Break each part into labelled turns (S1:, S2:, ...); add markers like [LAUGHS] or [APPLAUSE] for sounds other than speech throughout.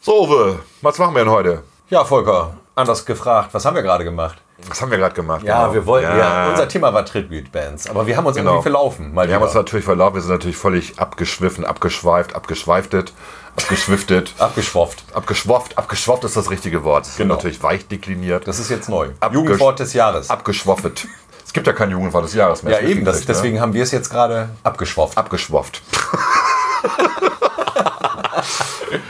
S1: So, Uwe, was machen wir denn heute?
S2: Ja, Volker, anders gefragt, was haben wir gerade gemacht?
S1: Was haben wir gerade gemacht?
S2: Ja,
S1: Genau.
S2: wir wollten ja. unser Thema war Tribute-Bands, aber wir haben uns
S1: Genau.
S2: irgendwie verlaufen. Mal
S1: Wir haben uns
S2: wieder.
S1: natürlich verlaufen, wir sind natürlich völlig abgeschwiffen, abgeschweift, abgeschweiftet,
S2: [LAUGHS]
S1: abgeschwiftet,
S2: abgeschwofft.
S1: abgeschwofft, abgeschwofft ist das richtige Wort. Das ist
S2: Genau.
S1: Natürlich weich dekliniert,
S2: Das ist jetzt neu.
S1: Abgesch-
S2: Jugendwort des Jahres.
S1: abgeschwoffet. Es gibt ja kein Jugendwort des Jahres mehr.
S2: ja,
S1: Das
S2: eben, das,
S1: kriegt nicht,
S2: deswegen haben wir es jetzt gerade abgeschwofft.
S1: abgeschwofft. [LAUGHS]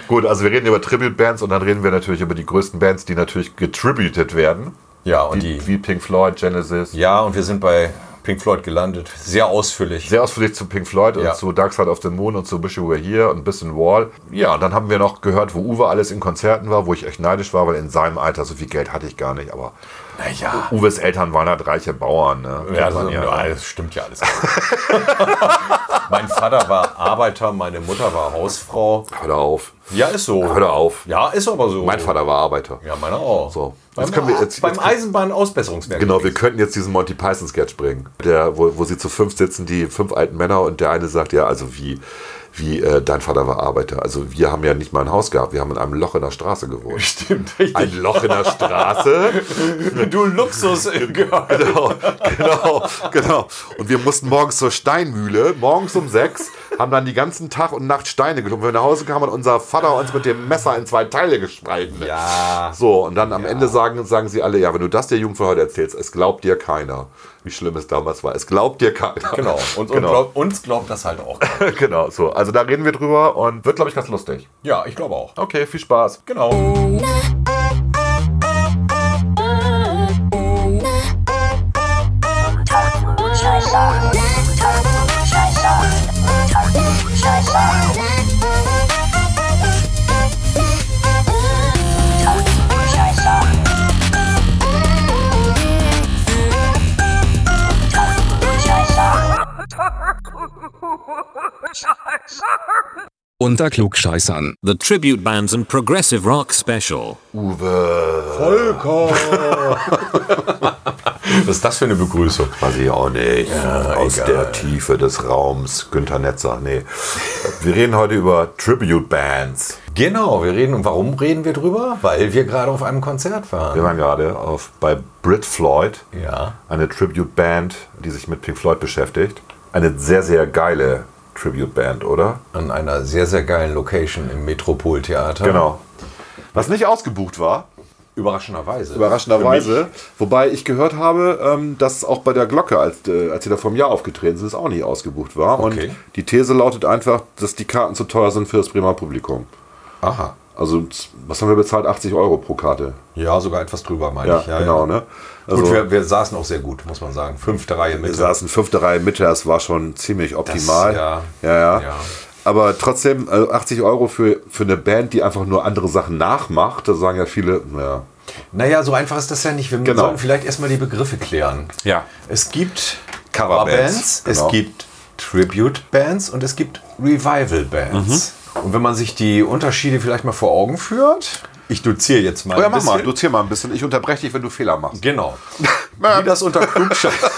S1: Gut, also wir reden über Tribute-Bands und dann reden wir natürlich über die größten Bands, die natürlich getributed werden.
S2: ja, und die,
S1: Wie, wie Pink Floyd, Genesis.
S2: ja, und wir sind bei Pink Floyd gelandet. Sehr ausführlich.
S1: Sehr ausführlich zu Pink Floyd und
S2: Ja.
S1: zu Dark Side of the Moon und zu Wish You Were Here und bisschen Wall. Ja, und dann haben wir noch gehört, wo Uwe alles in Konzerten war, wo ich echt neidisch war, weil in seinem Alter so viel Geld hatte ich gar nicht. Aber
S2: naja.
S1: Uwes Eltern waren halt reiche Bauern. Ne?
S2: Ja,
S1: Kennt man
S2: das, ja, das stimmt ja
S1: [LAUGHS]
S2: alles. mein Vater war Arbeiter, meine Mutter war Hausfrau.
S1: Hör doch auf. Oh,
S2: Ja, ist so.
S1: Hör doch auf.
S2: Ja, ist aber so.
S1: Mein Vater war Arbeiter.
S2: Ja, meiner auch.
S1: So.
S2: Beim,
S1: Jetzt können wir jetzt-
S2: beim
S1: jetzt-
S2: Eisenbahnausbesserungswerk.
S1: Genau, wir könnten jetzt diesen Monty Python Sketch bringen, der, wo, wo sie zu fünf sitzen, die fünf alten Männer und der eine sagt, ja, also wie, wie äh, dein Vater war Arbeiter. Also wir haben ja nicht mal ein Haus gehabt, wir haben in einem Loch in der Straße [LAUGHS]
S2: [LAUGHS]
S1: gewohnt.
S2: Stimmt, richtig.
S1: Ein Loch in der Straße?
S2: Du Luxus äh, gehört.
S1: genau, genau, genau. Und wir mussten morgens zur Steinmühle, morgens um sechs, haben dann die ganzen Tag und Nacht Steine genommen. Wenn wir nach Hause kamen, hat unser Vater uns mit dem Messer in zwei Teile gespalten.
S2: Ja.
S1: So, und dann am Ende sagen, sagen sie alle, ja, wenn du das der Jugend von heute erzählst, es glaubt dir keiner, wie schlimm es damals war. Es glaubt dir keiner.
S2: Genau. Und, und
S1: genau.
S2: glaub, uns glaubt das halt auch.
S1: [LAUGHS]
S2: keiner.
S1: genau, so. Also da reden wir drüber und wird, glaube ich, ganz lustig.
S2: Ja, ich glaube auch.
S1: Okay, viel Spaß.
S2: Genau.
S3: Talk, scheiß on. Talk, scheiß on. Talk, scheiß on. Talk, scheiß on. Talk, scheiß on.
S4: Unter Klugscheißern.
S5: The Tribute Bands and Progressive Rock Special.
S1: Uwe.
S2: Volker. Was ist das für eine Begrüßung?
S1: Weiß ich auch nicht. Aus der Tiefe des Raums. Günther Netzer, nee. Wir reden heute über Tribute-Bands.
S2: Genau, wir reden. Und warum reden wir drüber? Weil wir gerade auf einem Konzert
S1: Wir
S2: waren.
S1: waren gerade auf, bei Brit Floyd.
S2: Ja.
S1: Eine Tribute-Band, die sich mit Pink Floyd beschäftigt. Eine sehr, sehr geile Tribute-Band, oder?
S2: An einer sehr, sehr geilen Location im Metropoltheater.
S1: Genau. Was nicht ausgebucht war,
S2: Überraschenderweise.
S1: überraschenderweise. Wobei ich gehört habe, ähm, dass auch bei der Glocke, als, äh, als sie da vor einem Jahr aufgetreten sind, es auch nicht ausgebucht war.
S2: Okay.
S1: Und die These lautet einfach, dass die Karten zu teuer sind für das Bremer Publikum.
S2: Aha.
S1: Also, z- was haben wir bezahlt? 80 Euro pro Karte.
S2: Ja, sogar etwas drüber, meine
S1: Ja,
S2: ich. Ja,
S1: genau,
S2: ja.
S1: ne? Also,
S2: Gut, wir, wir saßen auch sehr gut, muss man sagen. Fünfte Reihe
S1: wir
S2: mit.
S1: saßen fünfte Reihe Mitte, das war schon ziemlich optimal.
S2: ja.
S1: Ja, ja.
S2: Ja.
S1: Aber trotzdem, also 80 Euro für, für eine Band, die einfach nur andere Sachen nachmacht, da sagen ja viele, naja.
S2: Naja, so einfach ist das ja nicht. Wir
S1: Genau.
S2: sollten vielleicht erstmal die Begriffe klären.
S1: Ja.
S2: Es gibt
S1: Coverbands,
S2: Coverbands,
S1: genau.
S2: es gibt Tribute-Bands und es gibt Revival-Bands. Und wenn man sich die Unterschiede vielleicht mal vor Augen führt, ich doziere jetzt mal.
S1: Oh ja,
S2: ein
S1: mach mal,
S2: bisschen.
S1: dozier mal ein bisschen. Ich unterbreche dich, wenn du Fehler machst.
S2: Genau. [LAUGHS] Wie das unter Klugscheißern,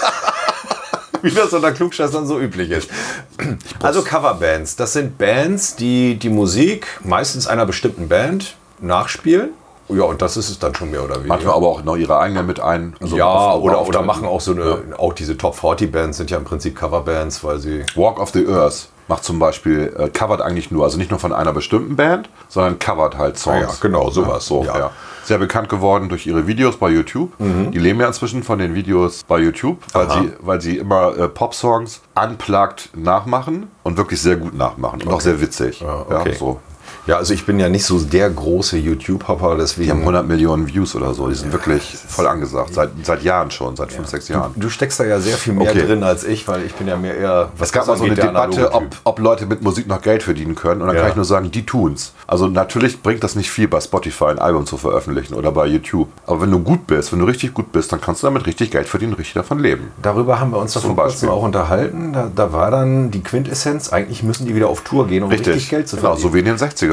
S2: [LAUGHS] wie das unter Klugscheißern so üblich ist. [CLEARS THROAT] Also Coverbands, das sind Bands, die die Musik meistens einer bestimmten Band nachspielen. Ja, und das ist es dann schon mehr oder weniger.
S1: Manchmal aber auch noch ihre eigenen mit ein. Also
S2: ja,
S1: auf- auf-
S2: oder,
S1: auf-
S2: oder machen auch so eine, auch diese Top 40 Bands sind ja im Prinzip Coverbands, weil sie.
S1: Walk of the Earth macht zum Beispiel, äh, covert eigentlich nur, also nicht nur von einer bestimmten Band, sondern covert halt Songs.
S2: Ah ja, genau, sowas,
S1: so, ja.
S2: ja. Mhm.
S1: Sehr bekannt geworden durch ihre Videos bei YouTube. Die leben ja inzwischen von den Videos bei YouTube, weil
S2: Aha.
S1: sie, weil sie immer äh, Popsongs unplugged nachmachen und wirklich sehr gut nachmachen und auch sehr witzig.
S2: okay.
S1: ja, so.
S2: Ja, also ich bin ja nicht so der große YouTube-Hopper,
S1: Die haben
S2: deswegen.
S1: 100 Millionen Views oder so. Die sind wirklich voll angesagt. Seit, seit Jahren schon, seit 5, 6 Jahren.
S2: Du steckst da ja sehr viel mehr
S1: Okay.
S2: drin als ich, weil ich bin ja mehr eher. Was
S1: Es gab mal
S2: das
S1: so eine
S2: angeht, der analoge
S1: Debatte, ob,
S2: Typ.
S1: ob Leute mit Musik noch Geld verdienen können. Und dann
S2: Ja.
S1: kann ich nur sagen, die tun's. Also natürlich bringt das nicht viel, bei Spotify ein Album zu veröffentlichen oder bei YouTube. Aber wenn du gut bist, wenn du richtig gut bist, dann kannst du damit richtig Geld verdienen, richtig davon leben.
S2: Darüber haben wir uns doch
S1: Zum
S2: vor kurzem
S1: Beispiel.
S2: auch unterhalten. Da, da war dann die Quintessenz, eigentlich müssen die wieder auf Tour gehen, um richtig, Geld zu
S1: genau,
S2: verdienen.
S1: so wie in den 60ern.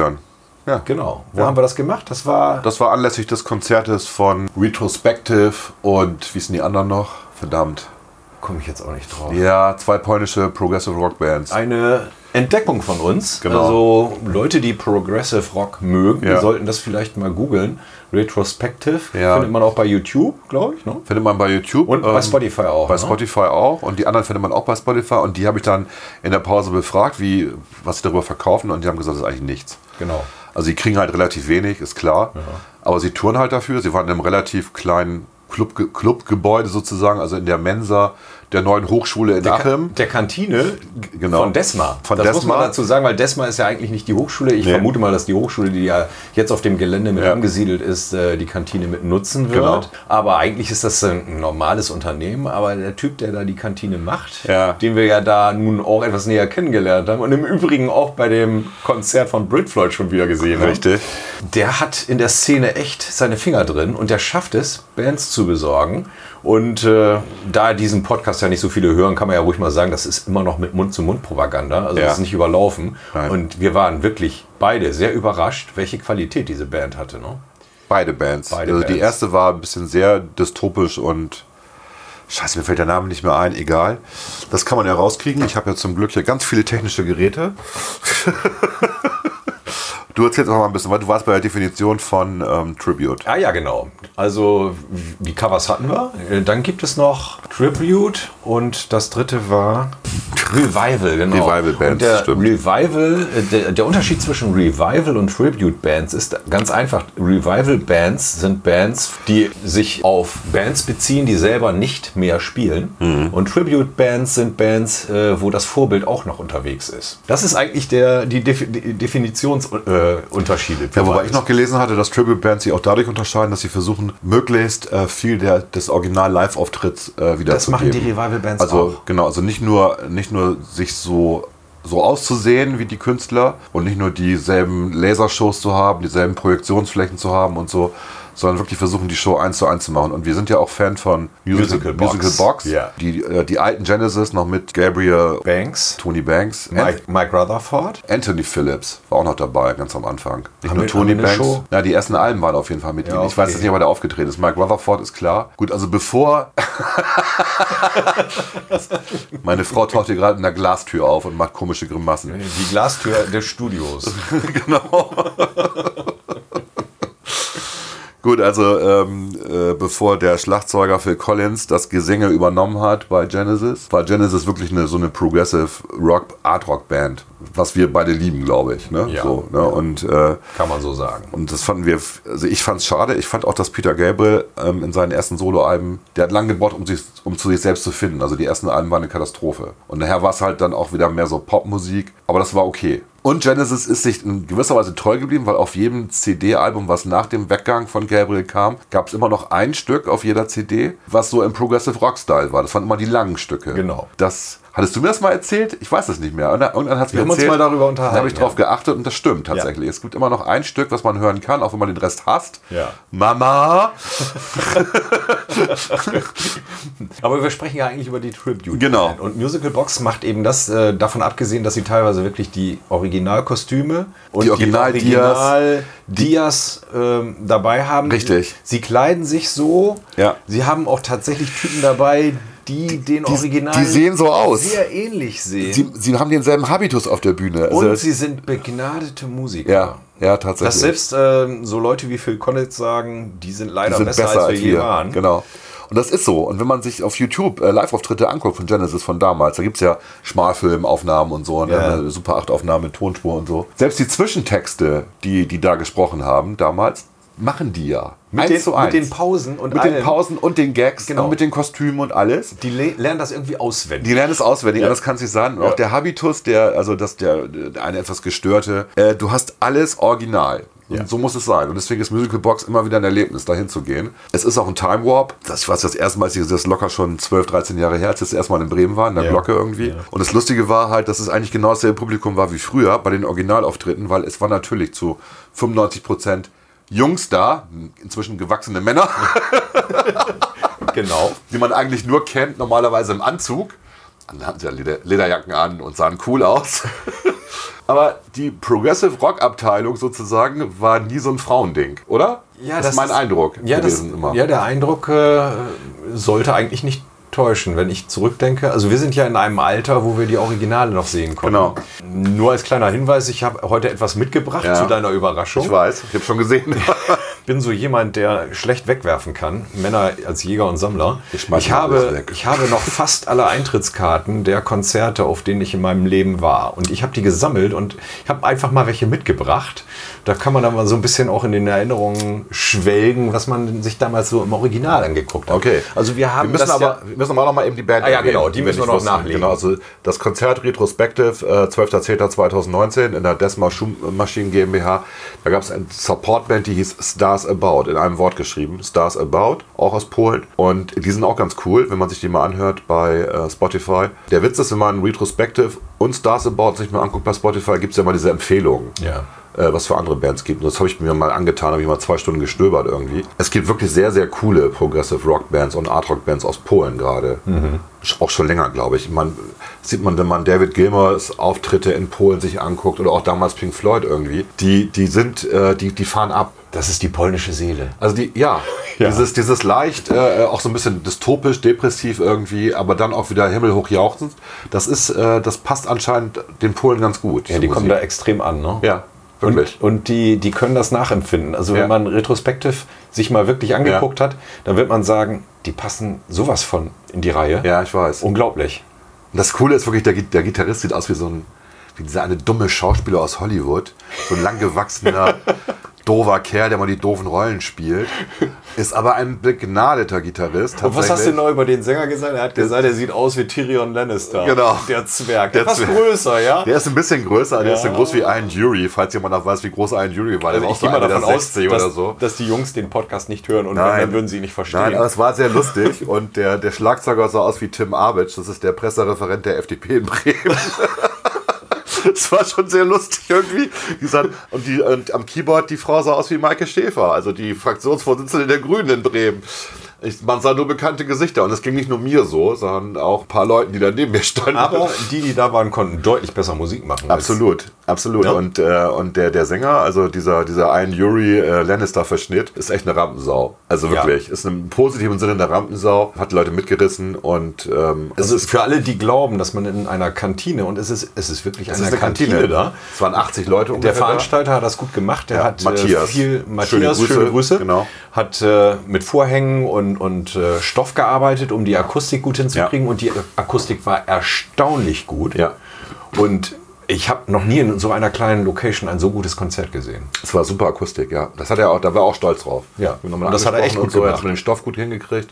S1: Ja.
S2: Genau. Wo haben wir das gemacht? Das war
S1: Das war anlässlich des Konzertes von Retrospective und wie sind die anderen noch? Verdammt.
S2: komme ich jetzt auch nicht drauf.
S1: Ja, zwei polnische Progressive Rock Bands.
S2: Eine Entdeckung von uns.
S1: Genau.
S2: Also Leute, die Progressive Rock mögen,
S1: Ja.
S2: die sollten das vielleicht mal googeln. Retrospective
S1: Ja.
S2: findet man auch bei YouTube, glaube ich. Ne?
S1: Findet man bei YouTube. ähm,
S2: Und bei Spotify auch,
S1: Bei
S2: ne?
S1: Spotify auch. Und die anderen findet man auch bei Spotify. Und die habe ich dann in der Pause befragt, wie, was sie darüber verkaufen. Und die haben gesagt, das ist eigentlich nichts.
S2: Genau.
S1: Also sie kriegen halt relativ wenig, ist klar. Aber sie touren halt dafür. Sie waren in einem relativ kleinen Club, Clubgebäude sozusagen, also in der Mensa der neuen Hochschule in Achim.
S2: Der Kantine
S1: Genau.
S2: von Desma.
S1: Von
S2: das muss man
S1: Desma.
S2: dazu sagen, weil Desma ist ja eigentlich nicht die Hochschule. Ich
S1: Nee.
S2: vermute mal, dass die Hochschule, die ja jetzt auf dem Gelände mit
S1: Ja.
S2: angesiedelt ist, äh, die Kantine mit nutzen wird.
S1: Genau.
S2: Aber eigentlich ist das ein normales Unternehmen. Aber der Typ, der da die Kantine macht,
S1: Ja.
S2: den wir ja da nun auch etwas näher kennengelernt haben und im Übrigen auch bei dem Konzert von Brit Floyd schon wieder gesehen haben,
S1: Richtig.
S2: der hat in der Szene echt seine Finger drin und der schafft es, Bands zu besorgen. Und äh, da diesen Podcast ja nicht so viele hören, kann man ja ruhig mal sagen, das ist immer noch mit Mund-zu-Mund-Propaganda. Also
S1: Ja.
S2: das ist nicht überlaufen.
S1: Nein.
S2: Und wir waren wirklich beide sehr überrascht, welche Qualität diese Band hatte. Ne?
S1: Beide Bands.
S2: Beide
S1: also die
S2: Bands.
S1: erste war ein bisschen sehr dystopisch und Scheiße, mir fällt der Name nicht mehr ein, egal. Das kann man ja rauskriegen. Ich habe ja zum Glück hier ganz viele technische Geräte. [LAUGHS] du erzählst auch mal ein bisschen, weil du warst bei der Definition von ähm, Tribute.
S2: Ah ja, genau. Also die Covers hatten wir. Äh, Dann gibt es noch Tribute und das dritte war Revival, genau.
S1: Revival Bands,
S2: und der
S1: stimmt.
S2: Revival, äh, der, der Unterschied zwischen Revival und Tribute Bands ist ganz einfach. Revival Bands sind Bands, die sich auf Bands beziehen, die selber nicht mehr spielen.
S1: Mhm.
S2: Und Tribute Bands sind Bands, äh, wo das Vorbild auch noch unterwegs ist. Das ist eigentlich der, die Defi die Definitionsunterschiede. Äh, Unterschiede.
S1: Ja, wobei ich noch gelesen hatte, dass Tribute Bands sich auch dadurch unterscheiden, dass sie versuchen, möglichst äh, viel der, des Original-Live-Auftritts äh, wieder
S2: Das machen die Revival-Bands
S1: also,
S2: auch.
S1: Genau, also nicht nur, nicht nur sich so, so auszusehen wie die Künstler und nicht nur dieselben Lasershows zu haben, dieselben Projektionsflächen zu haben und so, sondern wirklich versuchen, die Show eins zu eins zu machen. Und wir sind ja auch Fan von Musical,
S2: Musical Box.
S1: Musical Box.
S2: Ja.
S1: Die, äh, die alten Genesis noch mit Gabriel,
S2: Banks.
S1: Tony Banks,
S2: Mike, Mike Rutherford.
S1: Anthony Phillips war auch noch dabei, ganz am Anfang. Nicht
S2: Haben
S1: nur
S2: wir-
S1: Tony
S2: haben wir eine
S1: Banks.
S2: Show?
S1: Na, die ersten Alben waren auf jeden Fall mit ihm. Ich
S2: okay.
S1: weiß jetzt nicht, ob er da aufgetreten ist. Mike Rutherford ist klar. Gut, also bevor. [LAUGHS] Meine Frau taucht hier gerade in der Glastür auf und macht komische Grimassen.
S2: Die Glastür des Studios.
S1: genau. Gut, also ähm, äh, bevor der Schlagzeuger Phil Collins das Gesinge übernommen hat bei Genesis, war Genesis wirklich eine, so eine Progressive Rock, Art Rock Band, was wir beide lieben, glaube ich. Ne?
S2: Ja.
S1: So, ne? Und äh,
S2: Kann man so sagen.
S1: und das fanden wir, also ich fand es schade. Ich fand auch, dass Peter Gabriel ähm, in seinen ersten Soloalben, der hat lange gebraucht, um, sich, um zu sich selbst zu finden. Also die ersten Alben waren eine Katastrophe. Und nachher war es halt dann auch wieder mehr so Popmusik, aber das war okay. Und Genesis ist sich in gewisser Weise treu geblieben, weil auf jedem CD-Album, was nach dem Weggang von Gabriel kam, gab es immer noch ein Stück auf jeder CD, was so im Progressive Rock-Style war. Das waren immer die langen Stücke.
S2: Genau.
S1: Das, hattest du mir das mal erzählt? Ich weiß es nicht mehr. Irgendwann hat es mir
S2: haben uns
S1: erzählt.
S2: mal darüber
S1: Da habe ich
S2: unterhalten,
S1: drauf geachtet und das stimmt tatsächlich. Es gibt immer noch ein Stück, was man hören kann, auch wenn man den Rest hasst.
S2: Ja.
S1: Mama.
S2: Aber wir sprechen ja eigentlich über die Tribute.
S1: Genau.
S2: Und Musical Box macht eben das, äh, davon abgesehen, dass sie teilweise wirklich die Originalkostüme und
S1: Die Original-Dias.
S2: Original-Dias ähm, dabei haben.
S1: Richtig.
S2: Sie kleiden sich so.
S1: Ja.
S2: Sie haben auch tatsächlich Typen dabei, die den Original
S1: die sehen so aus.
S2: sehr ähnlich sehen.
S1: Sie, sie haben denselben Habitus auf der Bühne.
S2: und
S1: Also-
S2: sie sind begnadete Musiker.
S1: ja, ja, tatsächlich.
S2: Dass selbst ähm, so Leute wie Phil Collins sagen, die sind leider
S1: die sind
S2: besser, als wir je waren.
S1: Genau. Und das ist so. Und wenn man sich auf YouTube äh, Live-Auftritte anguckt von Genesis von damals, da gibt es ja Schmalfilmaufnahmen und so, und
S2: Ja.
S1: eine Super 8-Aufnahme mit Tonspur und so. Selbst die Zwischentexte, die, die da gesprochen haben damals, machen die ja.
S2: Mit den- mit den Pausen und
S1: Mit den
S2: allem.
S1: Pausen und den Gags
S2: Genau.
S1: und mit den Kostümen und alles.
S2: Die le lernen das irgendwie auswendig.
S1: Äh, Die lernen es auswendig, anders kann es nicht sein. Und auch der Habitus, der, also das, der, der eine etwas gestörte, äh, du hast alles original. Und so muss es sein. Und deswegen ist Musical Box immer wieder ein Erlebnis, dahin zu gehen. Es ist auch ein Time Warp. Das, ich weiß, das erste Mal, als ich das ist locker schon 12, 13 Jahre her, als ich das erste Mal in Bremen war, in der Glocke irgendwie. Und das Lustige war halt, dass es eigentlich genau dasselbe Publikum war wie früher bei den Originalauftritten, weil es war natürlich zu 95 Prozent Jungs da, inzwischen gewachsene Männer
S2: Genau.
S1: die man eigentlich nur kennt, normalerweise im Anzug. Dann hatten sie ja Leder Lederjacken an und sahen cool aus. [LAUGHS] Aber die Progressive Rock Abteilung sozusagen war nie so ein Frauending, oder? das, ist mein Eindruck
S2: ja,
S1: gewesen
S2: das,
S1: immer.
S2: Ja, der Eindruck äh, sollte eigentlich nicht täuschen, wenn ich zurückdenke. Also wir sind ja in einem Alter, wo wir die Originale noch sehen konnten.
S1: Genau.
S2: Nur als kleiner Hinweis, ich habe heute etwas mitgebracht
S1: Ja.
S2: zu deiner Überraschung.
S1: Ich weiß, ich habe schon gesehen. [LAUGHS]
S2: Ich bin so jemand, der schlecht wegwerfen kann. Männer als Jäger und Sammler.
S1: Ich
S2: Ich,
S1: schmeiß mal alles
S2: habe,
S1: weg.
S2: ich habe noch fast alle Eintrittskarten der Konzerte, auf denen ich in meinem Leben war. Und ich habe die gesammelt und ich habe einfach mal welche mitgebracht. Da kann man dann mal so ein bisschen auch in den Erinnerungen schwelgen, was man sich damals so im Original angeguckt hat.
S1: Okay.
S2: Also wir haben
S1: müssen
S2: das
S1: aber,
S2: ja,
S1: wir müssen aber auch noch mal eben die Band
S2: Ah ja,
S1: erwähnen,
S2: genau, die müssen
S1: nicht
S2: wir noch
S1: wussten.
S2: nachlegen.
S1: Genau, also das Konzert Retrospective äh, 12.10.2019 in der Desma Schuhmaschinen GmbH. Da gab es eine Supportband, die hieß Stars About, in einem Wort geschrieben. Stars About, auch aus Polen. Und die sind auch ganz cool, wenn man sich die mal anhört bei äh, Spotify. Der Witz ist, wenn man Retrospective und Stars About sich mal anguckt bei Spotify, gibt es ja mal diese Empfehlungen
S2: Ja.
S1: äh, was für andere Bands gibt. Und das habe ich mir mal angetan, habe ich mal zwei Stunden gestöbert irgendwie. Es gibt wirklich sehr, sehr coole Progressive Rock Bands und Art Rock Bands aus Polen gerade.
S2: Mhm.
S1: Sch- Auch schon länger, glaube ich. Man sieht man, wenn man David Gilmers Auftritte in Polen sich anguckt oder auch damals Pink Floyd irgendwie, die, die sind, äh, die, die fahren ab.
S2: das ist die polnische Seele.
S1: Also die, ja,
S2: [LAUGHS] Ja.
S1: Dieses, dieses leicht, äh, auch so ein bisschen dystopisch, depressiv irgendwie, aber dann auch wieder himmelhoch jauchzend, das ist, äh, das passt anscheinend den Polen ganz gut.
S2: Ja, die kommen da extrem an, ne?
S1: Ja, wirklich.
S2: Und, und die, die können das nachempfinden. Also wenn
S1: Ja.
S2: man retrospektiv sich mal wirklich angeguckt hat, dann wird man sagen, die passen sowas von in die Reihe.
S1: ja, ich weiß.
S2: um Unglaublich.
S1: Und das Coole ist wirklich, der, Gi- der Gitarrist sieht aus wie so ein, wie dieser eine dumme Schauspieler aus Hollywood. So ein
S2: [LAUGHS]
S1: langgewachsener, doofer Kerl, der mal die doofen Rollen spielt. Ist aber ein begnadeter Gitarrist.
S2: Und was hast du
S1: tatsächlich.
S2: neu über den Sänger gesagt? Er hat gesagt, er sieht aus wie Tyrion Lannister.
S1: Genau.
S2: Der Zwerg.
S1: Der
S2: Der Etwas
S1: Zwerg.
S2: größer, ja?
S1: Der ist ein bisschen größer, der
S2: Ja.
S1: ist so groß wie Ian Dury, falls jemand noch weiß, wie groß Ian Dury war. Der war
S2: also
S1: auch
S2: ich
S1: so
S2: gehe mal
S1: 1,60
S2: davon aus, dass,
S1: oder so.
S2: dass die Jungs den Podcast nicht hören und wenn, dann würden sie ihn nicht verstehen.
S1: Nein, aber es war sehr lustig [LAUGHS] und der, der Schlagzeuger sah aus wie Tim Abitsch, das ist der Pressereferent der FDP in Bremen. [LAUGHS] Es war schon sehr lustig irgendwie. Die sahen- und, die, und am Keyboard die Frau sah aus wie Maike Schäfer, also die Fraktionsvorsitzende der Grünen in Bremen. Ich, man sah nur bekannte Gesichter und es ging nicht nur mir so, sondern auch ein paar Leuten, die da neben mir standen.
S2: aber die, die da waren, konnten deutlich besser Musik machen. als-
S1: Absolut, absolut.
S2: Ja.
S1: Und, äh, und der, der Sänger, also dieser, dieser ein Yuri äh, Lannister-Verschnitt, ist echt eine Rampensau. Also
S2: Ja.
S1: wirklich, ist im positiven Sinne eine Rampensau, hat Leute mitgerissen und ähm, es
S2: Also
S1: ist,
S2: für alle, die glauben, dass man in einer Kantine, und es ist, es ist wirklich
S1: es
S2: eine,
S1: ist eine
S2: Kantine,
S1: Kantine. ne?
S2: da,
S1: Es waren 80 Leute
S2: der
S1: ungefähr da.
S2: Veranstalter hat das gut gemacht. Der
S1: Ja,
S2: hat äh,
S1: Matthias.
S2: viel
S1: Schöne
S2: Matthias, schöne Grüße,
S1: Grüße, genau.
S2: hat äh, mit Vorhängen und, und äh, Stoff gearbeitet, um die Akustik gut hinzukriegen. Und die Akustik war erstaunlich gut.
S1: Ja.
S2: Und ich habe noch nie in so einer kleinen Location ein so gutes Konzert gesehen.
S1: Es war super Akustik, ja. Das hat er auch, da war er auch stolz drauf.
S2: Ja.
S1: Wir haben nochmal
S2: Und das hat er echt
S1: angesprochen
S2: gut
S1: und so, Er hat
S2: gemacht.
S1: den Stoff gut hingekriegt.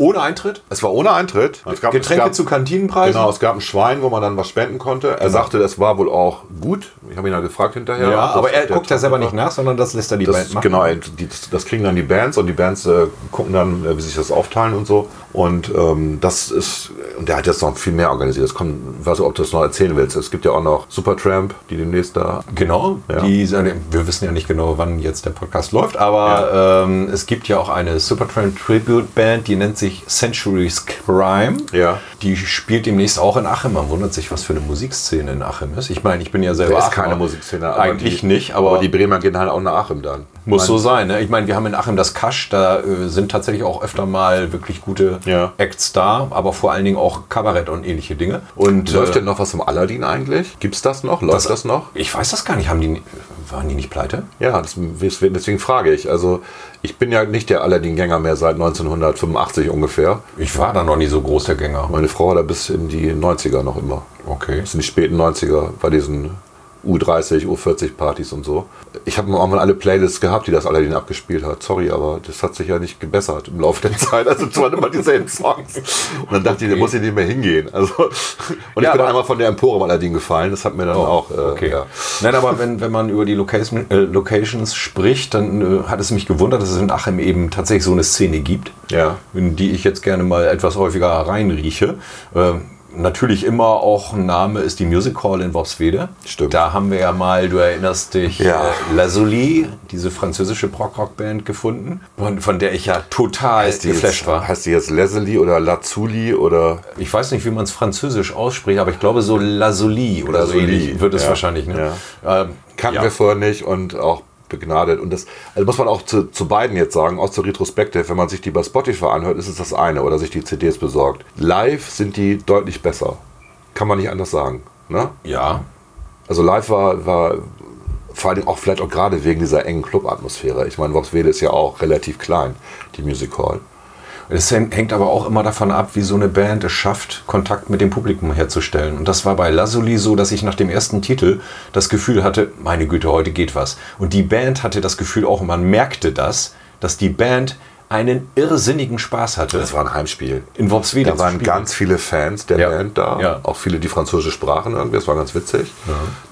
S2: Ohne Eintritt?
S1: Es war ohne Eintritt. Es gab- es
S2: Getränke
S1: gab-
S2: zu Kantinenpreisen? Genau.
S1: Genau, es gab ein Schwein, wo man dann was spenden konnte. Er sagte, das war wohl auch gut. Ich habe ihn ja gefragt hinterher.
S2: Ja,
S1: ob das
S2: aber er
S1: der
S2: guckt ja
S1: Tag
S2: selber
S1: war.
S2: nicht nach, sondern das lässt er die
S1: Das,
S2: Band machen.
S1: genau, die, das kriegen dann die Bands und die Bands äh, gucken dann, äh, wie sich das aufteilen und so. Und ähm, das ist, und der hat jetzt noch viel mehr organisiert. Das kommt, weiß nicht, ob du das noch erzählen willst. Es gibt ja auch noch Supertramp, die demnächst da.
S2: Genau,
S1: Ja.
S2: die, seine- wir wissen ja nicht genau, wann jetzt der Podcast läuft, aber ähm, es gibt ja auch eine Supertramp Tribute Band, die nennt sich Centuries Crime.
S1: Ja.
S2: Die spielt demnächst auch in Achim. Man wundert sich, was für eine Musikszene in Achim ist. Ich meine, ich bin ja selber.
S1: Da ist
S2: Achemer.
S1: keine Musikszene. aber
S2: Eigentlich
S1: die,
S2: nicht, aber,
S1: die Bremer gehen halt auch nach Achim dann.
S2: muss so sein. Ne? Ich meine, wir haben in Achim das Kasch, da äh, sind tatsächlich auch öfter mal wirklich gute
S1: Ja.
S2: Acts da, aber vor allen Dingen auch Kabarett und ähnliche Dinge. Und
S1: Läuft
S2: äh,
S1: denn noch was vom Aladdin eigentlich? Gibt's das noch? Läuft das, noch?
S2: Ich weiß das gar nicht. Haben die, waren die nicht pleite?
S1: Ja, das, deswegen deswegen frage ich. Also, ich bin ja nicht der Aladdin-Gänger mehr seit 1985 ungefähr.
S2: Ich war da noch nie so groß der Gänger.
S1: Meine Frau war da bis in die 90er noch immer.
S2: Okay.
S1: Das sind die späten 90er bei diesen U30, U40 Partys und so. Ich habe auch mal alle Playlists gehabt, die das Aladdin abgespielt hat. Sorry, aber das hat sich ja nicht gebessert im Laufe der [LAUGHS] Zeit. Also es waren immer dieselben Songs. Und dann dachte ich, da muss ich nicht mehr hingehen.
S2: [LAUGHS]
S1: Also, und
S2: Ja,
S1: ich bin
S2: aber- Oh,
S1: einmal von der Empore im Aladdin gefallen. Das hat mir dann auch... Äh,
S2: Okay.
S1: ja.
S2: Nein, aber wenn, wenn man über die Location, äh, Locations spricht, dann äh, hat es mich gewundert, dass es in Achim eben tatsächlich so eine Szene gibt,
S1: Ja.
S2: in die ich jetzt gerne mal etwas häufiger reinrieche. Äh, Natürlich immer auch ein Name ist die Music Hall in Worpswede.
S1: Stimmt.
S2: Da haben wir ja mal, du erinnerst dich,
S1: Ja.
S2: äh, Lazuli, diese französische Prog-Rock-Band gefunden, von, von der ich ja total
S1: Die jetzt-
S2: geflasht war.
S1: Heißt die jetzt Leslie oder Lazuli oder...
S2: Ich weiß nicht, wie man es französisch ausspricht, aber ich glaube so Lazuli oder
S1: Lazuli,
S2: so ähnlich wird es
S1: ja.
S2: wahrscheinlich. Ne? Ähm,
S1: Kannten
S2: ja.
S1: wir vorher nicht und auch begnadet. Und das also muss man auch zu, zu beiden jetzt sagen, auch zur Retrospektive, wenn man sich die bei Spotify anhört, ist es das eine oder sich die CDs besorgt. Live sind die deutlich besser. Kann man nicht anders sagen. Ne?
S2: Ja.
S1: Also live war, war vor allem auch vielleicht auch gerade wegen dieser engen Club-Atmosphäre. Ich meine, Voxwede ist ja auch relativ klein, die Music Hall.
S2: Das hängt aber auch immer davon ab, wie so eine Band es schafft, Kontakt mit dem Publikum herzustellen. Und das war bei Lazuli so, dass ich nach dem ersten Titel das Gefühl hatte, meine Güte, heute geht was. Und die Band hatte das Gefühl auch, und man merkte das, dass die Band einen irrsinnigen Spaß hatte.
S1: Das war ein Heimspiel.
S2: in Worpswede
S1: Da
S2: zu
S1: waren
S2: spielen.
S1: ganz viele Fans der
S2: Ja.
S1: Band da,
S2: Ja.
S1: auch viele, die Französisch sprachen irgendwie, das war ganz witzig,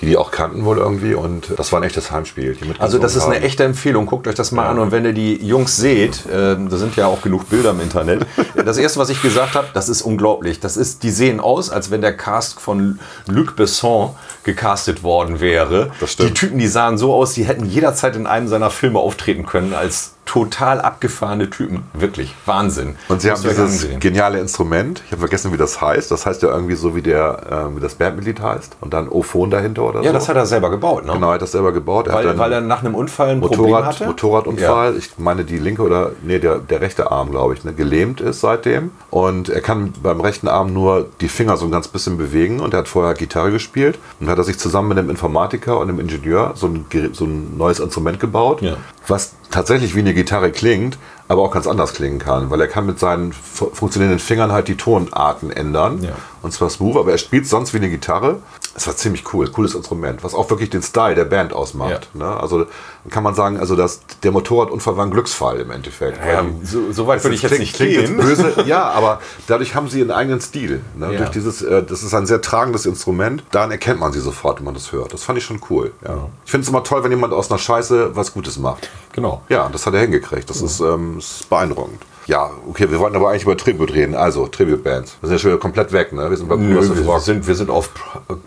S1: die die auch kannten wohl irgendwie und das war ein echtes Heimspiel. Die
S2: Also
S1: mitgesungen
S2: das ist eine
S1: haben.
S2: echte Empfehlung. Guckt euch das mal an. Und wenn ihr die Jungs seht, ähm, da sind ja auch genug Bilder im Internet.
S1: [LAUGHS]
S2: Das erste, was ich gesagt habe, das ist unglaublich. Das ist, die sehen aus, als wenn der Cast von Luc Besson gecastet worden wäre.
S1: Das stimmt.
S2: Die Typen, die sahen so aus, die hätten jederzeit in einem seiner Filme auftreten können als total abgefahrene Typen. Wirklich Wahnsinn.
S1: Und sie haben
S2: Müsst ihr euch
S1: dieses
S2: ansehen.
S1: geniale Instrument. Ich habe vergessen, wie das heißt. Das heißt ja irgendwie so, wie, der, ähm, wie das Bandmitglied heißt. Und dann Ophon dahinter oder so.
S2: Ja, das hat er selber gebaut, ne?
S1: Genau, er hat das selber gebaut. Er hat
S2: Weil,
S1: dann
S2: weil er nach einem Unfall ein Problem
S1: Motorrad,
S2: hatte.
S1: Motorradunfall. Ich meine, die linke oder, nee, der, der rechte Arm, glaube ich, ne, gelähmt ist seitdem. Und er kann beim rechten Arm nur die Finger so ein ganz bisschen bewegen. Und er hat vorher Gitarre gespielt. Und hat er sich zusammen mit einem Informatiker und einem Ingenieur so ein, Gerät- so ein neues Instrument gebaut,
S2: Ja.
S1: was tatsächlich wie eine Gitarre klingt, aber auch ganz anders klingen kann. Weil er kann mit seinen fu- funktionierenden Fingern halt die Tonarten ändern.
S2: Ja.
S1: Und zwar smooth, aber er spielt sonst wie eine Gitarre. Es war ziemlich cool, cooles Instrument, was auch wirklich den Style der Band ausmacht.
S2: Ja.
S1: Ne? Also dann kann man sagen, also dass der Motorradunfall war ein Glücksfall im Endeffekt.
S2: Ja,
S1: Weil-
S2: so, so weit
S1: das
S2: würde ich jetzt
S1: klingt-
S2: nicht
S1: klingt
S2: gehen.
S1: jetzt böse. Ja, aber dadurch haben sie ihren eigenen Stil. Ne?
S2: Ja.
S1: Durch dieses, äh, das ist ein sehr tragendes Instrument. Daran erkennt man sie sofort, wenn man das hört. Das fand ich schon cool. Ja. Ich finde es immer toll, wenn jemand aus einer Scheiße was Gutes macht.
S2: Genau.
S1: Ja, das hat er hingekriegt. Das ist, ähm, ist beeindruckend. Ja, okay, wir wollten aber eigentlich über Tribute reden. Also, Tribute-Bands. Wir sind ja schon wieder komplett weg, ne? Wir sind bei
S2: Nö,
S1: Progressive
S2: wir,
S1: Rock.
S2: sind, wir sind auf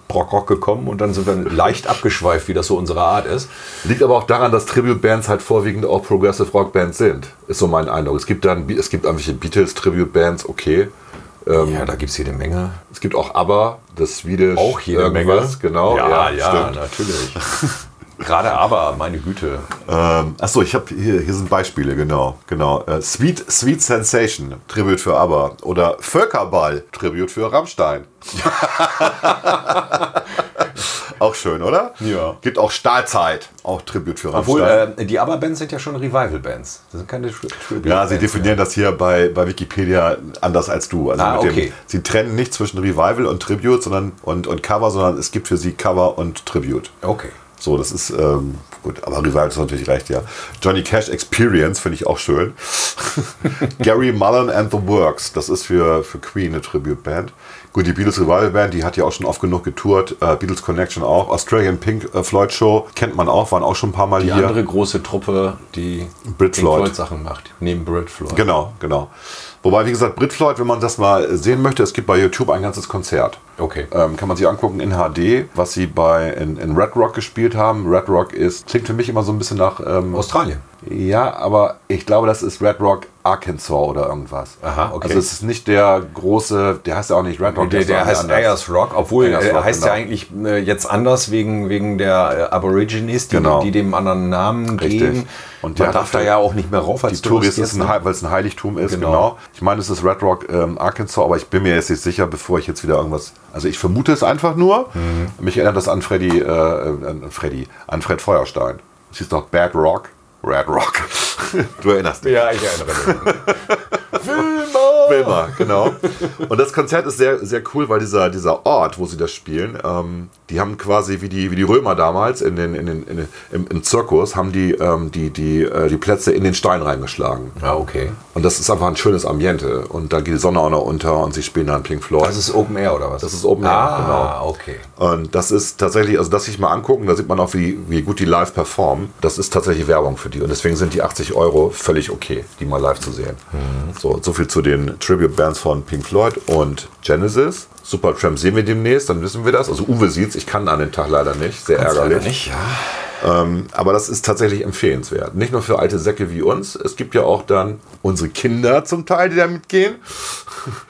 S2: Brock Rock gekommen und dann sind wir leicht abgeschweift, wie das so unsere Art ist.
S1: Liegt aber auch daran, dass Tribute-Bands halt vorwiegend auch Progressive Rock-Bands sind. Ist so mein Eindruck. Es gibt dann, es gibt irgendwelche Beatles-Tribute-Bands, okay.
S2: ja, da gibt es jede Menge.
S1: Es gibt auch ABBA, das Swedish.
S2: Auch jede
S1: irgendwas,
S2: Menge.
S1: genau.
S2: Ja, ja,
S1: stimmt.
S2: natürlich. [LAUGHS] Gerade aber, meine Güte.
S1: Ähm, achso, ich habe hier, hier sind Beispiele, genau. genau. Äh, Sweet, Sweet Sensation, Tribute für ABBA. Oder Völkerball, Tribute für Rammstein. [LAUGHS] auch schön, oder?
S2: Ja.
S1: Gibt auch Stahlzeit, auch Tribute für Rammstein.
S2: Obwohl, äh, die ABBA-Bands sind ja schon Revival-Bands. Das sind keine Tri Tribute
S1: ja, sie
S2: Bands mehr.
S1: definieren das hier bei, bei Wikipedia anders als du. Also
S2: Ah,
S1: mit dem,
S2: okay.
S1: sie trennen nicht zwischen Revival und Tribute sondern, und, und Cover, sondern es gibt für sie Cover und Tribute.
S2: Okay.
S1: So, das ist ähm, gut, aber Rival ist natürlich recht, ja. Johnny Cash Experience finde ich auch schön. [LAUGHS] Gary Mullen and the Works, das ist für, für Queen eine Tribute-Band. Gut, die Beatles Revival Band, die hat ja auch schon oft genug getourt. Äh, Beatles Connection auch. Australian Pink äh, Floyd Show kennt man auch, waren auch schon ein paar Mal
S2: Die
S1: hier.
S2: andere große Truppe, die
S1: Brit
S2: Pink
S1: Floyd.
S2: Sachen macht, neben Brit Floyd.
S1: Genau, genau. Wobei, wie gesagt, Brit Floyd, wenn man das mal sehen möchte, es gibt bei YouTube ein ganzes Konzert.
S2: Okay.
S1: Ähm, kann man sich angucken in HD, was sie bei in, in Red Rock gespielt haben. Red Rock ist, klingt für mich immer so ein bisschen nach ähm,
S2: Australien.
S1: Ja, aber ich glaube, das ist Red Rock Arkansas oder irgendwas.
S2: Aha, okay.
S1: Also es ist nicht der große, der heißt ja auch nicht Red Rock,
S2: Der,
S1: ist
S2: der
S1: irgendwie
S2: heißt
S1: anders.
S2: Ayers Rock, obwohl
S1: Ayers
S2: äh,
S1: Rock,
S2: heißt
S1: genau.
S2: ja eigentlich äh, jetzt anders wegen, wegen der äh, Aborigines, die,
S1: Genau.
S2: die dem anderen Namen
S1: Richtig.
S2: geben.
S1: Und der
S2: man darf
S1: hat-
S2: da ja auch nicht mehr rauf als
S1: Die Tourist
S2: Tourist
S1: ist ein,
S2: jetzt,
S1: Hei- weil es ein Heiligtum ist, genau.
S2: Genau.
S1: Ich meine, es ist Red Rock ähm, Arkansas, aber ich bin mir jetzt nicht sicher, bevor ich jetzt wieder irgendwas. Also ich vermute es einfach nur. Mich erinnert das an Freddy, äh, an Freddy, an Fred Feuerstein. Es hieß doch Bad Rock, Red Rock. [LAUGHS] du erinnerst dich.
S2: Ja, ich erinnere mich. [LAUGHS]
S1: Wilma, genau. Und das Konzert ist sehr, sehr cool, weil dieser, dieser Ort, wo sie das spielen, ähm, die haben quasi wie die, wie die Römer damals in den, in den, in den, im, im Zirkus, haben die, ähm, die, die, äh, die Plätze in den Stein reingeschlagen.
S2: Ah, okay.
S1: Und das ist einfach ein schönes Ambiente. Und dann geht die Sonne auch noch unter und sie spielen dann Pink Floyd.
S2: Das ist Open Air oder was?
S1: Das ist Open Air,
S2: ah,
S1: genau.
S2: okay.
S1: und das ist tatsächlich, also das sich mal angucken, da sieht man auch, wie, wie gut die live performen. Das ist tatsächlich Werbung für die. Und deswegen sind die 80 Euro völlig okay, die mal live zu sehen. So, so viel zu den Tribute-Bands von Pink Floyd und Genesis. Supertramp sehen wir demnächst, dann wissen wir das. Also Uwe sieht's, ich kann an dem Tag leider nicht, sehr ärgerlich.
S2: Leider nicht, ja.
S1: Ähm, aber das ist tatsächlich empfehlenswert. Nicht nur für alte Säcke wie uns. Es gibt ja auch dann unsere Kinder zum Teil, die da mitgehen.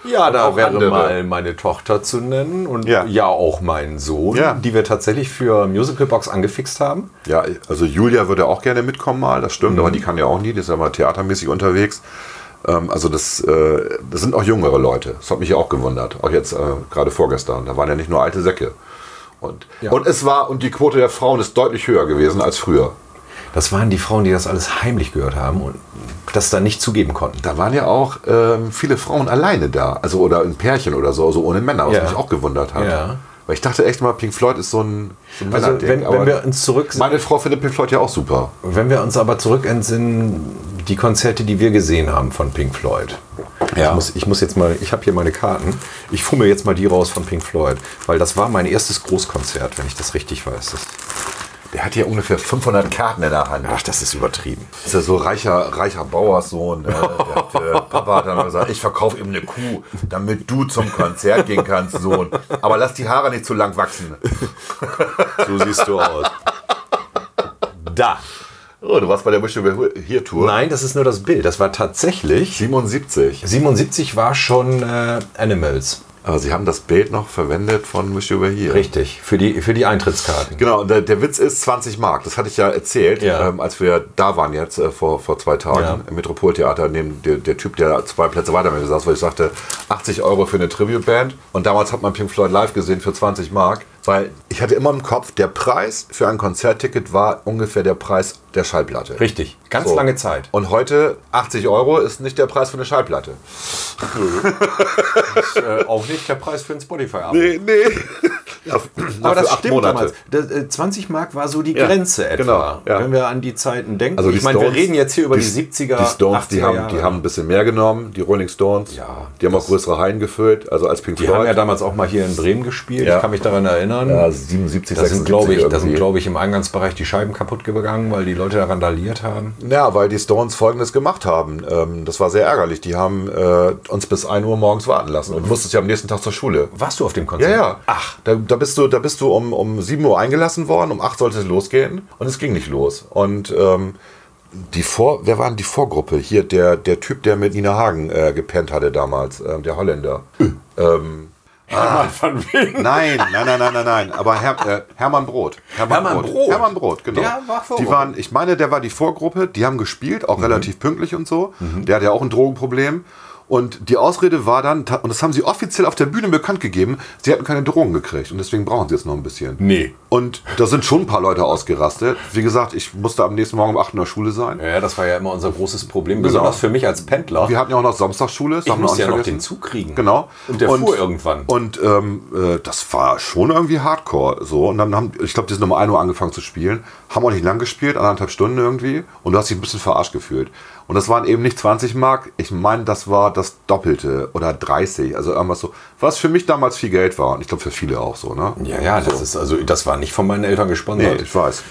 S2: Ja, da
S1: auch
S2: wäre
S1: andere.
S2: mal meine Tochter zu nennen und
S1: Ja.
S2: ja, auch meinen Sohn,
S1: Ja.
S2: die wir tatsächlich für Musicalbox angefixt haben.
S1: Ja, also Julia würde auch gerne mitkommen mal, das stimmt,
S2: Mhm.
S1: aber die kann ja auch nie, die ist ja mal theatermäßig unterwegs. Ähm, also das, äh, das sind auch jüngere Leute. Das hat mich ja auch gewundert, auch jetzt äh, gerade vorgestern. Da waren ja nicht nur alte Säcke. Und,
S2: Ja.
S1: und es war, und die Quote der Frauen ist deutlich höher gewesen als früher.
S2: Das waren die Frauen, die das alles heimlich gehört haben und das dann nicht zugeben konnten.
S1: Da waren ja auch ähm, viele Frauen alleine da, also oder in Pärchen oder so, also ohne Männer, was
S2: Ja.
S1: mich auch gewundert hat.
S2: Ja.
S1: Weil ich dachte echt mal, Pink Floyd ist so ein, so ein
S2: Also
S1: Männerding,
S2: wenn,
S1: aber
S2: wenn wir uns zurück
S1: meine Frau findet Pink Floyd ja auch super.
S2: wenn wir uns aber zurück entsinnen, die Konzerte, die wir gesehen haben von Pink Floyd.
S1: Ja.
S2: Ich, muss, ich muss jetzt mal, ich habe hier meine Karten. Ich fummel jetzt mal die raus von Pink Floyd, weil das war mein erstes Großkonzert, wenn ich das richtig weiß. Das,
S1: Der hat ja ungefähr 500 Karten in der Hand.
S2: ach, das ist übertrieben.
S1: Ist ja so reicher, reicher [LAUGHS] Bauerssohn. Äh, der hat, äh, Papa hat dann gesagt, ich verkaufe eben eine Kuh, damit du zum Konzert gehen kannst, Sohn. Aber lass die Haare nicht zu lang wachsen.
S2: So siehst du aus. Da.
S1: Oh, du warst bei der Mischung hier Tour.
S2: Nein, das ist nur das Bild. Das war tatsächlich.
S1: 77.
S2: 77 war schon äh, Animals.
S1: Aber sie haben das Bild noch verwendet von Misch über hier.
S2: Richtig. Für die, für die Eintrittskarten.
S1: Genau, und der, der Witz ist 20 Mark. Das hatte ich ja erzählt,
S2: Ja.
S1: Ähm, als wir da waren jetzt äh, vor, vor zwei Tagen
S2: Ja.
S1: im Metropoltheater. Neben der, der Typ, der zwei Plätze weiter mit mir saß, weil ich sagte, 80 Euro für eine Tribute-Band. Und damals hat man Pink Floyd live gesehen für 20 Mark, weil ich hatte immer im Kopf, der Preis für ein Konzertticket war ungefähr der Preis der Schallplatte.
S2: Richtig. Ganz
S1: So.
S2: lange Zeit.
S1: Und heute 80 Euro ist nicht der Preis für eine Schallplatte.
S2: äh, auch nicht der Preis für ein Spotify-Abo.
S1: Nee, [LAUGHS] nee.
S2: Aber das stimmt damals. Das, äh, 20 Mark war so die Grenze
S1: genau,
S2: etwa,
S1: ja.
S2: wenn wir an die Zeiten denken.
S1: Also
S2: ich
S1: die
S2: meine, wir
S1: Stones-
S2: reden jetzt hier über die, 70er,
S1: Die Stones, die
S2: 80er
S1: haben,
S2: Jahre.
S1: die haben ein bisschen mehr genommen, die Rolling Stones.
S2: Ja,
S1: die haben auch größere Hallen gefüllt, also als Pink
S2: Die
S1: Floyd.
S2: haben ja damals auch mal hier in Bremen gespielt.
S1: Ja.
S2: Ich kann mich daran erinnern.
S1: Ja, 77,
S2: da sind, glaube ich, da sind,
S1: irgendwie.
S2: glaub ich, im Eingangsbereich die Scheiben kaputt gegangen, weil die Leute da randaliert haben.
S1: ja, weil die Stones Folgendes gemacht haben. Ähm, das war sehr ärgerlich. Die haben äh, uns bis 1 Uhr morgens warten lassen und musstest ja am nächsten Tag zur Schule.
S2: Warst du auf dem
S1: Ja,
S2: Konzert?
S1: ja.
S2: Ach,
S1: da, da bist du, da bist du um, um 7 Uhr eingelassen worden, um 8 sollte es losgehen und es ging nicht los. Und ähm, die Vor, wer war denn die Vorgruppe? Hier, der, der Typ, der mit Nina Hagen äh, gepennt hatte damals, ähm, der Holländer. Ähm,
S2: Ah. von wegen.
S1: Nein, nein, nein, nein, nein, nein. Aber Her äh, Hermann Brot.
S2: Hermann Broth.
S1: Hermann Brot, genau.
S2: Der war Mhm. Vorgruppe.
S1: die waren, ich meine, der war die Vorgruppe, die haben gespielt, auch relativ pünktlich und so.
S2: Mhm.
S1: Der hatte ja auch ein Drogenproblem. Und die Ausrede war dann, ta- und das haben sie offiziell auf der Bühne bekannt gegeben, sie hatten keine Drogen gekriegt und deswegen brauchen sie jetzt noch ein bisschen.
S2: Nee.
S1: Und da sind schon ein paar Leute ausgerastet. Wie gesagt, ich musste am nächsten Morgen um 8 Uhr in der Schule sein.
S2: Ja, das war ja immer unser großes Problem, besonders für mich als Pendler.
S1: Genau. Wir hatten ja auch noch Samstagsschule. das
S2: ich
S1: haben wir auch
S2: musste
S1: nicht
S2: ja noch
S1: vergessen.
S2: den Zug kriegen.
S1: Genau.
S2: Und der fuhr irgendwann.
S1: Und ähm, äh, das war schon irgendwie Hardcore so. Und dann haben, ich glaube, die sind um 1 Uhr angefangen zu spielen, haben auch nicht lang gespielt, anderthalb Stunden irgendwie. Und du hast dich ein bisschen verarscht gefühlt. Und das waren eben nicht 20 Mark, ich meine, das war das Doppelte oder 30, also irgendwas so, was für mich damals viel Geld war. Und ich glaube, für viele auch so, ne?
S2: Ja, ja, das ist also, das war nicht von meinen Eltern
S1: Nee,
S2: gesponsert.
S1: ich weiß.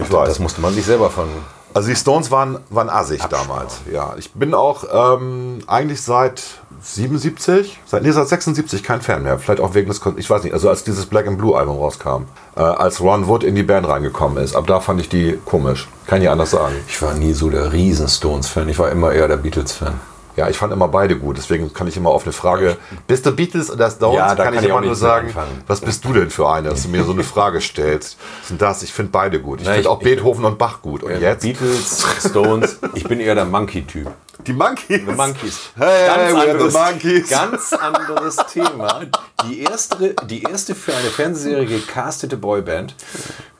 S1: Ich weiß.
S2: Das musste man sich selber von.
S1: Also die Stones waren, waren assig damals. Ja, ich bin auch ähm, eigentlich seit 77, seit, nee, seit 76 kein Fan mehr. Vielleicht auch wegen des, Kon ich weiß nicht, also als dieses Black and Blue Album rauskam, äh, als Ron Wood in die Band reingekommen ist, ab da fand ich die komisch. Kann ich anders sagen.
S2: Ich war nie so der Riesen-Stones-Fan, ich war immer eher der Beatles-Fan.
S1: Ja, ich fand immer beide gut, deswegen kann ich immer auf eine Frage, bist du Beatles oder Stones,
S2: Ja, da
S1: kann,
S2: kann
S1: ich
S2: ich auch
S1: immer nur
S2: nichts mit
S1: sagen,
S2: anfangen.
S1: was bist du denn für eine, dass du mir so eine Frage stellst. Was ist denn das? Ich finde beide gut. Ich
S2: Na,
S1: finde
S2: ich-
S1: auch
S2: ich-
S1: Beethoven und Bach gut. Und jetzt?
S2: Beatles, Stones, ich bin eher der Monkey-Typ.
S1: Die Monkeys.
S2: The Monkeys.
S1: Hey, we are the Monkeys.
S2: ganz anderes Thema. Die erste, die erste für eine Fernsehserie gecastete Boyband,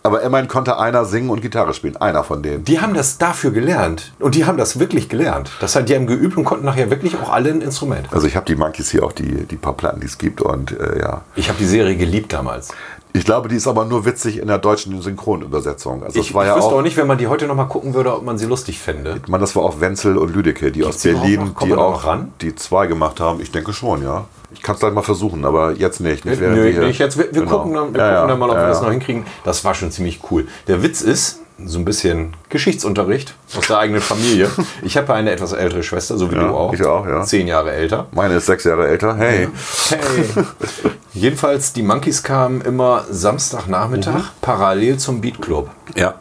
S1: Aber immerhin konnte einer singen und Gitarre spielen. Einer von denen.
S2: die haben das dafür gelernt. Und die haben das wirklich gelernt. Das heißt, die haben geübt und konnten nachher wirklich auch alle ein Instrument.
S1: Also ich habe die Monkeys hier auch die, die paar Platten, die es gibt. Und äh, ja.
S2: Ich habe die Serie geliebt damals.
S1: Ich glaube, die ist aber nur witzig in der deutschen Synchronübersetzung. Also
S2: Ich,
S1: das war
S2: ich
S1: ja
S2: wüsste auch
S1: auch.
S2: nicht, wenn man die heute nochmal gucken würde, ob man sie lustig fände.
S1: Ich meine, das war auch Wenzel und Lüdecke, die aus
S2: die überhaupt
S1: Berlin,
S2: noch? Kommen
S1: die
S2: wir da
S1: auch
S2: noch ran?
S1: die zwei gemacht haben. Ich denke schon, ja. Ich kann es gleich mal versuchen, aber jetzt nicht. nicht während
S2: Nö,
S1: wir hier-
S2: nicht jetzt. Wir, wir
S1: Genau.
S2: gucken, dann, wir
S1: Ja,
S2: gucken
S1: ja.
S2: dann mal, ob
S1: Ja,
S2: wir das
S1: ja.
S2: noch hinkriegen. Das war schon ziemlich cool. Der Witz ist, so ein bisschen Geschichtsunterricht aus der
S1: [LAUGHS]
S2: eigenen Familie. Ich habe eine etwas ältere Schwester, so wie
S1: Ja,
S2: du auch.
S1: ich auch, ja.
S2: Zehn Jahre älter.
S1: Meine ist sechs Jahre älter. Hey.
S2: Hey. [LAUGHS] Jedenfalls, die Monkeys kamen immer Samstagnachmittag
S1: Mhm.
S2: parallel zum Beat Club.
S1: Ja.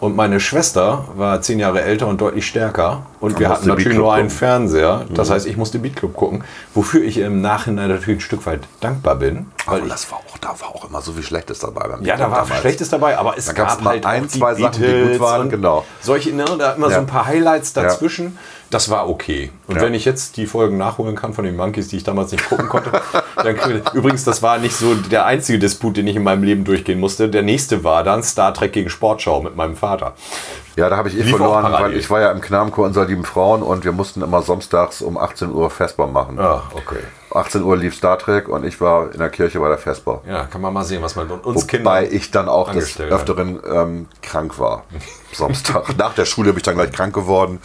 S2: Und meine Schwester war zehn Jahre älter und deutlich stärker. Und wir
S1: musste
S2: hatten natürlich
S1: Beatclub
S2: nur einen
S1: gucken. Mhm.
S2: Fernseher. Das heißt, ich musste Beat Club gucken. Wofür ich im Nachhinein natürlich ein Stück weit dankbar bin. Weil
S1: Und
S2: ich,
S1: das war auch, da war auch immer so viel Schlechtes dabei. Beim
S2: ja, da
S1: Beatclub
S2: war
S1: damals.
S2: Schlechtes dabei, aber es
S1: gab's
S2: gab
S1: mal
S2: halt
S1: ein,
S2: auch
S1: zwei Sachen, die gut
S2: Beatles
S1: waren,
S2: und
S1: genau.
S2: Solche, ne, da immer
S1: Ja.
S2: so ein paar Highlights dazwischen. Das war okay. Und
S1: Ja.
S2: wenn ich jetzt die Folgen nachholen kann von den Monkeys, die ich damals nicht
S1: [LAUGHS]
S2: gucken konnte, dann kriege ich- übrigens, das war nicht so der einzige Disput, den ich in meinem Leben durchgehen musste. Der nächste war dann Star Trek gegen Sportschau mit meinem Vater.
S1: Ja, da habe ich eh
S2: Lief auch
S1: verloren,
S2: parallel.
S1: weil ich war ja im Knabenchor unserer lieben Frauen und wir mussten immer samstags um 18 Uhr Vesper machen.
S2: Ah, okay.
S1: 18 Uhr lief Star Trek und ich war in der Kirche bei der Vesper.
S2: Ja, kann man mal sehen, was man mit uns
S1: Wobei
S2: Kindern.
S1: ich dann auch des
S2: angestellt hat.
S1: Öfteren ähm, krank
S2: [LAUGHS]
S1: war. Samstag. Nach der Schule bin ich dann gleich krank geworden.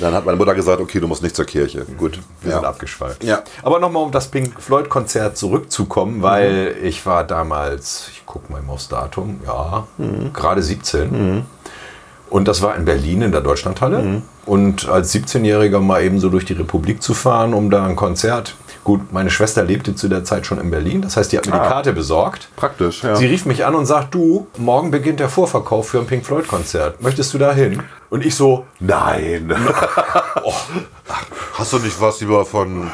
S1: Dann hat meine Mutter gesagt, okay, du musst nicht zur Kirche.
S2: Mhm.
S1: Gut.
S2: Wir
S1: ja.
S2: sind abgeschweift.
S1: Ja.
S2: Aber nochmal, um das Pink Floyd-Konzert zurückzukommen, weil
S1: Mhm.
S2: ich war damals, ich gucke mal immer aufs Datum, ja,
S1: Mhm.
S2: gerade 17. Und das war in Berlin in der Deutschlandhalle.
S1: Mhm.
S2: Und als 17-Jähriger mal eben so durch die Republik zu fahren, um da ein Konzert. Gut, meine Schwester lebte zu der Zeit schon in Berlin. Das heißt, die hat mir
S1: Ah.
S2: die Karte besorgt.
S1: Praktisch, ja.
S2: Sie rief mich an und sagt, du, morgen beginnt der Vorverkauf für ein Pink Floyd-Konzert. Möchtest du da hin? Und ich so,
S1: [LAUGHS] Nein.
S2: Oh.
S1: Hast du nicht was über von.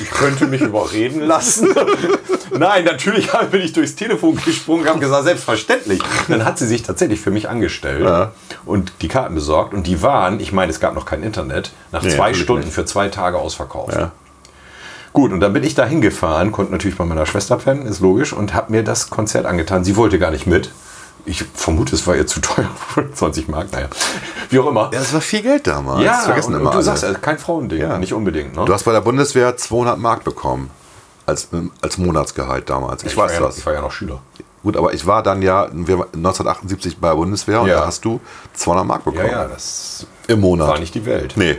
S2: ich könnte mich überreden lassen. [LAUGHS] Nein, natürlich [LAUGHS] bin ich durchs Telefon gesprungen, habe gesagt, selbstverständlich. Dann hat sie sich tatsächlich für mich angestellt und die Karten besorgt. Und die waren, ich meine, es gab noch kein Internet, nach zwei
S1: natürlich
S2: Stunden für zwei Tage ausverkauft. Gut, und dann bin ich da hingefahren, konnte natürlich bei meiner Schwester pennen, ist logisch, und habe mir das Konzert angetan. Sie wollte gar nicht mit. Ich vermute, es war ihr zu teuer, [LAUGHS] 20 Mark, naja, wie auch immer.
S1: Das war viel Geld damals.
S2: Ja,
S1: das vergessen
S2: und,
S1: immer
S2: und du
S1: alle.
S2: sagst, also kein Frauending, nicht unbedingt. Ne?
S1: Du hast bei der Bundeswehr 200 Mark bekommen. Als, als Monatsgehalt damals. Ich, weiß
S2: war ja,
S1: das.
S2: Ich war ja noch Schüler.
S1: Gut, aber ich war dann ja wir, 1978 bei der Bundeswehr und
S2: Ja.
S1: da hast du 200 Mark
S2: Ja,
S1: bekommen.
S2: ja, das
S1: Im Monat.
S2: war nicht die Welt.
S1: Nee.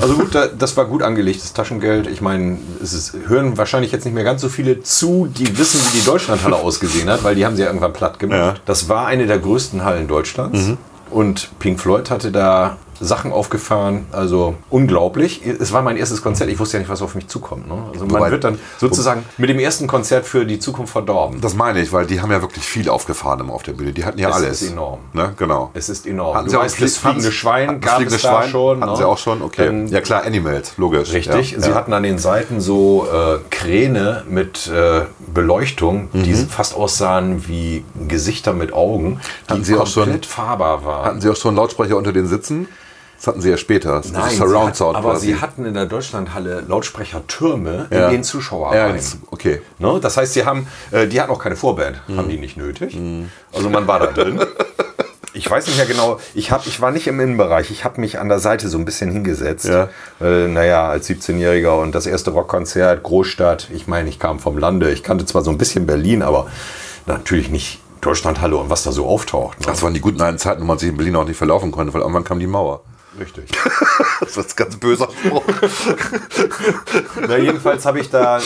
S2: Also gut, da, das war gut angelegtes Taschengeld. Ich meine, es ist, hören wahrscheinlich jetzt nicht mehr ganz so viele zu, die wissen, wie die Deutschlandhalle [LAUGHS] ausgesehen hat, weil die haben sie ja irgendwann platt gemacht.
S1: Ja. Mhm.
S2: Das war eine der größten Hallen Deutschlands. Und Pink Floyd hatte da Sachen aufgefahren, also unglaublich. Es war mein erstes Konzert, ich wusste ja nicht, was auf mich zukommt. Ne? Also man
S1: Wobei-
S2: wird dann sozusagen mit dem ersten Konzert für die Zukunft verdorben.
S1: Das meine ich, weil die haben ja wirklich viel aufgefahren immer auf der Bühne. Die hatten ja
S2: Es
S1: alles.
S2: ist enorm.
S1: Ne? Genau.
S2: Es ist enorm.
S1: Hatten
S2: Du
S1: sie auch
S2: weißt,
S1: ein Flie-
S2: das fliegende
S1: hatten-
S2: Schwein
S1: hatten
S2: gab
S1: fliegende
S2: es da
S1: Schwein?
S2: schon,
S1: Hatten
S2: ne?
S1: sie auch schon? Okay.
S2: Ähm,
S1: ja klar, Animals, logisch.
S2: Richtig.
S1: Ja.
S2: Sie
S1: ja.
S2: hatten an den Seiten so äh, Kräne mit äh, Beleuchtung,
S1: Mhm.
S2: die fast aussahen wie Gesichter mit Augen, die
S1: Hatten Sie auch schon-
S2: komplett fahrbar waren.
S1: hatten sie auch schon Lautsprecher unter den Sitzen? Das hatten sie ja später. Das
S2: Nein,
S1: ist
S2: sie
S1: Surround
S2: hat,
S1: Sound
S2: aber
S1: quasi.
S2: sie hatten in der Deutschlandhalle Lautsprechertürme,
S1: Ja.
S2: in den Zuschauer
S1: Ja,
S2: rein.
S1: das- okay.
S2: Ne? Das heißt, sie haben, äh, die hatten auch keine Vorband, haben die nicht nötig. Also man war da drin. Ich weiß nicht mehr genau, ich, hab, ich war nicht im Innenbereich, ich habe mich an der Seite so ein bisschen hingesetzt.
S1: Ja.
S2: Äh, naja, als 17-Jähriger und das erste Rockkonzert, Großstadt, ich meine, ich kam vom Lande, ich kannte zwar so ein bisschen Berlin, aber natürlich nicht Deutschlandhalle und was da so auftaucht. ne?
S1: Das waren die guten alten Zeiten, wo man sich in Berlin auch nicht verlaufen konnte, weil irgendwann kam die Mauer.
S2: richtig.
S1: [LAUGHS] Das war ein ganz böser Spruch.
S2: Na, jedenfalls habe ich da,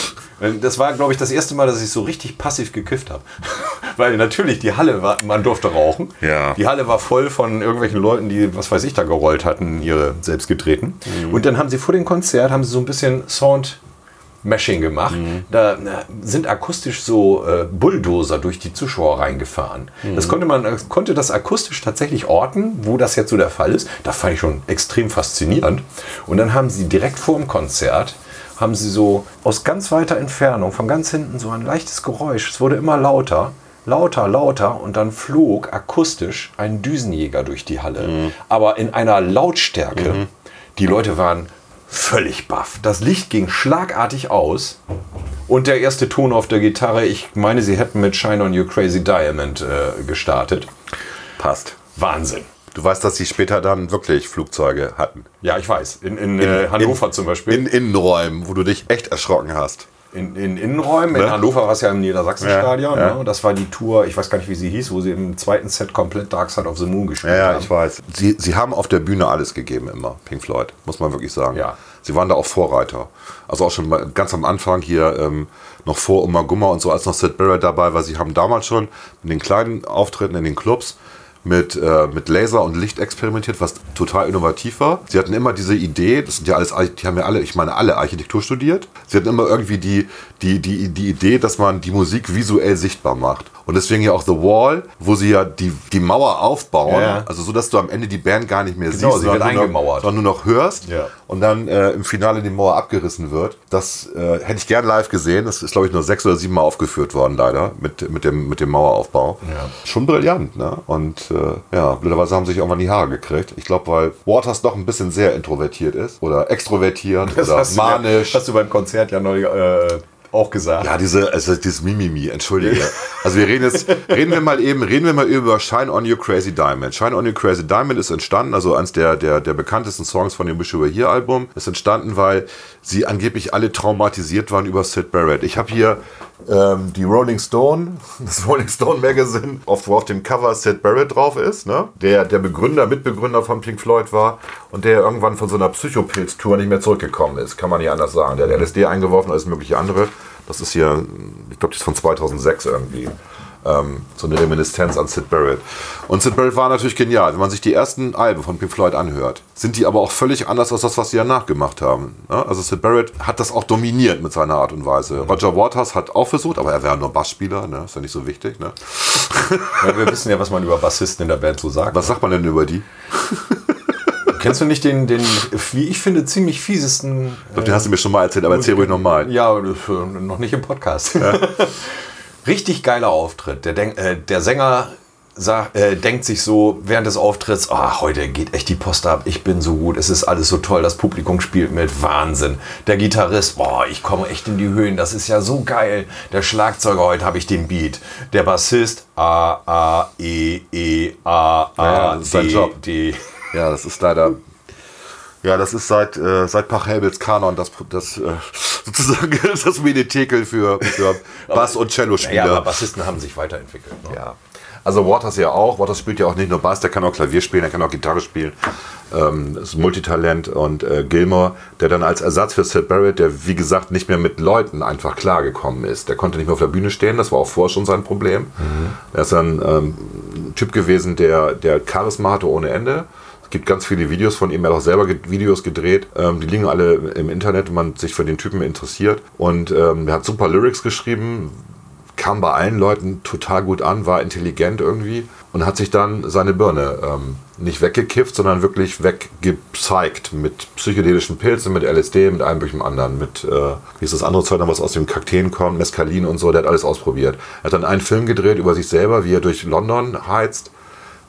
S2: das war, glaube ich, das erste Mal, dass ich so richtig passiv gekifft habe. [LAUGHS] Weil natürlich die Halle war, man durfte rauchen.
S1: Ja.
S2: Die Halle war voll von irgendwelchen Leuten, die, was weiß ich, da gerollt hatten, ihre selbst getreten. Und dann haben sie vor dem Konzert, haben sie so ein bisschen Sound Mashing gemacht. Da na, sind akustisch so äh, Bulldozer durch die Zuschauer reingefahren. Das konnte man äh, konnte das akustisch tatsächlich orten, wo das jetzt so der Fall ist. Da fand ich schon extrem faszinierend. Und dann haben sie direkt vor dem Konzert haben sie so aus ganz weiter Entfernung, von ganz hinten so ein leichtes Geräusch. Es wurde immer lauter, lauter, lauter und dann flog akustisch ein Düsenjäger durch die Halle, aber in einer Lautstärke. Die Leute waren völlig baff. Das Licht ging schlagartig aus und der erste Ton auf der Gitarre, ich meine, sie hätten mit Shine on You Crazy Diamond äh, gestartet.
S1: Passt.
S2: Wahnsinn.
S1: Du weißt, dass sie später dann wirklich Flugzeuge hatten.
S2: Ja, ich weiß. In, in, äh, Hannover zum Beispiel.
S1: In Innenräumen, wo du dich echt erschrocken hast.
S2: In, in Innenräumen, in
S1: Ne?
S2: Hannover war es ja im Niedersachsenstadion.
S1: Ja, ja.
S2: Ne? Das war die Tour, ich weiß gar nicht, wie sie hieß, wo sie im zweiten Set komplett Dark Side of the Moon gespielt haben.
S1: weiß. Sie, sie haben auf der Bühne alles gegeben immer, Pink Floyd, muss man wirklich sagen.
S2: Ja.
S1: Sie waren da auch Vorreiter. Also auch schon mal ganz am Anfang hier ähm, noch vor Oma Gummer und so, als noch Sid Barrett dabei war. Sie haben damals schon in den kleinen Auftritten in den Clubs mit, äh, mit Laser und Licht experimentiert, was total innovativ war. Sie hatten immer diese Idee, das sind ja alles, Arch- die haben ja alle, ich meine alle Architektur studiert. Sie hatten immer irgendwie die, die, die, die Idee, dass man die Musik visuell sichtbar macht. Und deswegen ja auch The Wall, wo sie ja die, die Mauer aufbauen,
S2: Ja.
S1: also so, dass du am Ende die Band gar nicht mehr
S2: Genau,
S1: siehst,
S2: sie wird
S1: sondern nur noch-
S2: eingemauert.
S1: sondern nur noch hörst
S2: Ja.
S1: und dann äh, im Finale die Mauer abgerissen wird. Das äh, hätte ich gern live gesehen. Das ist, glaube ich, nur sechs oder sieben Mal aufgeführt worden, leider, mit, mit, dem, mit dem Maueraufbau.
S2: Ja.
S1: Schon brillant, ne? Und äh, ja, blöderweise haben sie sich irgendwann die Haare gekriegt. Ich glaube, weil Waters doch ein bisschen sehr introvertiert ist oder extrovertiert
S2: Das
S1: oder
S2: hast,
S1: manisch.
S2: Du, ja- hast du beim Konzert ja neulich äh, auch gesagt.
S1: Ja, diese, also dieses Mimimi, entschuldige. Also wir reden jetzt, reden wir mal eben, reden wir mal über Shine on Your Crazy Diamond. Shine on Your Crazy Diamond ist entstanden, also eines der, der, der bekanntesten Songs von dem Wish You Were Here Album, ist entstanden, weil sie angeblich alle traumatisiert waren über Sid Barrett. Ich habe hier ähm, die Rolling Stone, [LAUGHS] das Rolling Stone Magazine, auf, wo auf dem Cover Sid Barrett drauf ist, ne? der, der Begründer, Mitbegründer von Pink Floyd war und der irgendwann von so einer Psychopilz-Tour nicht mehr zurückgekommen ist, kann man nicht anders sagen. Der hat LSD eingeworfen, alles mögliche andere. Das ist hier, ich glaube, das ist von 2006 irgendwie. Ähm, so eine Reminiszenz an Sid Barrett. Und Sid Barrett war natürlich genial. Wenn man sich die ersten Alben von Pink Floyd anhört, sind die aber auch völlig anders als das, was sie danach gemacht haben. ne? Also Sid Barrett hat das auch dominiert mit seiner Art und Weise. Roger Waters hat auch versucht, aber er wäre nur Bassspieler, ne? ist ja nicht so wichtig. Ne?
S2: Ja, Ne, wir wissen ja, was man über Bassisten in der Band so sagt.
S1: Was sagt man denn über die?
S2: Kennst du nicht den, den, wie ich finde, ziemlich fiesesten.
S1: Ich glaub, den hast du mir schon mal erzählt, aber erzähl ruhig nochmal.
S2: Ja, das, äh, noch nicht im Podcast. [LAUGHS] Richtig geiler Auftritt. Der, Denk, äh, der Sänger sag, äh, denkt sich so während des Auftritts, ah, heute geht echt die Post ab, ich bin so gut, es ist alles so toll, das Publikum spielt mit, Wahnsinn. Der Gitarrist, boah, ich komme echt in die Höhen, das ist ja so geil. Der Schlagzeuger, heute habe ich den Beat. Der Bassist, A, A, E, E, A, A,
S1: Ja, das ist sein
S2: D,
S1: Job.
S2: D.
S1: Ja, das ist leider. Ja, das ist seit, äh, seit Pach Helbels Kanon das, das äh, [LAUGHS] sozusagen das Medetekel für, für Bass- und
S2: Ja, aber
S1: Cellospieler.
S2: Bassisten haben sich weiterentwickelt. Ne?
S1: Ja. Also Waters ja auch. Waters spielt ja auch nicht nur Bass, der kann auch Klavier spielen, der kann auch Gitarre spielen. Ähm, ist ein Multitalent und äh, Gilmore, der dann als Ersatz für Sid Barrett, der wie gesagt nicht mehr mit Leuten einfach klargekommen ist. Der konnte nicht mehr auf der Bühne stehen, das war auch vorher schon sein Problem. Er ist dann ähm, ein Typ gewesen, der, der Charisma hatte ohne Ende. Es gibt ganz viele Videos von ihm, er hat auch selber ge- Videos gedreht. Ähm, die liegen alle im Internet, wenn man sich für den Typen interessiert. Und ähm, er hat super Lyrics geschrieben, kam bei allen Leuten total gut an, war intelligent irgendwie und hat sich dann seine Birne ähm, nicht weggekifft, sondern wirklich weggezeigt mit psychedelischen Pilzen, mit LSD, mit allem möglichen anderen, mit, äh, wie ist das andere Zeug, noch, was aus dem Kakteen kommt, Mescalin und so, der hat alles ausprobiert. Er hat dann einen Film gedreht über sich selber, wie er durch London heizt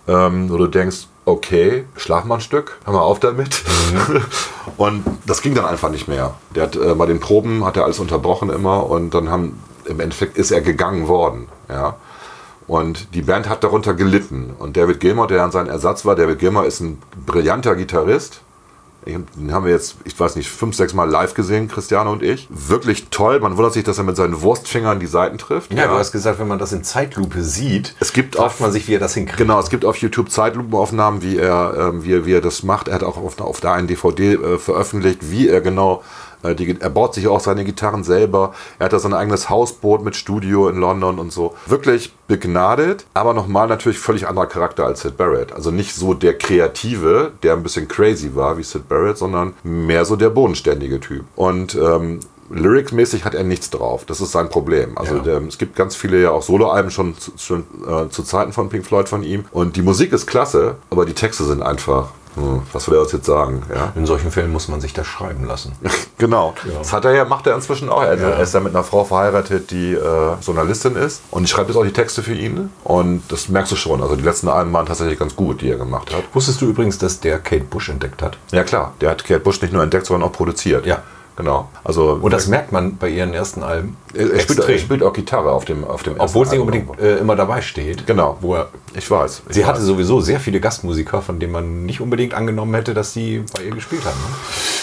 S1: wo du denkst, okay, schlaf mal ein Stück, hör mal auf damit.
S2: Mhm.
S1: [LAUGHS] und das ging dann einfach nicht mehr. Der hat äh, bei den Proben hat er alles unterbrochen immer und dann haben im Endeffekt ist er gegangen worden, ja. Und die Band hat darunter gelitten. Und David Gilmour, der dann sein Ersatz war, David Gilmour ist ein brillanter Gitarrist, ich hab- Den haben wir jetzt, ich weiß nicht, fünf, sechs Mal live gesehen, Christiane und ich. Wirklich toll. Man wundert sich, dass er mit seinen Wurstfingern die Seiten trifft.
S2: Ja, du hast gesagt, wenn man das in Zeitlupe sieht,
S1: Es gibt
S2: fragt
S1: auch-
S2: man sich, wie er das
S1: [LAUGHS]
S2: hinkriegt.
S1: Genau, es gibt auf YouTube Zeitlupenaufnahmen, wie er, ähm, wie, er- wie er das macht. Er hat auch auf, auf der einen DVD äh, veröffentlicht, wie er genau. Äh, die, er baut sich auch seine Gitarren selber. Er hat da sein eigenes Hausboot mit Studio in London und so. Wirklich begnadet, aber nochmal natürlich völlig anderer Charakter als Sid Barrett. Also nicht so der Kreative, der ein bisschen crazy war wie Sid Barrett, sondern mehr so der bodenständige Typ. Und ähm, Lyrics-mäßig hat er nichts drauf. Das ist sein Problem. Also
S2: Ja.
S1: der, es gibt ganz viele ja auch Soloalben schon, zu- schon äh, zu Zeiten von Pink Floyd von ihm. Und die Musik ist klasse, aber die Texte sind einfach. Hm, was will er uns jetzt sagen? Ja?
S2: [LAUGHS] In solchen Fällen muss man sich das schreiben lassen.
S1: Genau. Das hat er ja, macht er inzwischen auch. Er er ist ja mit einer Frau verheiratet, die äh, Journalistin ist. Und ich schreibe jetzt auch die Texte für ihn. Und das merkst du schon. Also die letzten Alben waren tatsächlich ganz gut, die er gemacht hat.
S2: Wusstest du übrigens, dass der Kate Bush entdeckt hat?
S1: Ja klar, der hat Kate Bush nicht nur entdeckt, sondern auch produziert.
S2: Ja.
S1: Genau. Also
S2: Und das merkt man bei ihren ersten Alben
S1: er, er, spielt, er spielt auch Gitarre auf dem auf dem
S2: Obwohl es
S1: ersten
S2: nicht
S1: Album.
S2: unbedingt äh, immer dabei steht.
S1: Genau.
S2: Wo er,
S1: Ich weiß. Ich
S2: sie
S1: weiß.
S2: hatte sowieso sehr viele Gastmusiker, von denen man nicht unbedingt angenommen hätte, dass sie bei ihr gespielt haben. Ne?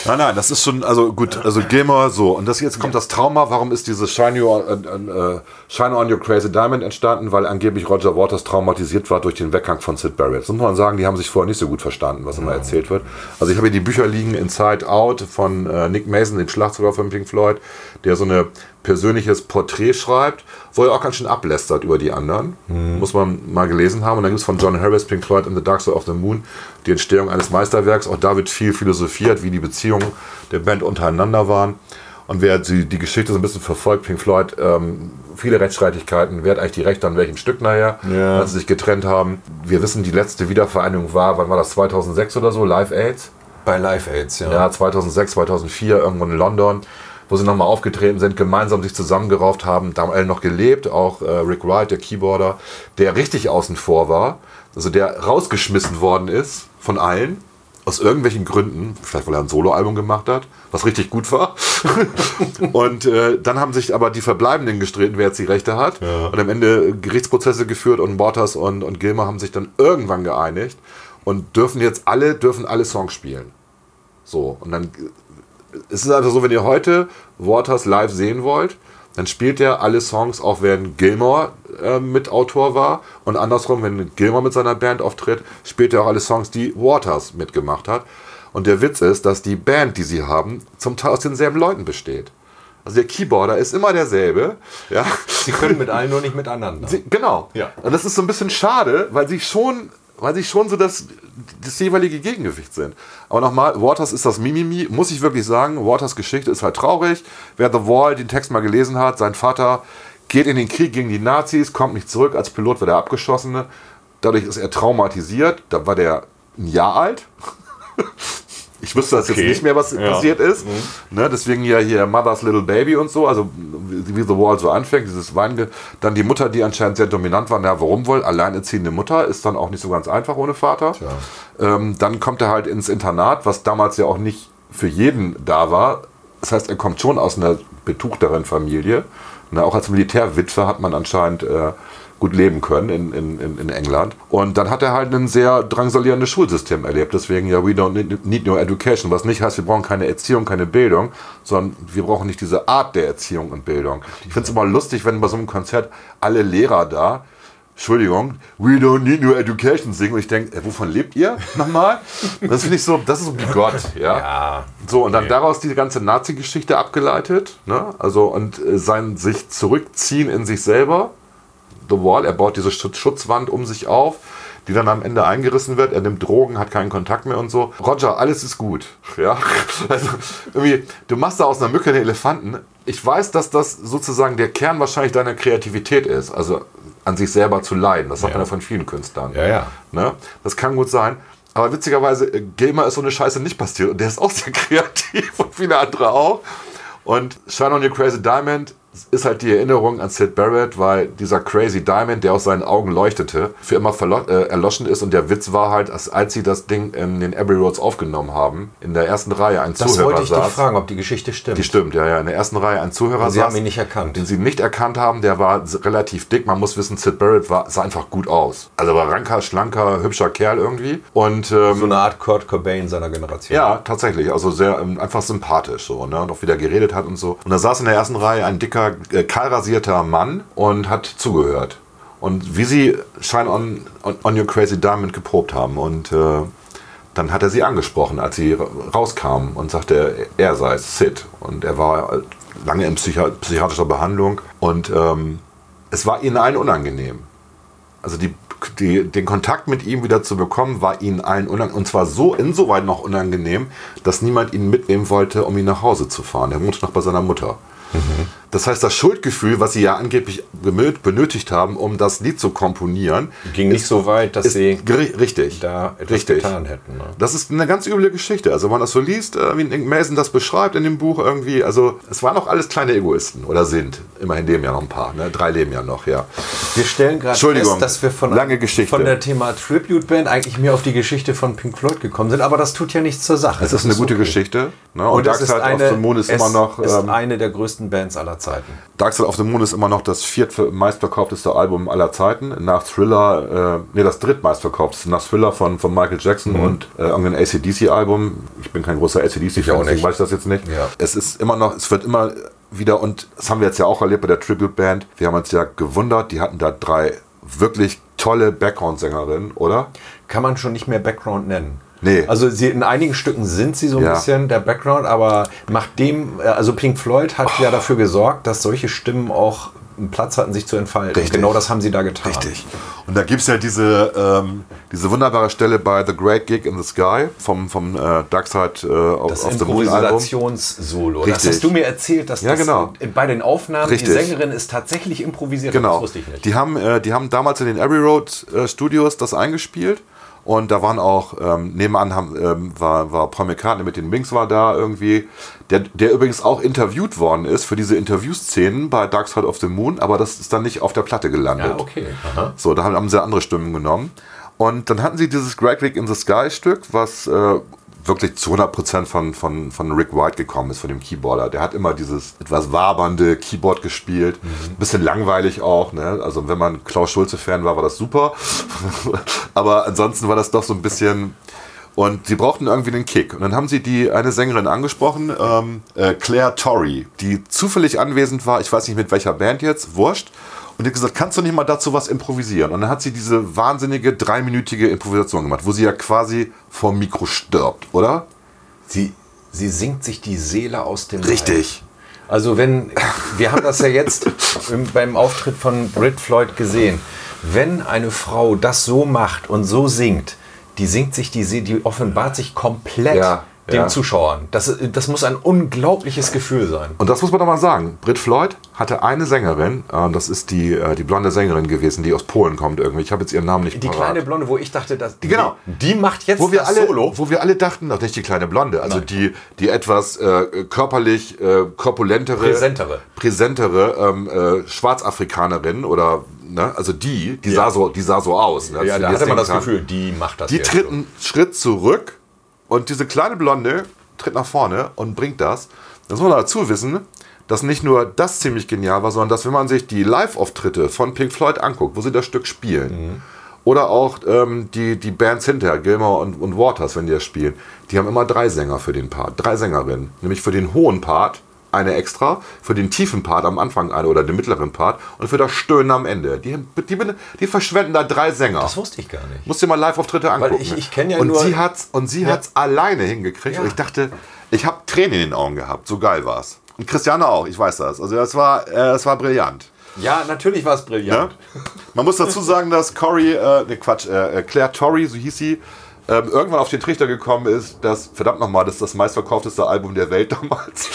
S1: Nein, nein, das ist schon, also gut, also Gilmore so. Und das jetzt kommt das Trauma, warum ist dieses Shine, you on, äh, äh, Shine on Your Crazy Diamond entstanden? Weil angeblich Roger Waters traumatisiert war durch den Weggang von Sid Barrett. Das muss man sagen, die haben sich vorher nicht so gut verstanden, was immer erzählt wird. Also ich habe hier die Bücher liegen, Inside Out von äh, Nick Mason, den Schlagzeuger von Pink Floyd, der so eine persönliches Porträt schreibt, wo er auch ganz schön ablästert über die anderen. Muss man mal gelesen haben. Und dann gibt es von John Harris, Pink Floyd and the Dark Side of the Moon, die Entstehung eines Meisterwerks. Auch da wird viel philosophiert, wie die Beziehungen der Band untereinander waren. Und wer die, die Geschichte so ein bisschen verfolgt, Pink Floyd, ähm, viele Rechtsstreitigkeiten, wer hat eigentlich die Rechte an welchem Stück nachher,
S2: Ja.
S1: als sie sich getrennt haben. Wir wissen, die letzte Wiedervereinigung war, wann war das, 2006 oder so, Live Aids?
S2: Bei Live Aids, ja.
S1: ja, 2006, 2004 irgendwo in London, wo sie nochmal aufgetreten sind, gemeinsam sich zusammengerauft haben, da haben alle noch gelebt, auch äh, Rick Wright, der Keyboarder, der richtig außen vor war, also der rausgeschmissen worden ist von allen, aus irgendwelchen Gründen, vielleicht weil er ein Soloalbum gemacht hat, was richtig gut war. [LAUGHS] und äh, dann haben sich aber die Verbleibenden gestritten, wer jetzt die Rechte hat. Äh, Und am Ende Gerichtsprozesse geführt und Waters und, und Gilmer haben sich dann irgendwann geeinigt und dürfen jetzt alle, dürfen alle Songs spielen. So, und dann äh, es ist einfach so, wenn ihr heute Waters live sehen wollt, dann spielt er alle Songs, auch wenn Gilmore äh, Mitautor war. Und andersrum, wenn Gilmore mit seiner Band auftritt, spielt er auch alle Songs, die Waters mitgemacht hat. Und der Witz ist, dass die Band, die sie haben, zum Teil aus denselben Leuten besteht. Also der Keyboarder ist immer derselbe. Ja.
S2: Sie können mit ne? allen nur nicht miteinander.
S1: Sie, genau.
S2: Ja.
S1: Und das ist so ein bisschen schade, weil sie schon, weil sie schon so das, das jeweilige Gegengewicht sind. Aber nochmal, Waters ist das Mimimi, muss ich wirklich sagen. Waters Geschichte ist halt traurig. Wer The Wall den Text mal gelesen hat, sein Vater geht in den Krieg gegen die Nazis, kommt nicht zurück. Als Pilot wird er abgeschossen. Dadurch ist er traumatisiert. Da war der ein Jahr alt. [LAUGHS] Ich wüsste das
S2: Okay.
S1: jetzt nicht mehr, was
S2: Ja. Mhm.
S1: passiert ist. Ne, deswegen ja hier Mother's Little Baby und so, also wie wie The Wall so anfängt, dieses Wein. Dann die Mutter, die anscheinend sehr dominant war, na warum wohl? Alleinerziehende Mutter ist dann auch nicht so ganz einfach ohne Vater. Ähm, dann kommt er halt ins Internat, was damals ja auch nicht für jeden da war. Das heißt, er kommt schon aus einer betuchteren Familie. Na, auch als Militärwitwe hat man anscheinend äh, gut leben können in, in, in- in England. Und dann hat er halt ein sehr drangsalierendes Schulsystem erlebt. Deswegen ja, we don't need, need no education. Was nicht heißt, wir brauchen keine Erziehung, keine Bildung, sondern wir brauchen nicht diese Art der Erziehung und Bildung. Ich finde es immer lustig, wenn bei so einem Konzert alle Lehrer da, Entschuldigung, we don't need no education singen. Und ich denke, wovon lebt ihr nochmal? Das finde ich so, das ist so Gott, ja.
S2: Ja.
S1: So, und dann daraus die ganze Nazi-Geschichte abgeleitet. Ne? Also, und äh, sein sich zurückziehen in sich selber. The Wall, er baut diese Schutz- Schutzwand um sich auf, die dann am Ende eingerissen wird. Er nimmt Drogen, hat keinen Kontakt mehr und so. Roger, alles ist gut. Ja? [LAUGHS] Also, irgendwie, du machst da aus einer Mücke einen Elefanten. Ich weiß, dass das sozusagen der Kern wahrscheinlich deiner Kreativität ist. Also, an sich selber zu leiden. Das sagt man ja von vielen Künstlern.
S2: Ja, ja.
S1: Ne? Das kann gut sein. Aber witzigerweise, äh, Gamer ist so eine Scheiße nicht passiert. Und der ist auch sehr [LAUGHS] kreativ und viele andere auch. Und Shine on Your Crazy Diamond ist halt die Erinnerung an Sid Barrett, weil dieser Crazy Diamond, der aus seinen Augen leuchtete, für immer verlo- äh, erloschen ist. Und der Witz war halt, als, als sie das Ding in den Abbey Roads aufgenommen haben, in der ersten Reihe ein
S2: Das
S1: Zuhörer
S2: wollte ich
S1: saß.
S2: dich fragen, ob die Geschichte stimmt.
S1: Die stimmt, ja, ja. In der ersten Reihe ein Zuhörer
S2: Sie
S1: saß,
S2: haben ihn nicht erkannt.
S1: Den sie nicht erkannt haben, der war s- relativ dick. Man muss wissen, Sid Barrett war, sah einfach gut aus. Also war ranker, schlanker, hübscher Kerl irgendwie. Und ähm,
S2: so eine Art Kurt Cobain seiner Generation.
S1: ja, tatsächlich. Also sehr ähm, einfach sympathisch so, ne? Und auch wieder geredet hat und so. Und da saß in der ersten Reihe ein dicker, äh, kahlrasierter Mann und hat zugehört. Und wie sie Shine on, on, on Your Crazy Diamond geprobt haben. Und äh, dann hat er sie angesprochen, als sie ra- rauskamen und sagte, er sei es, Sid. Und er war äh, lange in Psychi psychiatrischer Behandlung. Und ähm, es war ihnen allen unangenehm. Also die, die, den Kontakt mit ihm wieder zu bekommen, war ihnen allen unangenehm. Und zwar so insoweit noch unangenehm, dass niemand ihn mitnehmen wollte, um ihn nach Hause zu fahren. Er wohnte noch bei seiner Mutter. Das heißt, das Schuldgefühl, was sie ja angeblich gemö- benötigt haben, um das Lied zu komponieren,
S2: Ging nicht so weit, dass
S1: ist
S2: sie
S1: geri- richtig.
S2: da etwas
S1: richtig.
S2: getan hätten. Ne?
S1: Das ist eine ganz üble Geschichte. Also, wenn man das so liest, äh, wie Nick Mason das beschreibt in dem Buch irgendwie, also, es waren auch alles kleine Egoisten oder sind. Immerhin leben ja noch ein paar, ne? Drei leben ja noch, ja.
S2: Wir stellen gerade
S1: Entschuldigung,
S2: fest, dass wir von,
S1: lange Geschichte.
S2: von der Thema Tribute Band eigentlich mehr auf die Geschichte von Pink Floyd gekommen sind, aber das tut ja nichts zur Sache.
S1: Es ist eine gute Geschichte. Ne? Und,
S2: Und,
S1: Dark
S2: das ist
S1: Side of
S2: eine,
S1: the Moon ist
S2: es
S1: immer noch.
S2: ist
S1: ähm,
S2: eine der größten besten Bands aller Zeiten.
S1: Dark Side of the Moon ist immer noch das vierte meistverkaufteste Album aller Zeiten. Nach Thriller, äh, nee, das drittmeistverkaufteste. Nach Thriller von, von Michael
S2: Mhm.
S1: Jackson und äh, irgendein ACDC-Album. Ich bin kein großer
S2: auch
S1: ACDC-Fan, deswegen
S2: nicht.
S1: weiß ich das jetzt nicht.
S2: Ja.
S1: Es ist immer noch, es wird immer wieder, und das haben wir jetzt ja auch erlebt bei der Tribute-Band. Wir haben uns ja gewundert, die hatten da drei wirklich tolle Background-Sängerinnen, oder?
S2: Kann man schon nicht mehr Background nennen.
S1: Nee.
S2: Also sie, in einigen Stücken sind sie so ein
S1: Ja.
S2: bisschen der Background, aber macht dem, äh, also Pink Floyd hat
S1: Oh.
S2: ja dafür gesorgt, dass solche Stimmen auch einen Platz hatten, sich zu entfalten.
S1: Richtig.
S2: Genau das haben sie da getan.
S1: Richtig. Und da gibt es ja diese, ähm, diese wunderbare Stelle bei The Great Gig in the Sky vom, vom äh, Dark Side äh,
S2: Das
S1: of, of the Moon Album.
S2: Improvisations-Solo. Das
S1: Richtig.
S2: hast du mir erzählt, dass
S1: Ja,
S2: das
S1: genau.
S2: bei den Aufnahmen die
S1: Richtig.
S2: Sängerin ist tatsächlich improvisiert. hat. Das
S1: Genau.
S2: wusste ich nicht.
S1: Die haben, äh, die haben damals in den Abbey Road äh, Studios das eingespielt. Und da waren auch, ähm, nebenan haben, ähm, war, war Paul McCartney mit den Minx war da irgendwie, der, der übrigens auch interviewt worden ist für diese Interviewszenen bei Dark Side of the Moon, aber das ist dann nicht auf der Platte gelandet.
S2: Ja, okay. Aha.
S1: So, da haben, haben sie andere Stimmen genommen. Und dann hatten sie dieses Greg Rick in the Sky Stück, was äh, wirklich zu 100% von, von, von Rick White gekommen ist, von dem Keyboarder. Der hat immer dieses etwas wabernde Keyboard gespielt. Bisschen langweilig auch. Ne? Also wenn man Klaus Schulze-Fan war, war das super. [LAUGHS] Aber ansonsten war das doch so ein bisschen... Und sie brauchten irgendwie einen Kick. Und dann haben sie die eine Sängerin angesprochen, ähm, äh, Claire Torrey, die zufällig anwesend war, ich weiß nicht mit welcher Band jetzt, wurscht. Und die hat gesagt, kannst du nicht mal dazu was improvisieren? Und dann hat sie diese wahnsinnige dreiminütige Improvisation gemacht, wo sie ja quasi vorm Mikro stirbt, oder?
S2: Sie, sie singt sich die Seele aus dem
S1: Richtig.
S2: Leib. Also wenn, wir haben das ja jetzt [LAUGHS] im, beim Auftritt von Brit Floyd gesehen. Wenn eine Frau das so macht und so singt, die singt sich die Seele, die offenbart sich komplett
S1: Ja,
S2: dem
S1: ja.
S2: Zuschauern. Das, das muss ein unglaubliches Gefühl sein.
S1: Und das muss man doch mal sagen. Britt Floyd hatte eine Sängerin, äh, das ist die, äh, die blonde Sängerin gewesen, die aus Polen kommt irgendwie. Ich habe jetzt ihren Namen nicht
S2: Die
S1: parat.
S2: kleine Blonde, wo ich dachte, dass die,
S1: Genau.
S2: die macht jetzt
S1: wo wir
S2: das
S1: alle,
S2: Solo.
S1: wo wir alle dachten, noch nicht die kleine Blonde, also die, die etwas äh, körperlich äh, korpulentere,
S2: Präsentere.
S1: präsentere ähm, äh, Schwarzafrikanerin oder ne, also die, die sah so, die sah so aus. Ne,
S2: Ja,
S1: als
S2: da
S1: wir
S2: hatte man das
S1: denken
S2: Gefühl, die macht das
S1: Die
S2: jetzt.
S1: tritt einen Schritt zurück und diese kleine Blonde tritt nach vorne und bringt das. Das muss man dazu wissen, dass nicht nur das ziemlich genial war, sondern dass wenn man sich die Live-Auftritte von Pink Floyd anguckt, wo sie das Stück spielen, oder auch ähm, die, die Bands hinterher, Gilmore und, und Waters, wenn die das spielen, die haben immer drei Sänger für den Part, drei Sängerinnen. Nämlich für den hohen Part eine extra, für den tiefen Part am Anfang eine oder den mittleren Part und für das Stöhnen am Ende. Die, die, die verschwenden da drei Sänger.
S2: Das wusste ich gar nicht.
S1: Musst dir mal Live-Auftritte angucken.
S2: ich- ich kenn ja
S1: und
S2: nur-
S1: Sie hat's, und sie hat's alleine hingekriegt.
S2: Ja.
S1: Und ich dachte, ich habe Tränen in den Augen gehabt. So geil war's. Und Christiane auch, ich weiß das. Also das war, äh, das war brillant.
S2: Ja, natürlich war es
S1: Ne?
S2: brillant.
S1: Man muss dazu sagen, dass Cory, äh, ne Quatsch, äh, äh, Claire Torrey, so hieß sie, ähm, irgendwann auf den Trichter gekommen ist, dass, verdammt nochmal, das ist das meistverkaufteste Album der Welt [LAUGHS] damals.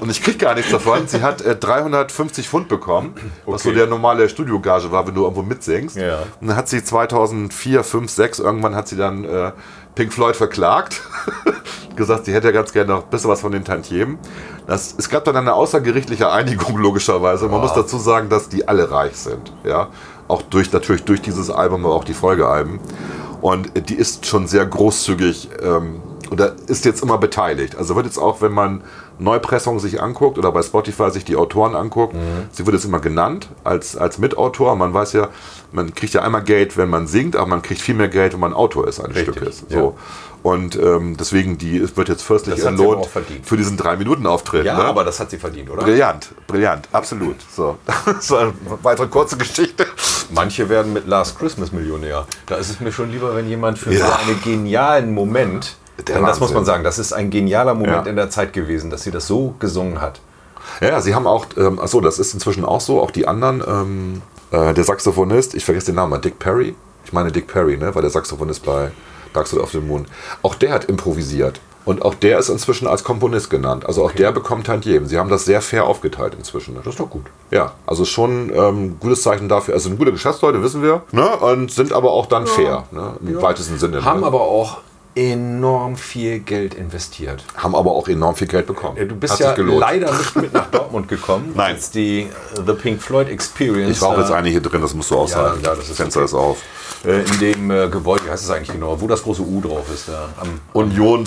S1: und ich krieg gar nichts davon. Sie hat äh, 350 Pfund bekommen, was so
S2: Okay.
S1: der normale Studiogage war, wenn du irgendwo mitsingst.
S2: Ja.
S1: Und dann hat sie 2004, 5, 6, irgendwann hat sie dann äh, Pink Floyd verklagt. [LAUGHS] gesagt, sie hätte ja ganz gerne noch ein bisschen was von den Tantiemen. Das, es gab dann eine außergerichtliche Einigung, logischerweise. Man muss dazu sagen, dass die alle reich sind. Ja? Auch durch, natürlich durch dieses Album, aber auch die Folgealben. Und äh, die ist schon sehr großzügig ähm, oder ist jetzt immer beteiligt. Also wird jetzt auch, wenn man Neupressungen sich anguckt oder bei Spotify sich die Autoren anguckt,
S2: Mhm.
S1: sie wird jetzt immer genannt als, als Mitautor. Man weiß ja, man kriegt ja einmal Geld, wenn man singt, aber man kriegt viel mehr Geld, wenn man Autor ist eines
S2: Richtig,
S1: Stückes.
S2: ja.
S1: So. Und ähm, deswegen, die es wird jetzt fürstlich
S2: Das hat sie aber
S1: entlohnt
S2: auch verdient.
S1: für diesen 3-Minuten-Auftritt.
S2: Ja,
S1: ne?
S2: aber das hat sie verdient, oder?
S1: Brillant, brillant, absolut. So, [LAUGHS] das war eine weitere kurze Geschichte.
S2: Manche werden mit Last Christmas Millionär. Da ist es mir schon lieber, wenn jemand für
S1: Ja.
S2: so einen genialen Moment,
S1: Der
S2: denn das muss
S1: Wahnsinn.
S2: man sagen, das ist ein genialer Moment
S1: Ja.
S2: in der Zeit gewesen, dass sie das so gesungen hat.
S1: Ja, ja, sie haben auch, ähm, achso, das ist inzwischen auch so, auch die anderen, ähm, äh, der Saxophonist, ich vergesse den Namen, Dick Perry, ich meine Dick Perry, ne, war der Saxophonist bei Dark Side of the Moon, auch der hat improvisiert und auch der ist inzwischen als Komponist genannt, also auch der bekommt Tantiemen, sie haben das sehr fair aufgeteilt inzwischen. Ne?
S2: Das ist doch gut.
S1: Ja, also schon ähm, gutes Zeichen dafür, also sind gute Geschäftsleute, wissen wir, ne, und sind aber auch dann fair, ne, im weitesten Sinne.
S2: Haben
S1: ne?
S2: aber auch enorm viel Geld investiert.
S1: Haben aber auch enorm viel Geld bekommen.
S2: Ja, Äh, Du bist
S1: Hat sich
S2: ja
S1: gelohnt.
S2: leider nicht mit nach Dortmund [LAUGHS] gekommen,
S1: Nein.
S2: als die äh, The Pink Floyd Experience
S1: Ich rauche jetzt
S2: äh,
S1: eine hier drin, das musst du auch
S2: Ja,
S1: sagen.
S2: ja, das ist
S1: Fenster
S2: okay.
S1: ist auf.
S2: äh, in dem äh, Gebäude, wie heißt es eigentlich genau, wo das große U drauf ist. Da, am,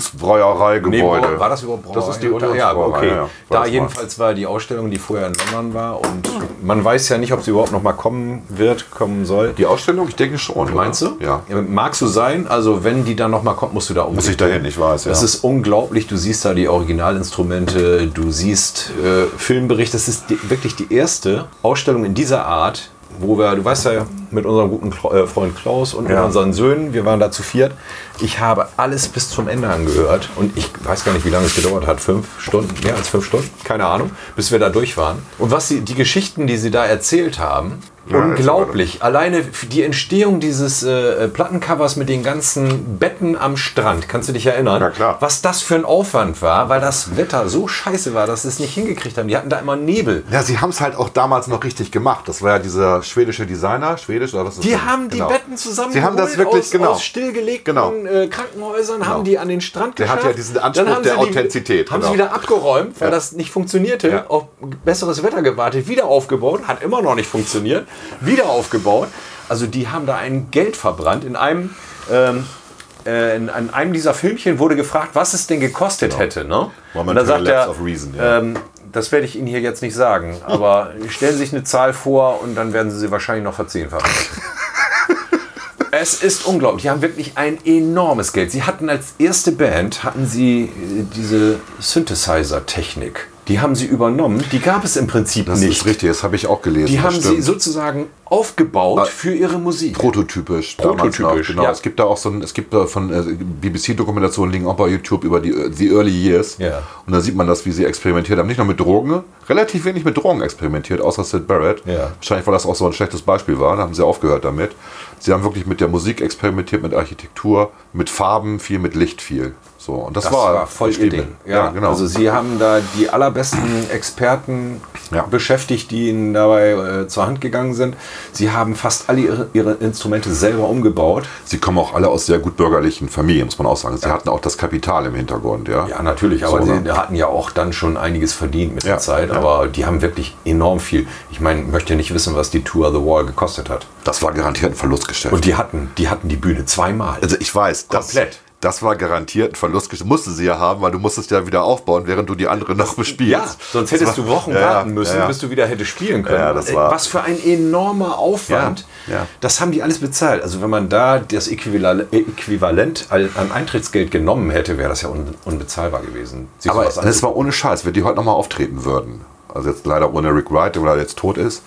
S2: Nee,
S1: Unionsbrauereigebäude.
S2: Brau- war das überhaupt Brauerei?
S1: Das ist die
S2: Ja,
S1: Unionsbrauerei.
S2: Ja, aber okay.
S1: ja, ja. Weiß
S2: Da
S1: man.
S2: jedenfalls war die Ausstellung, die vorher in London war und man weiß ja nicht, ob sie überhaupt noch mal kommen wird, kommen soll.
S1: Die Ausstellung, ich denke schon.
S2: Meinst
S1: oder?
S2: du?
S1: Ja.
S2: Mag so sein, also wenn die dann noch mal kommt, musst du da unbedingt
S1: Muss ich dahin, ich weiß. Ja.
S2: Es ist unglaublich, du siehst da die Originalinstrumente, du siehst äh, Filmbericht. Das ist die, wirklich die erste Ausstellung in dieser Art, wo wir, du weißt ja, mit unserem guten Kla äh, Freund Klaus und mit
S1: Ja.
S2: unseren Söhnen, wir waren da zu viert. Ich habe alles bis zum Ende angehört und ich weiß gar nicht, wie lange es gedauert hat. Fünf Stunden, mehr als fünf Stunden, keine Ahnung, bis wir da durch waren. Und was sie, die Geschichten, die sie da erzählt haben,
S1: Ja,
S2: Unglaublich. Alleine f- die Entstehung dieses äh, Plattencovers mit den ganzen Betten am Strand, kannst du dich erinnern?
S1: Na klar.
S2: Was das für ein Aufwand war, weil das Wetter so scheiße war, dass sie es nicht hingekriegt haben. Die hatten da immer Nebel.
S1: ja, sie haben es halt auch damals noch richtig gemacht. Das war ja dieser schwedische Designer, schwedisch oder was ist
S2: Die
S1: das?
S2: haben die
S1: Genau.
S2: Betten zusammen
S1: Sie haben das wirklich,
S2: aus,
S1: genau.
S2: aus stillgelegten
S1: Genau.
S2: äh, Krankenhäusern, haben die an den Strand
S1: Der hat
S2: geschafft.
S1: ja diesen Anspruch
S2: Dann haben
S1: der
S2: sie die-
S1: Authentizität,
S2: Haben
S1: genau.
S2: sie wieder abgeräumt, weil das nicht funktionierte.
S1: Ja.
S2: Auf besseres Wetter gewartet, wieder aufgebaut, hat immer noch nicht funktioniert, wieder aufgebaut. Also die haben da ein Geld verbrannt. In einem, ähm, äh, in, an einem dieser Filmchen wurde gefragt, was es denn gekostet
S1: Genau.
S2: hätte. Ne? Und da
S1: Momentary
S2: sagt
S1: lapse
S2: er,
S1: of reason, ja.
S2: ähm, das werde ich Ihnen hier jetzt nicht sagen,
S1: [LAUGHS]
S2: aber stellen Sie sich eine Zahl vor und dann werden Sie sie wahrscheinlich
S1: [LAUGHS]
S2: noch verzehnfachen. Es ist unglaublich. Die haben wirklich ein enormes Geld. Sie hatten als erste Band hatten sie äh, diese Synthesizer-Technik. Die haben sie übernommen. Die gab es im Prinzip
S1: Das
S2: nicht.
S1: ist richtig, das habe ich auch gelesen.
S2: Die
S1: das
S2: haben sie
S1: stimmt. Ah.
S2: sozusagen aufgebaut für ihre Musik.
S1: Prototypisch. damals noch,
S2: Prototypisch,
S1: Genau.
S2: ja.
S1: Es gibt da auch so ein, es gibt da von äh, BBC-Dokumentationen liegen auch bei YouTube über die äh, The Early Years.
S2: Ja.
S1: Und da sieht man das, wie sie experimentiert haben. Nicht nur mit Drogen, relativ wenig mit Drogen experimentiert, außer Sid Barrett.
S2: Ja.
S1: Wahrscheinlich, weil das auch so ein schlechtes Beispiel war. Da haben sie aufgehört damit. Sie haben wirklich mit der Musik experimentiert, mit Architektur, mit Farben viel, mit Licht viel. So, und das,
S2: Das
S1: war,
S2: war, voll ihr
S1: beschrieben.
S2: Ding.
S1: Ja, genau.
S2: Also sie haben da die allerbesten Experten
S1: Ja.
S2: beschäftigt, die ihnen dabei äh, zur Hand gegangen sind. Sie haben fast alle ihre, ihre Instrumente selber umgebaut.
S1: sie kommen auch alle aus sehr gut bürgerlichen Familien, muss man auch sagen. Sie hatten auch das Kapital im Hintergrund, ja.
S2: Ja, natürlich, aber
S1: So,
S2: sie
S1: ne?
S2: hatten ja auch dann schon einiges verdient mit
S1: Ja,
S2: der Zeit,
S1: ja.
S2: aber die haben wirklich enorm viel. Ich meine, möchte nicht wissen, was die Tour the Wall gekostet hat.
S1: Das war garantiert ein Verlustgeschäft.
S2: Und die hatten, die hatten die Bühne zweimal.
S1: Also ich weiß, das,
S2: Komplett.
S1: das war garantiert ein Verlust. Musste sie ja haben, weil du musstest ja wieder aufbauen, während du die andere noch bespielst.
S2: ja, sonst hättest
S1: Das war-
S2: du Wochen
S1: Ja, ja,
S2: warten müssen,
S1: ja, ja.
S2: bis du wieder hättest spielen können.
S1: Ja, das war-
S2: Was für ein enormer Aufwand.
S1: Ja, ja.
S2: Das haben die alles bezahlt. Also wenn man da das Äquivalent, Äquivalent an an Eintrittsgeld genommen hätte, wäre das ja un, unbezahlbar gewesen. Sich
S1: Aber
S2: sowas
S1: das war ohne Scheiß, wenn die heute nochmal auftreten würden. Also jetzt leider ohne Rick Wright, der leider jetzt tot ist.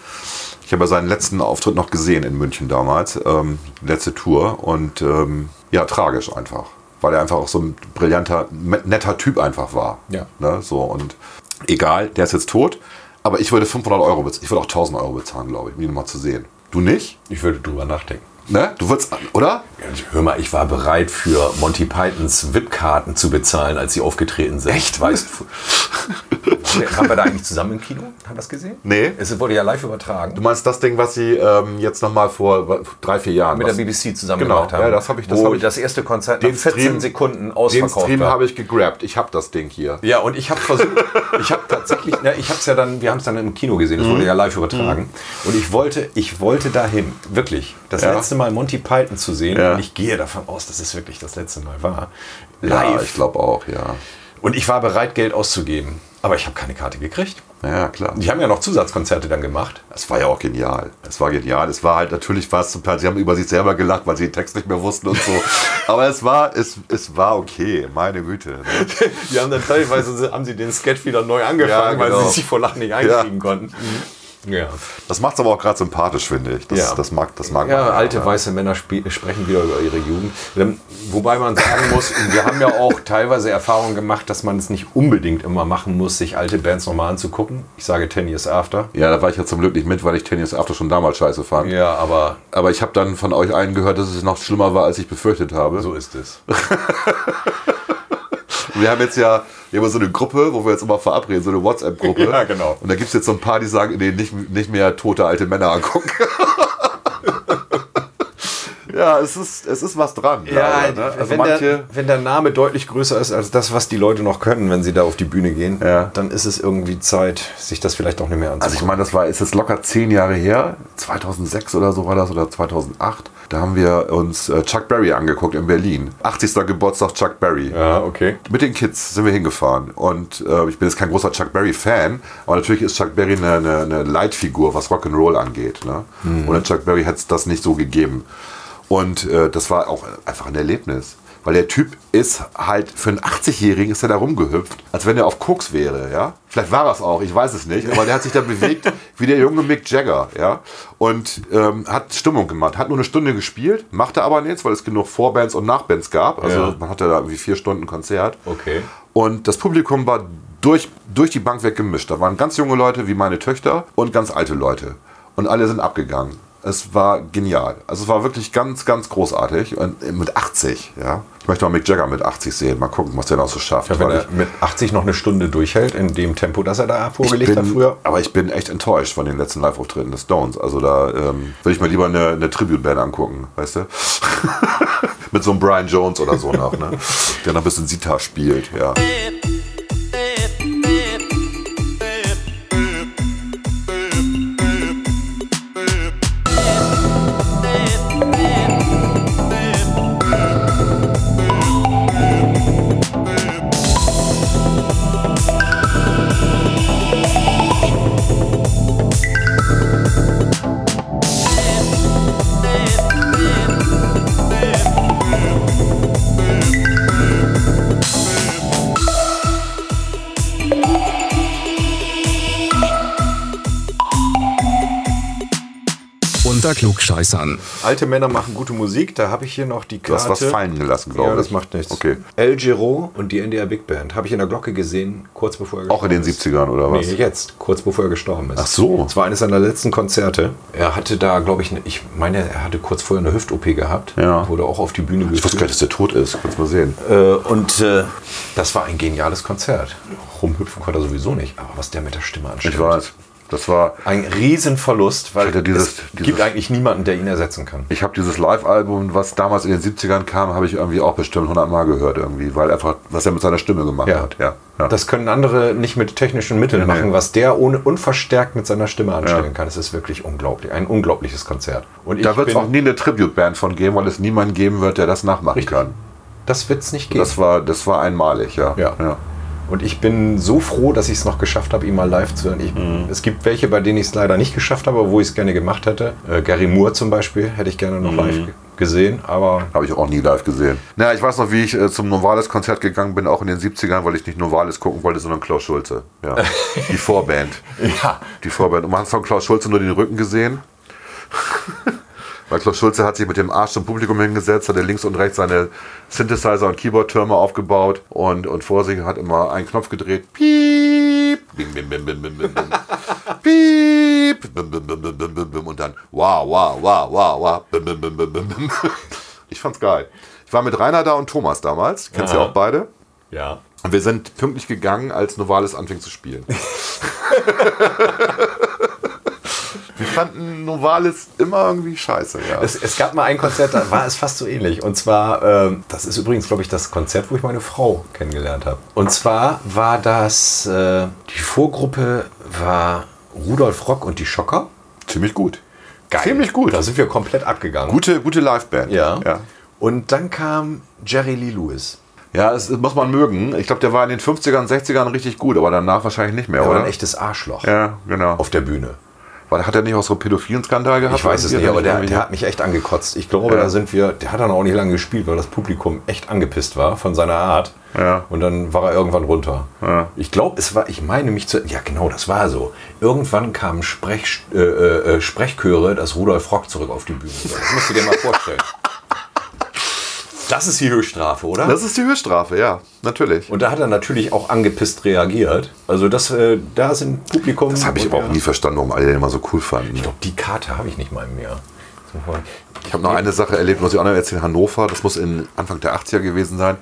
S1: Ich habe ja seinen letzten Auftritt noch gesehen in München damals, ähm, letzte Tour. Und ähm, ja, tragisch einfach. Weil er einfach auch so ein brillanter, netter Typ einfach war.
S2: Ja.
S1: Ne? So, und egal, der ist jetzt tot. Aber ich würde 500 Euro bezahlen. Ich würde auch 1000 Euro bezahlen, glaube ich, um ihn mal zu sehen. Du nicht?
S2: Ich würde drüber nachdenken.
S1: Ne? Du würdest,
S2: [LAUGHS]
S1: oder?
S2: Hör mal, ich war bereit für Monty Pythons VIP-Karten zu bezahlen, als sie aufgetreten sind. Echt? Weißt du? [LAUGHS] Haben wir da eigentlich zusammen im Kino? Haben wir das gesehen?
S1: Nee.
S2: Es wurde ja live übertragen.
S1: Du meinst das Ding, was sie ähm, jetzt nochmal vor wa- drei, vier Jahren
S2: mit
S1: was-
S2: der BBC zusammen
S1: Genau,
S2: gemacht haben.
S1: ja, das hab ich- das
S2: wo
S1: hab ich-
S2: das erste Konzert
S1: Den
S2: nach 14
S1: Stream-
S2: Sekunden
S1: Den
S2: ausverkauft
S1: Stream
S2: war.
S1: habe ich gegrabt. Ich habe das Ding hier.
S2: Ja, und ich habe [LAUGHS] versucht, ich habe tatsächlich, na, ich habe es ja dann, wir haben es dann im Kino gesehen, das wurde ja live übertragen. Und ich wollte, ich wollte dahin, wirklich, das
S1: Ja.
S2: letzte Mal Monty Python zu sehen.
S1: Ja.
S2: Und ich gehe davon aus, dass es wirklich das letzte Mal war.
S1: Ja, ich glaube auch, ja.
S2: Und ich war bereit, Geld auszugeben. Aber ich habe keine Karte gekriegt.
S1: Ja, klar.
S2: Die haben ja noch Zusatzkonzerte dann gemacht.
S1: Es war ja auch genial. Es war genial. Es war halt natürlich war es zum Teil. Sie haben über sich selber gelacht, weil sie den Text nicht mehr wussten und
S2: [LAUGHS]
S1: so. Aber es war, es, es war okay. Meine Güte. Ne?
S2: Die haben dann teilweise haben sie den Sketch wieder neu
S1: Ja,
S2: angefangen, weil
S1: genau.
S2: sie sich vor Lachen nicht einkriegen
S1: Ja.
S2: konnten. Ja.
S1: Das macht es aber auch gerade sympathisch, finde ich. Das,
S2: Ja.
S1: das mag, das mag man.
S2: ja, alte weiße Männer spie- sprechen wieder über ihre Jugend. Ähm, Wobei man sagen muss, wir haben ja auch teilweise Erfahrungen gemacht, dass man es nicht unbedingt immer machen muss, sich alte Bands nochmal anzugucken. Ich sage 10 Years After.
S1: Ja, da war ich ja zum Glück nicht mit, weil ich Tennis After schon damals scheiße fand.
S2: Ja, [LAUGHS] aber
S1: Aber ich habe dann von euch allen gehört, dass es noch schlimmer war, als ich befürchtet habe.
S2: so
S1: [LAUGHS]
S2: ist es.
S1: Wir haben jetzt ja wir haben so eine Gruppe, wo wir jetzt immer verabreden, so eine WhatsApp-Gruppe.
S2: [LAUGHS] Ja, genau.
S1: Und da gibt es jetzt so ein paar, die sagen, nee, nicht, nicht mehr tote alte Männer angucken. [LAUGHS] Ja, es ist, es ist was dran.
S2: Ja,
S1: leider, ne? also
S2: wenn,
S1: manche.
S2: der, wenn der Name deutlich größer ist als das, was die Leute noch können, wenn sie da auf die Bühne gehen,
S1: Ja.
S2: dann ist es irgendwie Zeit, sich das vielleicht auch nicht mehr
S1: Also ich
S2: anzusehen.
S1: meine, das war, ist jetzt locker zehn Jahre her, 2006 oder so war das oder 2008. Da haben wir uns äh, Chuck Berry angeguckt in Berlin. 80. Geburtstag Chuck Berry.
S2: ja, okay.
S1: Mit den Kids sind wir hingefahren und äh, ich bin jetzt kein großer Chuck Berry-Fan, aber natürlich ist Chuck Berry eine, eine, eine Leitfigur, was Rock'n'Roll angeht. Ne? Ohne Chuck Berry hätte es das nicht so gegeben. Und äh, das war auch einfach ein Erlebnis. Weil der Typ ist halt, für einen 80-Jährigen ist er da rumgehüpft, als wenn er auf Koks wäre, ja. Vielleicht war er es auch, ich weiß es nicht, aber der hat sich da bewegt wie der junge Mick Jagger, ja. Und ähm, hat Stimmung gemacht, hat nur eine Stunde gespielt, machte aber nichts, weil es genug Vorbands und Nachbands gab. Also
S2: Ja.
S1: man hatte da irgendwie vier Stunden Konzert.
S2: Okay.
S1: Und das Publikum war durch, durch die Bank weg gemischt. Da waren ganz junge Leute wie meine Töchter und ganz alte Leute. Und alle sind abgegangen. Es war genial. Also es war wirklich ganz, ganz großartig. Und mit 80, ja. Ich möchte mal Mick Jagger mit 80 sehen. Mal gucken, was der noch so schafft.
S2: Wenn
S1: Weil
S2: er mit 80 noch eine Stunde durchhält, in dem Tempo, das er da
S1: ich, ich
S2: vorgelegt hat
S1: bin,
S2: früher.
S1: aber ich bin echt enttäuscht von den letzten Live-Auftritten des Stones. Also da ähm, würde ich mir lieber eine, eine Tribute-Band angucken, weißt du? [LAUGHS] mit so einem Brian Jones oder so noch,
S2: [LAUGHS]
S1: ne? Der noch ein bisschen Sitar spielt, ja.
S4: Unter Klugscheißern.
S2: Alte Männer machen gute Musik, da habe ich hier noch die
S1: Du
S2: Karte.
S1: hast was fallen gelassen, glaube
S2: Ja,
S1: ich.
S2: das macht nichts.
S1: Okay.
S2: El Giro und die NDR Big Band habe ich in der Glocke gesehen, kurz bevor er
S1: Auch in den 70ern oder was?
S2: Nee, jetzt, kurz bevor er gestorben ist.
S1: Ach so.
S2: Es war eines seiner letzten Konzerte. Er hatte da, glaube ich, ne- ich meine, er hatte kurz vorher eine Hüft-OP gehabt.
S1: Ja.
S2: Wurde auch auf die Bühne
S1: Ich wusste gar nicht, dass der tot ist. Kannst mal sehen.
S2: Äh, und äh, das war ein geniales Konzert. Rumhüpfen konnte er sowieso nicht, aber was der mit der Stimme anstellt.
S1: Ich weiß. Das war.
S2: Ein Riesenverlust, weil
S1: Ich hatte dieses-
S2: es
S1: dieses-
S2: gibt eigentlich niemanden, der ihn ersetzen kann.
S1: Ich habe dieses Live-Album, was damals in den 70ern kam, habe ich irgendwie auch bestimmt 100 Mal gehört irgendwie, weil einfach, was er mit seiner Stimme gemacht hat. Ja. ja.
S2: Das können andere nicht mit technischen Mitteln
S1: nee.
S2: machen, was der ohne unverstärkt mit seiner Stimme anstellen
S1: Ja.
S2: kann. Es ist wirklich unglaublich. Ein unglaubliches Konzert. Und
S1: da
S2: ich
S1: wird es
S2: bin-
S1: auch nie eine Tribute-Band von geben, weil es niemanden geben wird, der das nachmachen kann.
S2: Das wird es nicht geben.
S1: Das war, das war einmalig, ja.
S2: Ja.
S1: ja.
S2: Und ich bin so froh, dass ich es noch geschafft habe, ihn mal live zu hören. Ich,
S1: Mhm.
S2: Es gibt welche, bei denen ich es leider nicht geschafft habe, aber wo ich es gerne gemacht hätte. Äh, Gary Moore zum Beispiel hätte ich gerne
S1: Mhm.
S2: noch live ge- gesehen, aber
S1: Habe ich auch nie live gesehen. Na, ich weiß noch, wie ich äh, zum Novalis-Konzert gegangen bin, auch in den 70ern, weil ich nicht Novalis gucken wollte, sondern Klaus Schulze.
S2: [LAUGHS]
S1: Ja. Die Vorband.
S2: ja,
S1: Die Vorband. Und man hat von Klaus Schulze nur den Rücken gesehen. Weil Klaus Schulze hat sich mit dem Arsch zum Publikum hingesetzt, hat er links und rechts seine Synthesizer- und Keyboard-Türme aufgebaut und, und vor sich hat immer einen Knopf gedreht. Piep, bim, bim, bim, bim, bim, bim, bim. Piep, bim, bim, bim, bim, bim, bim, bim. Und dann wow, wow, wow, wow, wow, bim, bim, bim, bim, bim, bim. [LAUGHS] Ich fand's geil. Ich war mit Rainer da und Thomas damals, kennst ja auch beide.
S2: ja.
S1: Und wir sind pünktlich gegangen, als Novalis anfing zu spielen. wir fanden Novalis immer irgendwie scheiße, ja.
S2: Es, es gab mal ein Konzert, da war es fast so ähnlich. Und zwar, ähm, das ist übrigens, glaube ich, das Konzert, wo ich meine Frau kennengelernt habe. Und zwar war das, äh, die Vorgruppe war Rudolf Rock und die Schocker.
S1: ziemlich gut. Ziemlich gut.
S2: Da sind wir komplett abgegangen.
S1: gute, gute Liveband.
S2: Ja.
S1: ja.
S2: Und dann kam Jerry Lee Lewis.
S1: Ja, es muss man mögen. Ich glaube, der war in den 50ern, 60ern richtig gut, aber danach wahrscheinlich nicht mehr,
S2: Er war
S1: oder?
S2: ein echtes Arschloch
S1: ja, genau.
S2: auf der Bühne.
S1: Weil, hat er nicht auch so einen pädophilen Skandal gehabt?
S2: Ich weiß es
S1: Irgendwie
S2: nicht, aber der,
S1: irgendwie-
S2: der hat mich echt angekotzt. Ich glaube,
S1: Ja.
S2: da sind wir, der hat dann auch nicht lange gespielt, weil das Publikum echt angepisst war von seiner Art.
S1: Ja.
S2: Und dann war er irgendwann runter.
S1: Ja.
S2: Ich glaube, es war, ich meine mich zu, ja genau, das war so. Irgendwann kamen Sprech, äh, äh, Sprechchöre, dass Rudolf Rock zurück auf die Bühne soll. Das musst du dir mal
S1: [LAUGHS]
S2: vorstellen. Das ist die Höchststrafe, oder?
S1: Das ist die Höchststrafe, ja, natürlich.
S2: Und da hat er natürlich auch angepisst reagiert. Also das, äh, da sind Publikum.
S1: Das habe ich aber auch nie verstanden, warum alle den immer so cool fanden.
S2: Ich glaube, die Karte habe ich nicht mal mehr. Jetzt muss ich mal-
S1: Ich habe noch eine Sache erlebt, muss ich auch noch erzählen. Hannover, das muss in Anfang der 80er gewesen sein.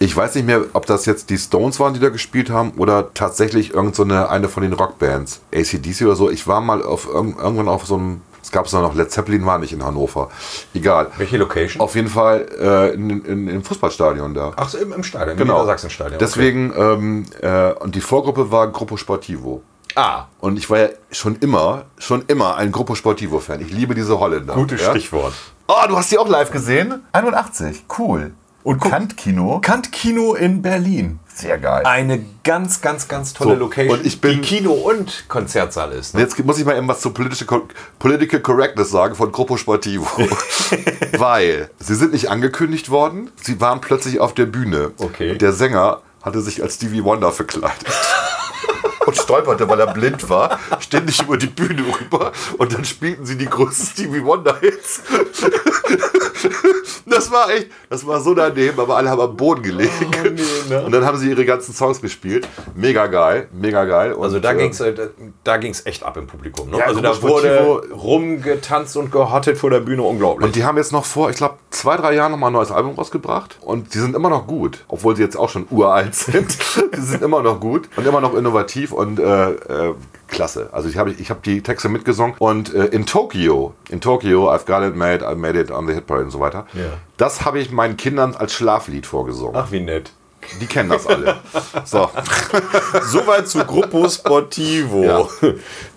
S1: Ich weiß nicht mehr, ob das jetzt die Stones waren, die da gespielt haben oder tatsächlich irgend so eine, eine von den Rockbands. ACDC oder so. Ich war mal auf, irg- irgendwann auf so einem. Es gab es noch, Led Zeppelin war nicht in Hannover. Egal.
S2: Welche Location?
S1: Auf jeden Fall äh, in, in, im Fußballstadion da.
S2: Ach, so, im, im Stadion,
S1: Genau.
S2: im Niedersachsen-Stadion.
S1: Deswegen, ähm, äh, und die Vorgruppe war Gruppo Sportivo.
S2: Okay. Ah,
S1: Und ich war ja schon immer, schon immer ein Gruppo Sportivo-Fan. Ich liebe diese Holländer.
S2: gutes
S1: ja?
S2: Stichwort.
S1: Oh, du hast die auch live gesehen? 81, cool. Und Kant-Kino?
S2: Kant-Kino in Berlin.
S1: Sehr geil.
S2: Eine ganz, ganz, ganz tolle
S1: So,
S2: Location,
S1: und ich bin-
S2: die Kino- und Konzertsaal ist. ne?
S1: Und Jetzt muss ich mal eben was zu Political, Cor- Political Correctness sagen von Gruppo
S2: [LAUGHS]
S1: Sportivo. Weil sie sind nicht angekündigt worden, sie waren plötzlich auf der Bühne.
S2: Okay.
S1: Und der Sänger hatte sich als Stevie Wonder
S2: [LAUGHS]
S1: verkleidet. Und stolperte, weil er blind war, ständig über die Bühne rüber. Und dann spielten sie die größten Stevie Wonder-Hits. [LAUGHS] Das war echt, das war so daneben, aber alle haben am Boden gelegen.
S2: Oh, ne?
S1: Und dann haben sie ihre ganzen Songs gespielt. Mega geil, mega geil. Und,
S2: Also da
S1: ähm,
S2: ging es da ging's echt ab im Publikum. Ne?
S1: Ja,
S2: also da
S1: Gruppo
S2: wurde
S1: Sportivo-
S2: rumgetanzt und gehottet vor der Bühne, unglaublich.
S1: Und die haben jetzt noch vor, ich glaube, zwei, drei Jahren nochmal ein neues Album rausgebracht. Und die sind immer noch gut. Obwohl sie jetzt auch schon uralt
S2: [LAUGHS]
S1: sind. die sind immer noch gut und immer noch innovativ und äh, äh, klasse. Also ich habe ich hab die Texte mitgesungen. Und äh, in Tokio, in Tokio, I've got it made, I made it on the hit parade und so weiter.
S2: Ja.
S1: Das habe ich meinen Kindern als Schlaflied vorgesungen.
S2: Ach,
S1: [LAUGHS]
S2: wie nett.
S1: Die kennen das
S2: [LAUGHS]
S1: alle. So.
S2: Soweit zu Gruppo Sportivo.
S1: Ja.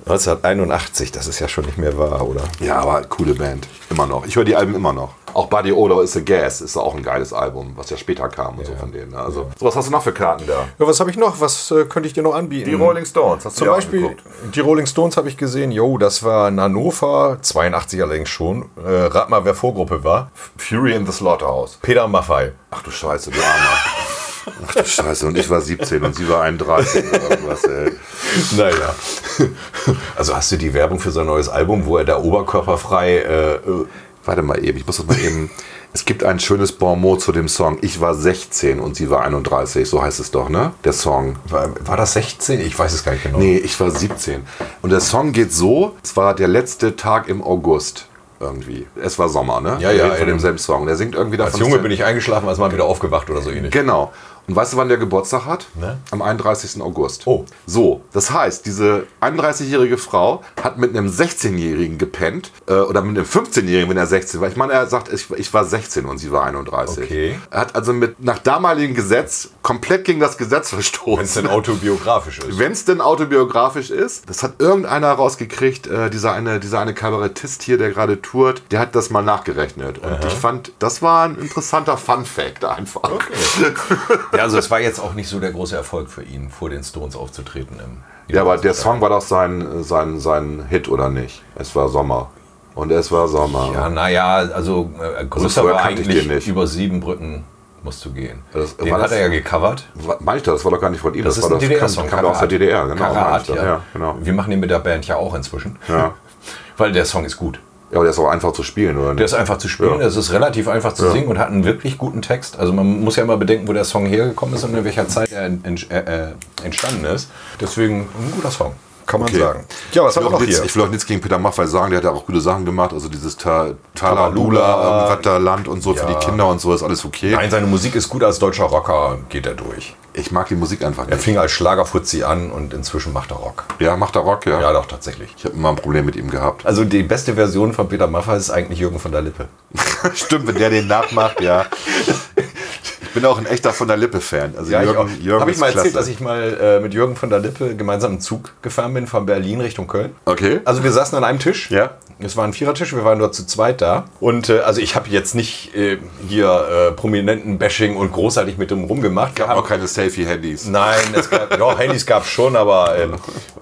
S2: 1981, das ist ja schon nicht mehr wahr, oder?
S1: Ja, aber coole Band. Immer noch. Ich höre die Alben immer noch. Auch Buddy Odor is a Gas ist auch ein geiles Album, was ja später kam und so von denen. ne? Also, so was hast du noch für Karten da?
S2: Ja, was habe ich noch? Was äh, könnte ich dir noch anbieten?
S1: Die Rolling Stones. Hast du
S2: Zum
S1: dir
S2: Beispiel
S1: angeguckt?
S2: die Rolling Stones habe ich gesehen. Jo, das war in Hannover, 82 allerdings schon. Äh, rat mal, wer Vorgruppe war.
S1: Fury in the Slaughterhouse.
S2: Peter Maffei.
S1: Ach du Scheiße, du Armer. Ach du Scheiße, und ich war 17 und sie war 31 oder irgendwas, ey.
S2: Naja. Also hast du die Werbung für sein neues Album, wo er da oberkörperfrei... Äh, äh,
S1: Warte mal eben, ich muss das mal eben. Es gibt ein schönes Bonmot zu dem Song. Ich war 16 und sie war 31, so heißt es doch, ne? Der Song.
S2: war, war das 16? Ich weiß es gar nicht genau.
S1: Nee, ich war 17. Und der Song geht so: Es war der letzte Tag im August irgendwie. Es war Sommer, ne?
S2: Ja,
S1: Er
S2: ja,
S1: redet Von
S2: eben.
S1: demselben Song. Der singt irgendwie davon.
S2: Als Junge
S1: dass der-
S2: bin ich eingeschlafen, als Mann wieder aufgewacht oder so ähnlich.
S1: Genau. Und weißt du, wann der Geburtstag hat?
S2: Ne?
S1: Am 31. August.
S2: Oh.
S1: So, das heißt, diese 31-jährige Frau hat mit einem 16-Jährigen gepennt äh, oder mit einem 15-Jährigen, wenn er 16 war. Ich meine, er sagt, ich, ich war 16 und sie war 31.
S2: Okay.
S1: Er hat also mit nach damaligem Gesetz komplett gegen das Gesetz
S2: Wenn es
S1: verstoßen.
S2: denn autobiografisch ist.
S1: Wenn es denn autobiografisch ist, das hat irgendeiner rausgekriegt, äh, dieser, eine, dieser eine Kabarettist hier, der gerade tourt, der hat das mal nachgerechnet. Und ich fand, das war ein interessanter Fun-Fact einfach.
S2: Ja, also es war jetzt auch nicht so der große Erfolg für ihn, vor den Stones aufzutreten. Im
S1: Ja, aber der Song war doch sein, sein, sein Hit, oder nicht? Es war Sommer. Und es war Sommer.
S2: Ja, naja, also äh, größer
S1: vorher
S2: war
S1: kannte ich
S2: eigentlich
S1: den nicht.
S2: über sieben Brücken musst du gehen.
S1: Das-
S2: den
S1: war
S2: hat
S1: das-
S2: er ja gecovert.
S1: Meine ich das? Das war doch gar nicht von ihm.
S2: Das, ist
S1: war
S2: ein
S1: doch-
S2: DDR-Song.
S1: Kam doch aus der
S2: Karat.
S1: DDR, genau. meine ich
S2: Karat,
S1: doch.
S2: ja.
S1: ja genau.
S2: Wir machen den mit der Band ja auch inzwischen.
S1: Ja.
S2: [LAUGHS] Weil der Song ist gut.
S1: ja, aber der ist auch einfach zu spielen, oder nicht?
S2: Der ist einfach zu spielen,
S1: Ja.
S2: es ist relativ einfach zu singen und hat einen wirklich guten Text. Also man muss ja immer bedenken, wo der Song hergekommen ist und in welcher Zeit er en- en- äh, äh, entstanden ist. Deswegen ein guter Song. Kann man
S1: Okay.
S2: Ja,
S1: ich
S2: was haben
S1: will
S2: wir
S1: auch
S2: noch
S1: nichts,
S2: hier?
S1: ich will auch nichts gegen Peter Maffay sagen, der hat ja auch gute Sachen gemacht. Also dieses Ta Talalula, ähm, Ratterland und so für die Kinder und so ist alles okay.
S2: Nein, seine Musik ist gut als deutscher Rocker, geht er durch.
S1: Ich mag die Musik einfach
S2: Er
S1: nicht.
S2: fing als Schlagerfuzzi an und inzwischen macht er Rock.
S1: Ja, macht er Rock, ja.
S2: Ja, doch, tatsächlich.
S1: Ich habe immer ein Problem mit ihm gehabt.
S2: Also die beste Version von Peter Maffay ist eigentlich Jürgen von der Lippe.
S1: [LAUGHS] Stimmt, wenn der den nachmacht, ja. Ich bin auch ein echter von der Lippe-Fan. Also
S2: Ja, ich auch. Habe ich
S1: ist
S2: mal erzählt,
S1: klasse.
S2: dass ich mal äh, mit Jürgen von der Lippe gemeinsam im Zug gefahren bin von Berlin Richtung Köln.
S1: Okay.
S2: Also wir saßen an einem Tisch.
S1: Ja.
S2: Es war ein Vierertisch, wir waren dort zu zweit da. Und äh, also ich habe jetzt nicht äh, hier äh, prominenten Bashing und großartig mit dem rumgemacht. Wir
S1: haben
S2: haben-
S1: auch keine Selfie-Handys.
S2: Nein, es gab, doch, Handys gab schon, aber ähm,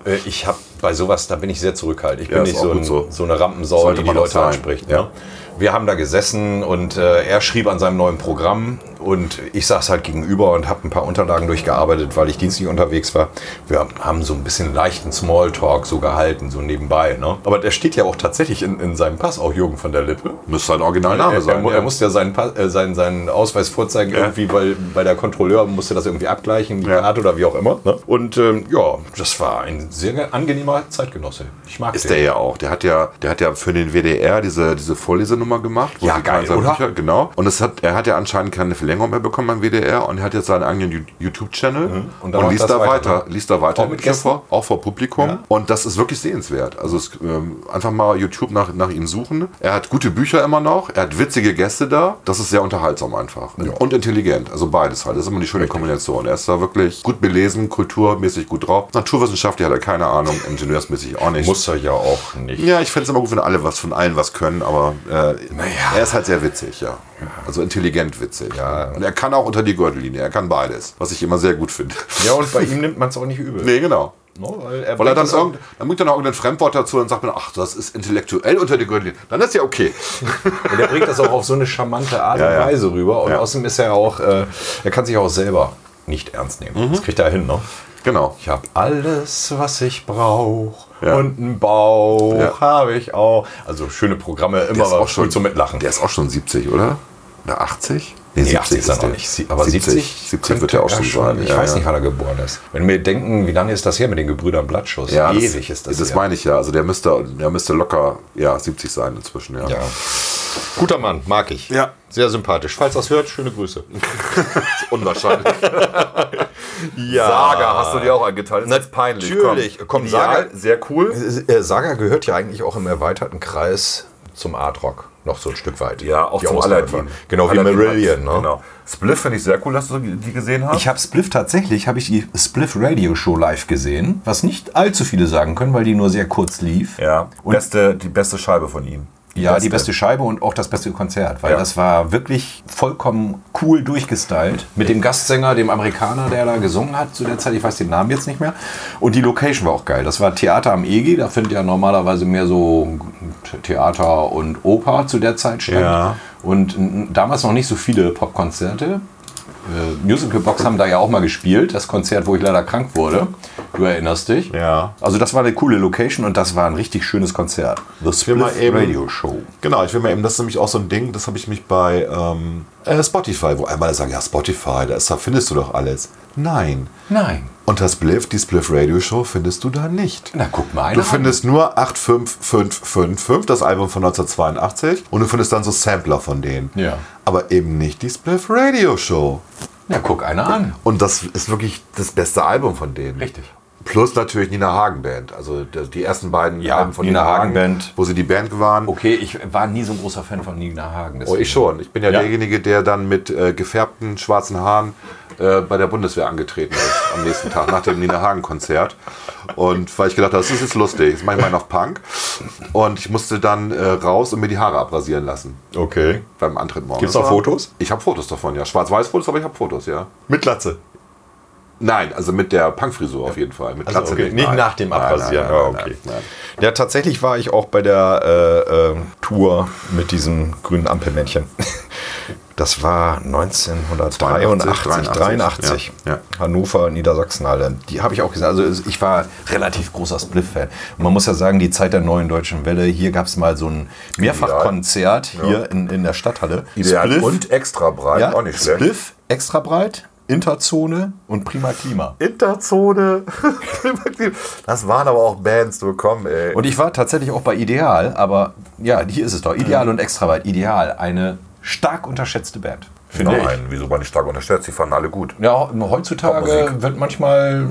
S2: äh, ich habe bei sowas, da bin ich sehr zurückhaltend. Ich bin
S1: Ja, ist
S2: nicht
S1: auch
S2: so, ein,
S1: gut so.
S2: so eine Rampensau,
S1: Sollte
S2: die die
S1: man auch
S2: Leute
S1: sein.
S2: anspricht. Ja. Wir haben da gesessen und äh, er schrieb an seinem neuen Programm und ich saß halt gegenüber und habe ein paar Unterlagen durchgearbeitet, weil ich dienstlich unterwegs war. Wir haben so ein bisschen leichten Smalltalk so gehalten, so nebenbei. Ne? Aber der steht ja auch tatsächlich in, in seinem Pass, auch Jürgen von der Lippe.
S1: Müsste sein Originalname
S2: Er, Äh, er,
S1: sein.
S2: mu-
S1: ja.
S2: er musste ja seinen, Pass, äh, seinen, seinen Ausweis vorzeigen, irgendwie, weil, weil der Kontrolleur musste das irgendwie abgleichen, die
S1: Ja.
S2: Karte oder wie auch immer. Ne? Und ähm, ja, das war ein sehr ge- angenehmer Zeitgenosse. Ich mag
S1: ist
S2: den.
S1: der ja auch. Der hat ja, der hat ja für den WDR diese, diese Vorlesenummer gemacht. wo
S2: Ja,
S1: sie
S2: geil,
S1: gemeinsam
S2: oder?
S1: Bücher- genau. Und es hat, er hat ja anscheinend keine Verlängerung mehr bekommen beim WDR und er hat jetzt seinen eigenen You- YouTube-Channel
S2: Mhm. Und
S1: und,
S2: da macht
S1: liest
S2: das
S1: da
S2: weiter,
S1: weiter.
S2: ne?
S1: Liest da weiter
S2: Auch mit Gästen?
S1: vor, auch vor Publikum.
S2: Ja.
S1: Und das ist wirklich sehenswert. Also es, ähm, einfach mal YouTube nach, nach ihm suchen. Er hat gute Bücher immer noch, er hat witzige Gäste da. Das ist sehr unterhaltsam einfach. Und intelligent. Also beides halt. Das ist immer die schöne Kombination. Er ist da wirklich gut belesen, kulturmäßig gut drauf. Naturwissenschaftlich hat er keine Ahnung, ingenieursmäßig auch nicht.
S2: Muss er ja auch nicht.
S1: Ja, ich find's immer gut, wenn alle was von allen was können, aber äh, er ist halt sehr witzig, ja. Also intelligent witzig. Und er kann auch unter die Gürtellinie, er kann beides, was ich immer sehr gut finde.
S2: Ja, und bei ihm nimmt man es auch nicht übel.
S1: [LAUGHS] Nee, genau.
S2: No,
S1: Weil
S2: weil er
S1: er
S2: bringt
S1: dann,
S2: das auch-
S1: irgend, dann bringt er noch irgendein Fremdwort dazu und sagt man, ach, das ist intellektuell unter die Gürtellinie. Dann ist ja okay.
S2: Und er bringt das auch auf so eine charmante Art
S1: Ja,
S2: und
S1: ja.
S2: Weise rüber. Und
S1: Ja.
S2: außerdem ist er auch, äh, er kann sich auch selber nicht ernst
S1: Mhm.
S2: nehmen. Das kriegt er hin, ne?
S1: Genau.
S2: Ich habe alles, was ich brauche.
S1: Ja.
S2: Und einen Bauch
S1: Ja.
S2: habe ich auch. Also schöne Programme, immer
S1: Der ist auch
S2: gut
S1: schon-
S2: zum Mitlachen.
S1: Der ist auch schon 70, oder? Oder 80? Nee,
S2: 80 ist er noch
S1: der.
S2: nicht. Sie- Aber 70,
S1: 70, 70 wird er auch schon sein.
S2: Ich
S1: ja,
S2: weiß
S1: ja.
S2: nicht, wann er geboren ist. Wenn wir denken, wie lange ist das her mit den Gebrüdern Blattschuss?
S1: Ja, das-
S2: Ewig ist das.
S1: Das
S2: her.
S1: meine ich ja. Also der müsste, der müsste locker ja, 70 sein inzwischen, ja.
S2: ja. Guter Mann, mag ich.
S1: Ja.
S2: Sehr sympathisch. Falls das hört, schöne Grüße.
S1: [LAUGHS] Unwahrscheinlich. [LAUGHS]
S2: Ja.
S1: Saga hast du dir auch angeteilt. Das ist peinlich.
S2: Natürlich.
S1: Komm,
S2: Komm,
S1: Ideal,
S2: Saga-
S1: sehr cool.
S2: Äh, Saga gehört ja eigentlich auch im erweiterten Kreis zum Art-Rock noch so ein Stück weit. Die Ausnahme von- Genau, wie
S1: Aladdin
S2: Marillion.
S1: hat-
S2: Ne?
S1: Genau. Spliff finde ich sehr cool, dass du die gesehen hast.
S2: Ich habe Spliff tatsächlich, habe ich die Spliff Radio Show live gesehen, was nicht allzu viele sagen können, weil die nur sehr kurz lief.
S1: ja.
S2: Und
S1: beste, die beste Scheibe von ihm.
S2: ja, die beste Scheibe und auch das beste Konzert, weil
S1: Ja.
S2: das war wirklich vollkommen cool durchgestylt. Mit dem Gastsänger, dem Amerikaner, der da gesungen hat zu der Zeit, ich weiß den Namen jetzt nicht mehr. Und die Location war auch geil. Das war Theater am EG, da findet ja normalerweise mehr so Theater und Oper zu der Zeit statt.
S1: Ja.
S2: Und n- damals noch nicht so viele Popkonzerte. Äh, Musical Box haben da ja auch mal gespielt, das Konzert, wo ich leider krank wurde. Du erinnerst dich.
S1: Ja.
S2: Also das war eine coole Location und das war ein richtig schönes Konzert. The Split
S1: mal eben-
S2: Radio Show.
S1: Genau, ich will mir eben, das ist nämlich auch so ein Ding, das habe ich mich bei ähm, äh, Spotify, wo einmal sagen, ja, Spotify, da, ist, da findest du doch alles. Nein.
S2: Nein.
S1: Unter Spliff, die Spliff Radio Show, findest du da nicht.
S2: Na, guck mal einer
S1: Du
S2: an.
S1: findest nur 85555, das Album von 1982, und du findest dann so Sampler von denen.
S2: Ja.
S1: Aber eben nicht die Spliff Radio Show.
S2: Na, guck einer an.
S1: Und das ist wirklich das beste Album von denen.
S2: Richtig.
S1: Plus natürlich Nina Hagen Band. Also der- die ersten beiden
S2: Ja,
S1: Alben von
S2: Nina
S1: Nina,
S2: Hagen
S1: Hagen,
S2: Band.
S1: wo sie die Band Oh, waren.
S2: Okay, ich war nie so ein großer Fan von Nina Hagen.
S1: Oh, ich schon. Ich bin ja,
S2: Ja.
S1: derjenige, der dann mit äh, gefärbten schwarzen Haaren äh, bei der Bundeswehr angetreten ist am nächsten Tag nach dem Nina Hagen Konzert. Und weil ich gedacht habe, das ist jetzt lustig, das mache ich mal noch Punk. Und ich musste dann äh, raus und mir die Haare abrasieren lassen
S2: Okay.
S1: beim Antritt morgens.
S2: Gibt's da
S1: Das war-
S2: Fotos?
S1: Ich habe Fotos davon, ja. Schwarz-weiß Fotos, aber ich habe Fotos, ja.
S2: Mit Glatze.
S1: Nein, also mit der Punk-Frisur auf jeden Fall. Mit
S2: Also,
S1: Glatze
S2: okay. Nicht
S1: nein.
S2: nach dem
S1: Nein,
S2: Abrasieren.
S1: nein, nein,
S2: Ah,
S1: nein,
S2: okay.
S1: nein,
S2: Ja, tatsächlich war ich auch bei der äh, ähm, Tour mit diesem grünen Ampelmännchen. [LAUGHS] Das war 1983, 83,
S1: 83, ja, ja.
S2: Hannover, Niedersachsenhalle. Die habe ich auch gesehen. Also es- ich war relativ großer Spliff-Fan. Und man muss ja sagen, die Zeit der neuen deutschen Welle, hier gab es mal so ein Mehrfachkonzert hier in, in der Stadthalle.
S1: Ideal
S2: Spliff,
S1: und extra breit,
S2: ja,
S1: auch nicht schlecht.
S2: Spliff, extra breit, Interzone und prima Klima.
S1: Interzone. [LAUGHS] das waren aber auch Bands, du komm, ey.
S2: Und ich war tatsächlich auch bei Ideal, aber ja, hier ist es doch. Ideal und Extraweit. Ideal, eine stark unterschätzte Band.
S1: Nein, wieso war nicht stark unterschätzt? Die fanden alle gut.
S2: Ja, heutzutage
S1: Popmusik.
S2: wird manchmal,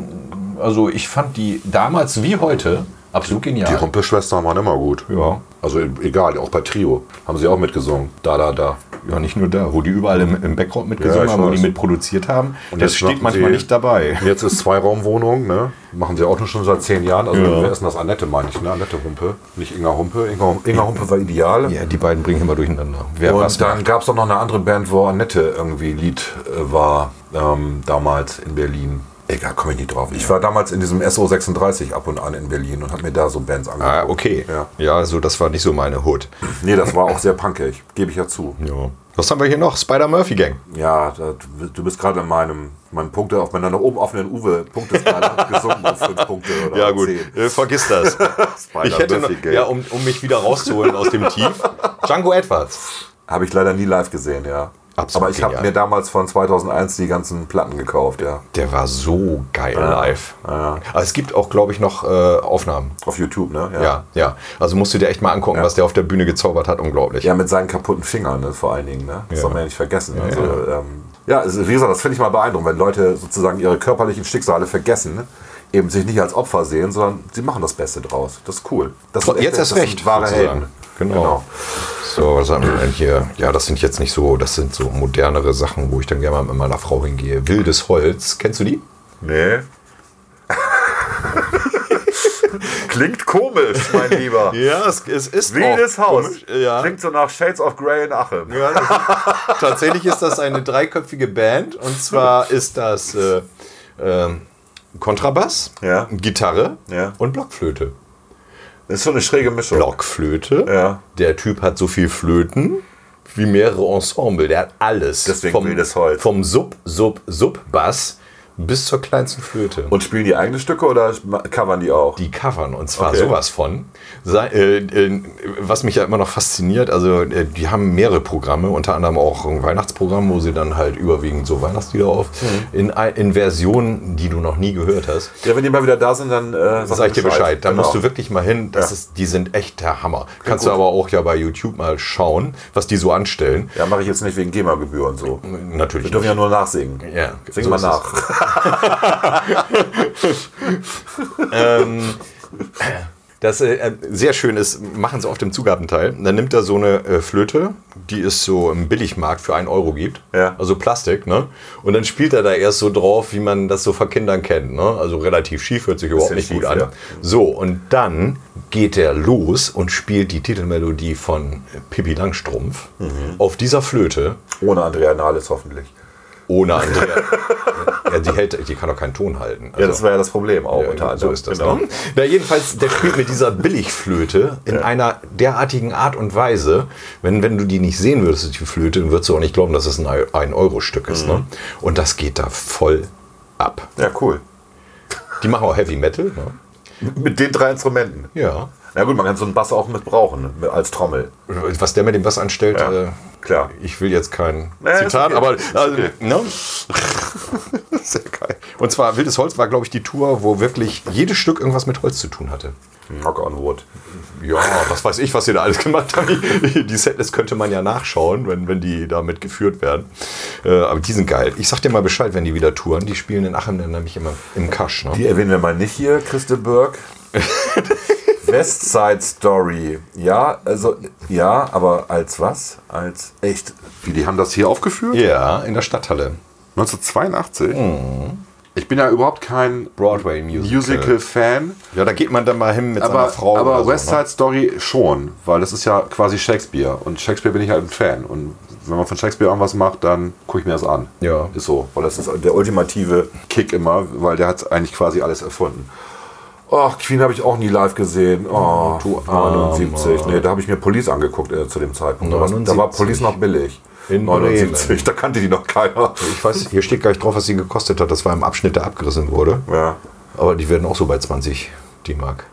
S2: also ich fand die damals wie heute absolut
S1: Die
S2: genial.
S1: Rumpelschwestern waren immer gut.
S2: Ja.
S1: Also egal, auch bei Trio haben sie auch mitgesungen. Da, da, da.
S2: Ja, nicht nur da, wo die überall im, im Background mitgesungen
S1: Ja, ich
S2: haben, wo die
S1: weiß.
S2: mitproduziert haben.
S1: Und
S2: das
S1: jetzt
S2: steht
S1: machen
S2: manchmal
S1: sie-
S2: nicht dabei.
S1: [LAUGHS] Jetzt ist Zweiraumwohnung, ne? Machen sie auch nur schon seit zehn Jahren. Also
S2: Ja.
S1: wer ist denn das? Annette meine ich, ne? Annette Humpe. Nicht Inga Humpe. Inga, Hum- Inga Humpe war ideal.
S2: Ja, die beiden bringen immer durcheinander. Wer
S1: Und dann gab es auch noch eine andere Band, wo Annette irgendwie Lied äh, war, ähm, damals in Berlin. Egal, komme ich nicht drauf. Ich war damals in diesem SO36 ab und an in Berlin und habe mir da so Bands angeguckt.
S2: Ah, okay.
S1: Ja.
S2: so das war nicht so meine Hood.
S1: Nee, das war auch sehr punkig, gebe ich ja zu.
S2: Ja. Was haben wir hier noch? Spider-Murphy-Gang.
S1: Ja, da, du- du bist gerade in meinem, meinem Punkte, auf meiner nach oben offenen uwe
S2: [LAUGHS]
S1: punkteskaler gesunken auf fünf Punkte oder
S2: Ja, gut.
S1: zehn.
S2: Äh,
S1: [LAUGHS]
S2: vergiss das. ich hätte noch,
S1: Spider-Murphy-Gang.
S2: ja, um,
S1: [LAUGHS]
S2: um mich wieder rauszuholen aus dem Tief. Django Edwards.
S1: Habe ich leider nie live gesehen, ja.
S2: Absolut
S1: Aber ich habe
S2: genial.
S1: mir damals von 2001 die ganzen Platten gekauft, ja.
S2: Der war so geil live. Aber es gibt auch, glaube ich, noch äh, Aufnahmen.
S1: Auf YouTube, ne?
S2: Ja, ja. Also musst du dir echt mal angucken, was der auf der Bühne gezaubert hat. Unglaublich.
S1: Ja, mit seinen kaputten Fingern, ne, vor allen Dingen. Ne? Das
S2: Ja.
S1: soll man ja nicht vergessen. Also, ja. Ähm, ja, also, wie gesagt, das finde ich mal beeindruckend, wenn Leute sozusagen ihre körperlichen Schicksale vergessen, ne? eben sich nicht als Opfer sehen, sondern sie machen das Beste draus. Das ist cool. Das sind
S2: Jetzt
S1: echte-
S2: erst
S1: das
S2: recht,
S1: Sind wahre
S2: sozusagen.
S1: Helden.
S2: Genau. So, was haben wir denn hier? Ja, das sind jetzt nicht so, das sind so modernere Sachen, wo ich dann gerne mal mit meiner Frau hingehe. Wildes Holz. Kennst du die? [LAUGHS]
S1: Nee. Klingt komisch, mein Lieber.
S2: [LAUGHS] Ja, es, es ist
S1: Wildes
S2: auch
S1: Haus.
S2: komisch. Ja.
S1: Klingt so nach Shades of Grey in Ache.
S2: Ja, das- Tatsächlich ist [LAUGHS] das eine dreiköpfige Band. Und zwar ist das äh, ähm, Kontrabass,
S1: Ja.
S2: Gitarre
S1: Ja.
S2: und Blockflöte.
S1: Ist so eine schräge Mischung.
S2: Blockflöte.
S1: Ja.
S2: Der Typ hat so viel Flöten wie mehrere Ensemble. Der hat alles.
S1: Deswegen wildes Holz.
S2: Vom Sub, Sub, Sub-Bass bis zur kleinsten Flöte.
S1: Und spielen die eigene Stücke oder ma- covern die auch?
S2: die covern und zwar
S1: Okay.
S2: sowas von. Sei, äh, äh, was mich ja immer noch fasziniert, also äh, die haben mehrere Programme, unter anderem auch ein Weihnachtsprogramm, wo sie dann halt überwiegend so Weihnachtslieder auf
S1: Mhm.
S2: in, ein- in Versionen, die du noch nie gehört hast.
S1: Ja, wenn die mal wieder da sind, dann äh,
S2: Sag ich dir Bescheid, da
S1: Genau.
S2: musst du wirklich mal hin. Das
S1: Ja.
S2: ist, die sind echt der Hammer. Kannst
S1: gut.
S2: du aber auch ja bei YouTube mal schauen, was die so anstellen.
S1: Ja, mache ich jetzt nicht wegen GEMA-Gebühr und so. Wir
S2: Natürlich.
S1: dürfen
S2: nicht.
S1: ja nur nachsingen.
S2: Ja,
S1: Sing
S2: so
S1: mal
S2: ist es.
S1: nach. [LAUGHS]
S2: Das äh, äh, sehr schön ist, machen sie oft im Zugabenteil. Dann nimmt er so eine äh, Flöte, die es so im Billigmarkt für 1 Euro gibt.
S1: Ja.
S2: Also Plastik, ne? Und dann spielt er da erst so drauf, wie man das so von Kindern kennt, ne? Also relativ schief, hört sich überhaupt nicht
S1: Bisschen
S2: gut an.
S1: schief, ja.
S2: So, und dann geht er los und spielt die Titelmelodie von Pippi Langstrumpf
S1: Mhm.
S2: auf dieser Flöte
S1: Ohne Andrea Nahles hoffentlich.
S2: ohne Andrea. ja, die, hält, die kann doch keinen Ton halten.
S1: Ja,
S2: Also-
S1: das war ja das Problem auch unter
S2: so
S1: anderem.
S2: ist das.
S1: Genau.
S2: Ne? Na, jedenfalls, der spielt mit dieser Billigflöte in einer derartigen Art und Weise, wenn, wenn du die nicht sehen würdest, die Flöte, dann würdest du auch nicht glauben, dass es ein 1-Euro-Stück ist.
S1: Mhm.
S2: Ne? Und das geht da voll ab.
S1: Ja, cool.
S2: Die machen auch Heavy Metal. Ne?
S1: Mit den drei Instrumenten.
S2: Ja.
S1: Na gut, man kann so einen Bass auch mitbrauchen, ne, als Trommel.
S2: Was der mit dem was anstellt,
S1: Ja,
S2: äh,
S1: klar.
S2: Ich will jetzt kein
S1: Ja, ist
S2: Zitat,
S1: okay.
S2: aber.
S1: Ist
S2: Also,
S1: okay.
S2: ne? [LAUGHS] Sehr geil. Und zwar Wildes Holz war, glaube ich, die Tour, wo wirklich jedes Stück irgendwas mit Holz zu tun hatte.
S1: Knock on wood.
S2: Ja, was weiß ich, was sie da alles gemacht haben. Die Setlist könnte man ja nachschauen, wenn, wenn die damit geführt werden. Äh, aber die sind geil. Ich sag dir mal Bescheid, wenn die wieder touren. Die spielen in Aachen dann nämlich immer im Kasch. Ne?
S1: Die erwähnen wir mal nicht hier, Christe
S2: [LAUGHS]
S1: Burg. West Side Story. Ja, also, ja, aber als was? Als echt. Wie, die haben das hier aufgeführt?
S2: Ja, in der Stadthalle.
S1: 1982? Ich bin ja überhaupt kein
S2: Broadway-Musical.
S1: Musical-Fan.
S2: Ja, da geht man dann mal hin mit seiner
S1: aber,
S2: Frau.
S1: aber
S2: oder
S1: West
S2: so, ne?
S1: Side Story schon, weil das ist ja quasi Shakespeare und Shakespeare bin ich halt ein Fan und wenn man von Shakespeare irgendwas macht, dann gucke ich mir das an.
S2: Ja.
S1: Ist so, weil das ist der ultimative Kick immer, weil der hat eigentlich quasi alles erfunden. Ach, Queen habe ich auch nie live gesehen. Oh, du 79. Nee, da habe ich mir Police angeguckt äh, zu dem Zeitpunkt. Da war- Da war
S2: 79.
S1: Police noch billig.
S2: In
S1: da kannte die noch keiner.
S2: ne? Ich weiß, hier steht gleich drauf, was sie gekostet hat. Das war im Abschnitt, der abgerissen wurde.
S1: Ja.
S2: Aber die werden auch so bei 20 D-Mark.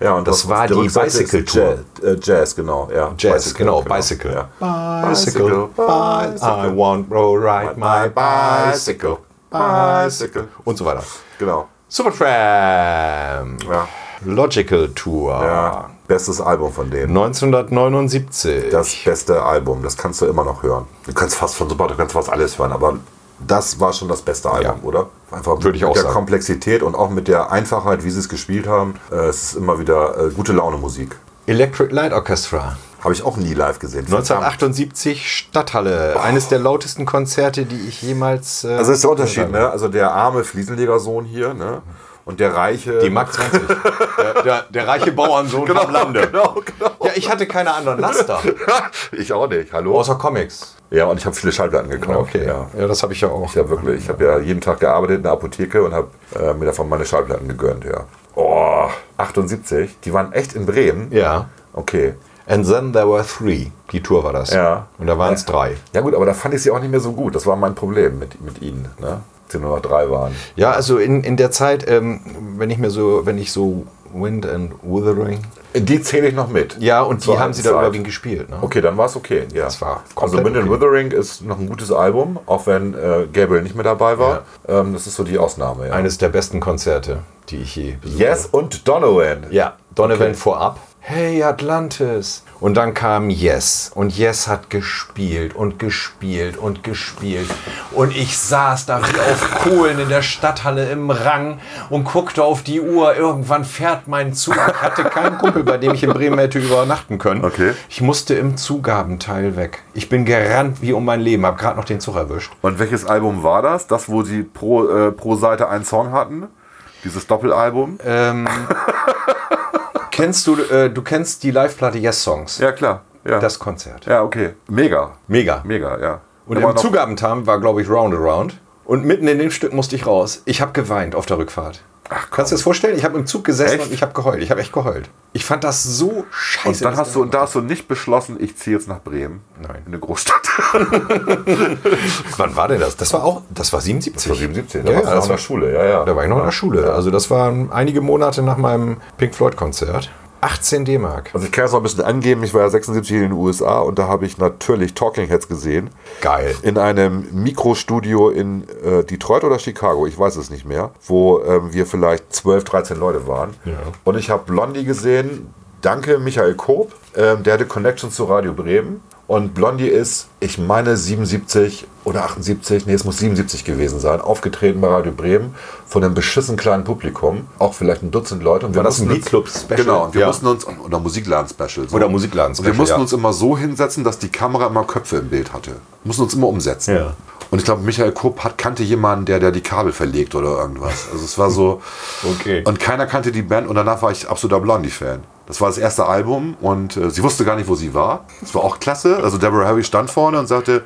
S1: Ja, und
S2: Das
S1: auf
S2: war
S1: der
S2: die
S1: Rückseite ist
S2: Bicycle Tour.
S1: Jazz, äh, Jazz, genau. Ja,
S2: Jazz, genau, Bicycle.
S1: Bicycle,
S2: I want to ride my bicycle.
S1: Bicycle.
S2: Und so weiter.
S1: Genau.
S2: Supertramp.
S1: Ja.
S2: Logical Tour.
S1: ja. Bestes Album von denen.
S2: 1979.
S1: Das beste Album. Das kannst du immer noch hören. Du kannst fast von Super, du kannst fast alles hören, aber das war schon das beste Album,
S2: Ja.
S1: oder? Einfach
S2: Würde ich
S1: mit
S2: auch
S1: der
S2: sagen.
S1: Komplexität und auch mit der Einfachheit, wie sie es gespielt haben. Äh, es ist immer wieder äh, gute Laune Musik.
S2: Electric Light Orchestra.
S1: Habe ich auch nie live gesehen. Verdammt.
S2: 1978 Stadthalle. Eines der lautesten Konzerte, die ich jemals. äh,
S1: Also das ist der Unterschied, ne? Also der arme Fliesenlegersohn hier, ne? Und der reiche.
S2: Die Mark 20. der, der, der reiche Bauernsohn vom Lande.
S1: [LAUGHS] Genau, genau.
S2: Ja, ich hatte keine anderen Laster.
S1: ich auch nicht. Hallo?
S2: Außer Comics.
S1: Ja, und ich habe viele Schallplatten gekauft. Ja.
S2: ja das habe ich ja auch.
S1: Ja, wirklich. Ich habe ja jeden Tag gearbeitet in der Apotheke und habe äh, mir davon meine Schallplatten gegönnt, ja. Oh, 78. Die waren echt in Bremen.
S2: Ja.
S1: Okay.
S2: And then there were three. Die Tour war das.
S1: Ja.
S2: Und da waren es drei.
S1: Ja gut, aber da fand ich sie auch nicht mehr so gut. Das war mein Problem mit, mit ihnen, ne? Als sie nur noch drei waren.
S2: Ja, also in, in der Zeit, ähm, wenn ich mir so, wenn ich so Wind and Withering
S1: Die zähle ich noch mit.
S2: Ja, und
S1: Zur
S2: die haben sie
S1: alten
S2: da
S1: Zeit.
S2: überwiegend gespielt. Ne?
S1: Okay, dann war es okay. Ja.
S2: Das war
S1: also
S2: komplett
S1: Wind and
S2: okay.
S1: Withering ist noch ein gutes Album, auch wenn äh, Gabriel nicht mehr dabei war. Ähm, das ist so die Ausnahme. Ja.
S2: Eines der besten Konzerte, die ich je besucht
S1: yes und Donovan.
S2: Ja, Donovan vorab. Hey Atlantis. Und dann kam Yes. Und Yes hat gespielt und gespielt und gespielt. Und ich saß da wie auf Kohlen in der Stadthalle im Rang und guckte auf die Uhr. Irgendwann fährt mein Zug. Ich hatte keinen Kumpel, bei dem ich in Bremen hätte übernachten können.
S1: Okay.
S2: Ich musste im Zugabenteil weg. Ich bin gerannt wie um mein Leben. Hab gerade noch den Zug erwischt.
S1: Und welches Album war das? Das, wo sie pro, äh, pro Seite einen Song hatten? Dieses Doppelalbum?
S2: Ähm, kennst du, äh, du kennst die Live-Platte Yes Songs?
S1: ja, klar. Ja.
S2: Das Konzert.
S1: ja, okay. Mega.
S2: Mega.
S1: Mega, ja.
S2: Und
S1: Da war
S2: im
S1: noch-
S2: Zugabentarm war, glaube ich, Roundaround. Und mitten in dem Stück musste ich raus. Ich habe geweint auf der Rückfahrt. Kannst du dir das vorstellen? Ich habe im Zug gesessen
S1: Echt?
S2: und ich habe geheult. Ich habe echt geheult. Ich fand das so scheiße.
S1: Und dann
S2: dass
S1: hast du, und da hast du nicht beschlossen, ich ziehe jetzt nach Bremen.
S2: Nein.
S1: In eine Großstadt.
S2: Wann war denn das? Das war auch, das war 77.
S1: Das war 77, da
S2: ja, ja,
S1: warst du noch
S2: das
S1: in der
S2: war,
S1: Schule, ja, ja.
S2: da war ich noch in der Schule. Also das waren einige Monate nach meinem Pink Floyd Konzert. 18 D-Mark.
S1: Also ich kann es noch ein bisschen angeben, ich war ja 76 in den USA und da habe ich natürlich Talking Heads gesehen.
S2: Geil.
S1: In einem Mikrostudio in äh, Detroit oder Chicago, ich weiß es nicht mehr, wo ähm, wir vielleicht 12, 13 Leute waren. Und ich habe Blondie gesehen, danke Michael Koop, ähm, der hatte Connections zu Radio Bremen. Und Blondie ist, ich meine 77 oder 78, nee, es muss 77 gewesen sein, aufgetreten bei Radio Bremen von einem beschissen kleinen Publikum, auch vielleicht ein Dutzend Leute. Und wir
S2: War das ein
S1: mussten uns-
S2: Beatclub-Special?
S1: Genau, und wir
S2: Ja.
S1: mussten uns, oder Musikladen-Special. So.
S2: Oder Musikladen-Special,
S1: Und wir mussten
S2: ja.
S1: uns immer so hinsetzen, dass die Kamera immer Köpfe im Bild hatte. Mussten uns immer umsetzen.
S2: Ja.
S1: Und ich glaube, Michael Kopp hat, kannte jemanden, der, der die Kabel verlegt oder irgendwas. Also es war [LAUGHS] so.
S2: Okay.
S1: Und keiner kannte die Band und danach war ich absoluter Blondie-Fan. Das war das erste Album und äh, sie wusste gar nicht, wo sie war. Das war auch klasse. Also Deborah Harry stand vorne und sagte,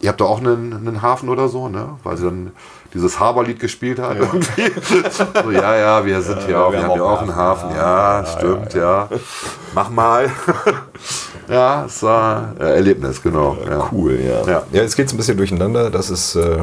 S1: ihr habt da auch einen, einen Hafen oder so, ne? Weil sie dann dieses Haberlied gespielt hat. [LAUGHS] irgendwie. so, ja, ja, wir sind hier auch, wir haben hier auch einen Hafen. Ja, stimmt, ja. Mach [LAUGHS] mal. ja, es war äh, Erlebnis, genau. Ja.
S2: Cool, ja.
S1: Ja.
S2: Ja, jetzt geht's ein bisschen durcheinander. Das ist äh,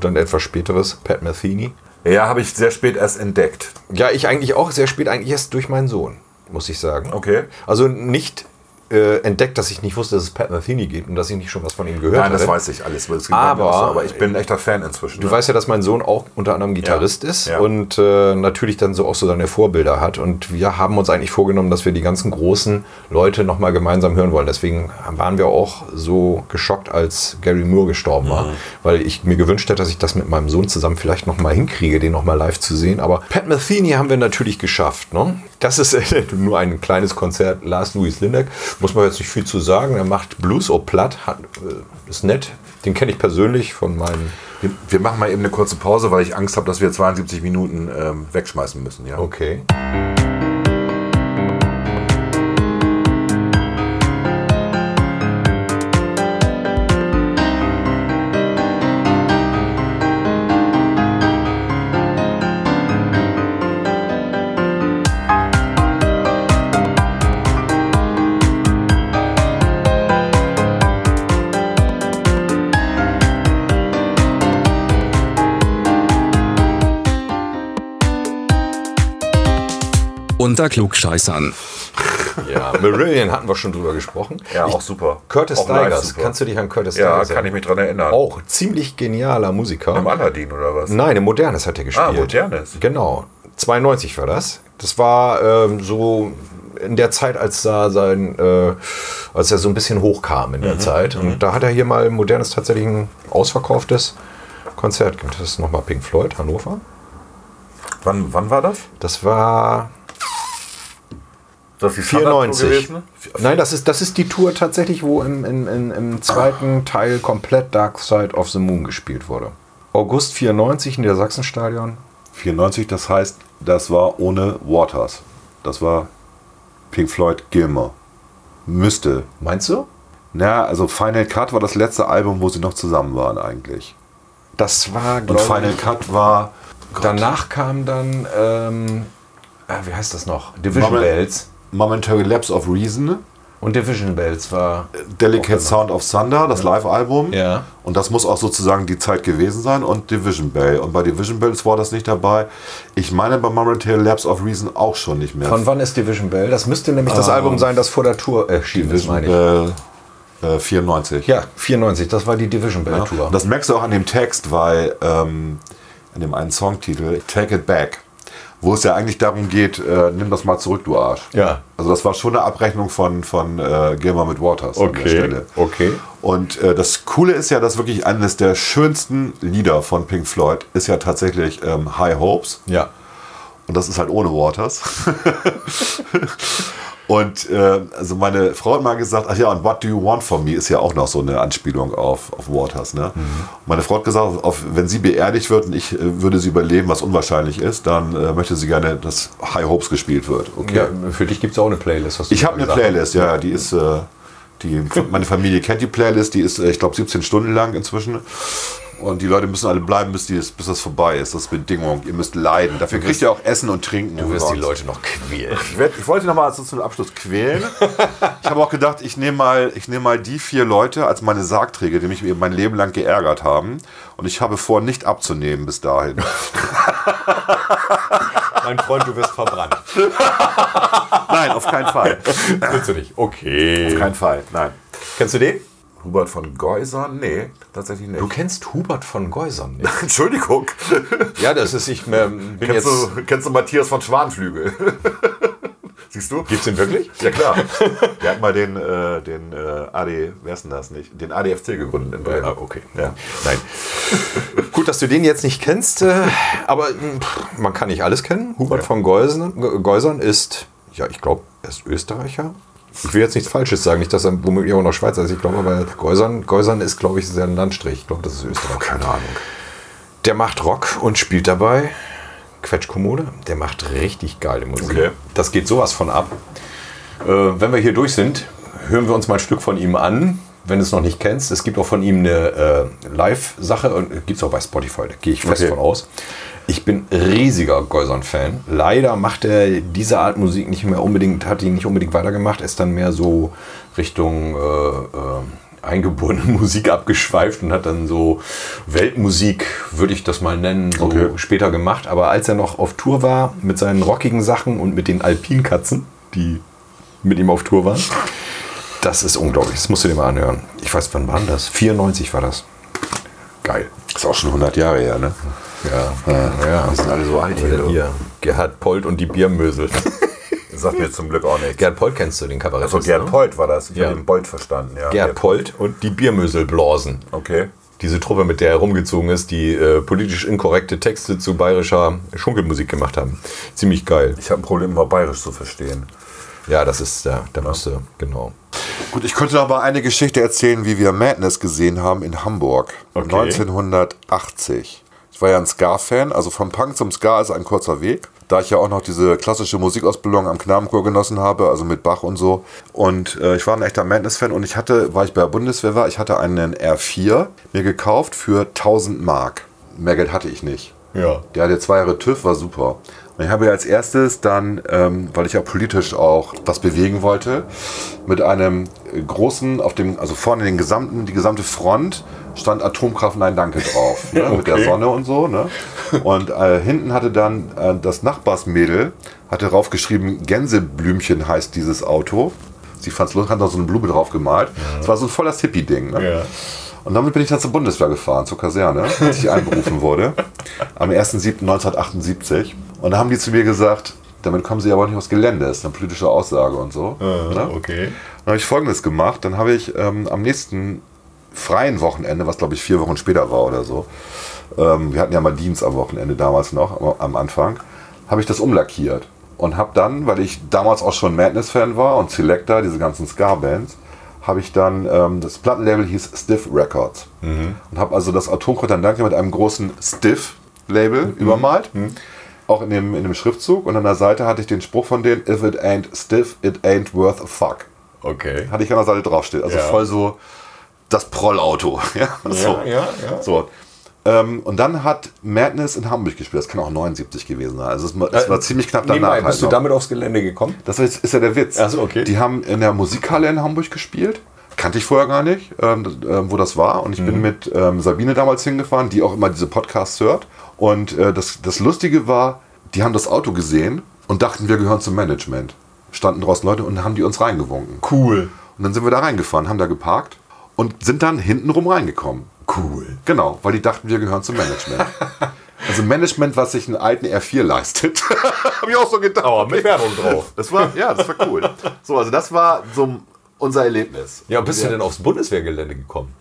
S2: dann etwas späteres. Pat Metheny.
S1: Ja, habe ich sehr spät erst entdeckt.
S2: Ja, ich eigentlich auch sehr spät, eigentlich erst durch meinen Sohn, muss ich sagen.
S1: Okay.
S2: Also nicht äh, entdeckt, dass ich nicht wusste, dass es Pat Metheny gibt und dass ich nicht schon was von ihm gehört
S1: Nein,
S2: habe.
S1: das weiß ich alles. Das geht mir
S2: Aber-
S1: auch so, aber ich bin ein echter Fan inzwischen.
S2: Du
S1: ne?
S2: weißt ja, dass mein Sohn auch unter anderem Gitarrist ist
S1: Ja.
S2: und äh, natürlich dann so auch so seine Vorbilder hat. Und wir haben uns eigentlich vorgenommen, dass wir die ganzen großen Leute nochmal gemeinsam hören wollen. Deswegen waren wir auch so geschockt, als Gary Moore gestorben war,
S1: Mhm.
S2: weil ich mir gewünscht hätte, dass ich das mit meinem Sohn zusammen vielleicht nochmal hinkriege, den nochmal live zu sehen. Aber Pat Metheny haben wir natürlich geschafft. Ne? Das ist [LAUGHS] äh, nur ein kleines Konzert. Lars Louis Lindeck, muss man jetzt nicht viel zu sagen. Er macht Blues au Platt, hat, äh, ist nett. Den kenne ich persönlich von meinen
S1: Wir- Wir machen mal eben eine kurze Pause, weil ich Angst habe, dass wir 72 Minuten ähm, wegschmeißen müssen. Ja?
S2: Okay.
S4: Unter Klugscheißern.
S2: Ja, Marillion hatten wir schon drüber gesprochen.
S1: Ja,
S2: ich,
S1: auch super.
S2: Curtis
S1: Auch live
S2: Tigers.
S1: super.
S2: Kannst du dich an Curtis
S1: Ja,
S2: Tigers
S1: kann ich mich dran erinnern.
S2: Auch ziemlich genialer Musiker.
S1: Im Aladdin oder was?
S2: Nein, im Modernes hat er gespielt.
S1: Ah, Modernes.
S2: Genau. 92 war das. Das war ähm, so in der Zeit, als da sein, äh, als er so ein bisschen hochkam in der
S1: Mhm,
S2: Zeit. Und da hat er hier mal im Modernes tatsächlich ein ausverkauftes Konzert gemacht. Das ist nochmal Pink Floyd, Hannover.
S1: Wann, wann war das?
S2: Das war
S1: Das ist die
S2: 94.
S1: Standard-Tour gewesen?
S2: Nein, das ist, das ist die Tour tatsächlich, wo im, im, im, im zweiten Teil komplett Dark Side of the Moon gespielt wurde. August 94 in der Sachsenstadion.
S6: 94, das heißt, das war ohne Waters. Das war Pink Floyd Gilmer. Müsste.
S2: Meinst du?
S6: Na, also Final Cut war das letzte Album, wo sie noch zusammen waren eigentlich.
S2: Das war,
S6: Und
S2: glaube
S6: Final
S2: ich,
S6: Cut war
S2: danach kam dann, ähm, ah, wie heißt das noch? Division
S6: Moment.
S2: Bells.
S6: Momentary Lapse of Reason
S2: Und Division Bells war.
S6: Delicate Sound of Thunder, das Live-Album.
S2: Ja.
S6: Und das muss auch sozusagen die Zeit gewesen sein. Und Division Bell. Und bei Division Bells war das nicht dabei. Ich meine bei Momentary Labs of Reason auch schon nicht mehr.
S2: Von wann ist Division Bell? Das müsste nämlich das Album sein, das vor der Tour erschienen ist,
S6: Division
S2: meine ich.
S6: Bell äh, 94.
S2: Ja, 94, das war die Division Bell
S6: Ja.
S2: Tour.
S6: Und das merkst du auch an dem Text, weil ähm, an dem einen Songtitel, Take It Back, wo es ja eigentlich darum geht, äh, nimm das mal zurück, du Arsch.
S2: Ja.
S6: Also das war schon eine Abrechnung von, von äh, Gilmer mit Waters
S2: Okay, okay.
S6: Und äh, das Coole ist ja, dass wirklich eines der schönsten Lieder von Pink Floyd ist ja tatsächlich ähm, High Hopes.
S2: ja.
S6: Und das ist halt ohne Waters. [LAUGHS] und äh, also meine Frau hat mal gesagt, ach ja, und What Do You Want From Me ist ja auch noch so eine Anspielung auf, auf Waters. Ne?
S2: Mhm.
S6: Und Meine Frau hat gesagt, auf, auf, wenn sie beerdigt wird und ich äh, würde sie überleben, was unwahrscheinlich ist, dann äh, möchte sie gerne, dass High Hopes gespielt wird. Okay.
S2: Ja, für dich gibt es auch eine Playlist. hast du
S6: Ich habe eine
S2: gesagt.
S6: Playlist, ja, die ist, äh, die, meine Familie kennt die Playlist, die ist, äh, ich glaube, 17 Stunden lang inzwischen. Und die Leute müssen alle bleiben, bis, die, bis das vorbei ist. Das ist Bedingung. Ihr müsst leiden. Dafür kriegt ihr auch Essen und Trinken.
S2: Du wirst die Leute
S6: umsonst.
S2: noch quälen.
S6: Ich, werd, ich wollte nochmal so zum Abschluss quälen. Ich habe auch gedacht, ich nehme mal, ich nehme mal die vier Leute als meine Sargträger, die mich eben mein Leben lang geärgert haben. Und ich habe vor, nicht abzunehmen bis dahin.
S2: [LAUGHS] mein Freund, du wirst verbrannt.
S6: [LAUGHS] Nein, auf keinen Fall.
S2: Willst du nicht? Okay.
S6: Auf keinen Fall, nein.
S2: Kennst du den?
S1: Hubert von Geusern? Nee, tatsächlich nicht.
S2: Du kennst Hubert von Geusern nicht.
S1: Entschuldigung.
S2: Ja, das ist, ich ähm, bin
S1: Kennst
S2: jetzt.
S1: du, kennst du Matthias von
S6: [LAUGHS]
S1: Schwanflügel? Siehst du?
S2: Gibt's den wirklich?
S1: Ja
S2: [LAUGHS]
S1: klar. Der hat mal den, äh, den äh, AD, wer ist denn das nicht? Den ADFC gegründet in Bremen.
S2: Ah, okay.
S1: Ja.
S2: Nein. Gut, dass du den jetzt nicht kennst, äh, aber mh, pff, man kann nicht alles kennen. Hubert von Geusern, Ge- Geusern ist, ja, ich glaube, er ist Österreicher. Ich will jetzt nichts Falsches sagen, nicht, dass er womöglich auch noch Schweizer ist. Ich glaube, aber Geusern, Geusern ist, glaube ich, sehr ein Landstrich. Ich glaube, das ist Österreich. Oh, Keine Ahnung. Der macht Rock und spielt dabei Quetschkommode. Der macht richtig geile Musik.
S1: Okay.
S2: Das geht sowas von ab. Äh, wenn wir hier durch sind, hören wir uns mal ein Stück von ihm an. Wenn du es noch nicht kennst, es gibt auch von ihm eine äh, Live-Sache und gibt es auch bei Spotify, da gehe ich fest
S6: Okay.
S2: von aus. Ich bin riesiger Geusern-Fan. Leider macht er diese Art Musik nicht mehr unbedingt, hat ihn nicht unbedingt weitergemacht, ist dann mehr so Richtung äh, äh, eingeborene [LAUGHS] Musik abgeschweift und hat dann so Weltmusik, würde ich das mal nennen, so
S6: Okay.
S2: später gemacht. Aber als er noch auf Tour war mit seinen rockigen Sachen und mit den Alpinkatzen, die mit ihm auf Tour waren. Das ist unglaublich. Das musst du dir mal anhören. Ich weiß, wann war denn das? 94 war das. Geil.
S6: Ist auch schon 100 Jahre her, ne?
S2: Ja, ja. ja.
S1: sind alle so alt hier, du.
S2: Hier, Gerhard Polt und die Biermösel.
S1: Sagt mir zum Glück auch nichts.
S2: Gerhard Polt kennst du, den Kabarettist.
S1: Also Gerd Polt war das. Ich
S2: Ja.
S1: habe den Bolt verstanden. Ja.
S2: Gerhard Polt und die Biermöselblasen.
S1: Okay.
S2: Diese Truppe, mit der er rumgezogen ist, die äh, politisch inkorrekte Texte zu bayerischer Schunkelmusik gemacht haben. Ziemlich geil.
S1: Ich habe ein Problem, immer bayerisch zu verstehen.
S2: Ja, das ist, ja, da musste, genau.
S6: Gut, ich könnte noch mal eine Geschichte erzählen, wie wir Madness gesehen haben in Hamburg. 1980. Ich war ja ein Ska-Fan, also vom Punk zum Ska ist ein kurzer Weg. Da ich ja auch noch diese klassische Musikausbildung am Knabenchor genossen habe, also mit Bach und so. Und äh, ich war ein echter Madness-Fan und ich hatte, weil ich bei der Bundeswehr war, ich hatte einen R4 mir gekauft für 1000 Mark. Mehr Geld hatte ich nicht.
S2: Ja.
S6: Ja, der zwei Jahre TÜV war super. Und ich habe ja als erstes dann, ähm, weil ich ja politisch auch was bewegen wollte, mit einem äh, großen, auf dem, also vorne den gesamten, die gesamte Front stand Atomkraft Nein Danke drauf. Ne? Mit der Sonne und so. Ne? Und äh, hinten hatte dann äh, das Nachbarsmädel, hatte draufgeschrieben, Gänseblümchen heißt dieses Auto. Sie fand's lustig, hat noch so eine Blume drauf gemalt. Es war so ein volles Hippie-Ding. Ne? Und damit bin ich dann zur Bundeswehr gefahren, zur Kaserne, als ich einberufen wurde, am 1.7.1978. Und da haben die zu mir gesagt, damit kommen sie aber nicht aufs Gelände, ist eine politische Aussage und so. ne?
S2: okay.
S6: Dann habe ich folgendes gemacht, dann habe ich ähm, am nächsten freien Wochenende, was glaube ich vier Wochen später war oder so, ähm, wir hatten ja mal Dienst am Wochenende damals noch, am- am Anfang, habe ich das umlackiert. Und habe dann, weil ich damals auch schon Madness-Fan war und Selector, diese ganzen Ska-Bands, habe ich dann, ähm, das Plattenlabel hieß Stiff Records.
S2: Mhm.
S6: Und habe also das Atomkreuz dann danke mit einem großen Stiff-Label
S2: Mhm.
S6: übermalt. Auch in dem, in dem Schriftzug. Und an der Seite hatte ich den Spruch von denen, If it ain't stiff, it ain't worth a fuck
S2: Okay.
S6: hatte ich an der Seite draufsteht. Also
S2: Ja.
S6: [LAUGHS] voll so das Prollauto. Ja, so.
S2: ja, ja.
S6: so. Ähm, und dann hat Madness in Hamburg gespielt. Das kann auch 79 gewesen sein. Also es war, es war ziemlich knapp danach.
S1: halt
S6: halt
S2: Nebenbei, Äh, bist du
S6: noch.
S2: damit aufs Gelände gekommen?
S6: Das ist, ist ja der Witz.
S2: Ach so, okay.
S6: Die haben in der Musikhalle in Hamburg gespielt. Kannte ich vorher gar nicht, ähm, das- ähm, wo das war. Und ich
S2: Mhm.
S6: bin mit ähm, Sabine damals hingefahren, die auch immer diese Podcasts hört. Und äh, das, das Lustige war, die haben das Auto gesehen und dachten, wir gehören zum Management. Standen draußen Leute und haben die uns reingewunken.
S2: Cool.
S6: Und dann sind wir da reingefahren, haben da geparkt und sind dann hintenrum reingekommen.
S2: Cool.
S6: Genau, weil die dachten, wir gehören zum Management. Also Management, was sich einen alten R4 leistet. [LAUGHS] Habe ich auch so gedacht.
S1: Aber mit Werbung drauf.
S6: Das war, ja, das war cool. So, also das war so unser Erlebnis.
S2: Ja, bist du denn aufs Bundeswehrgelände gekommen?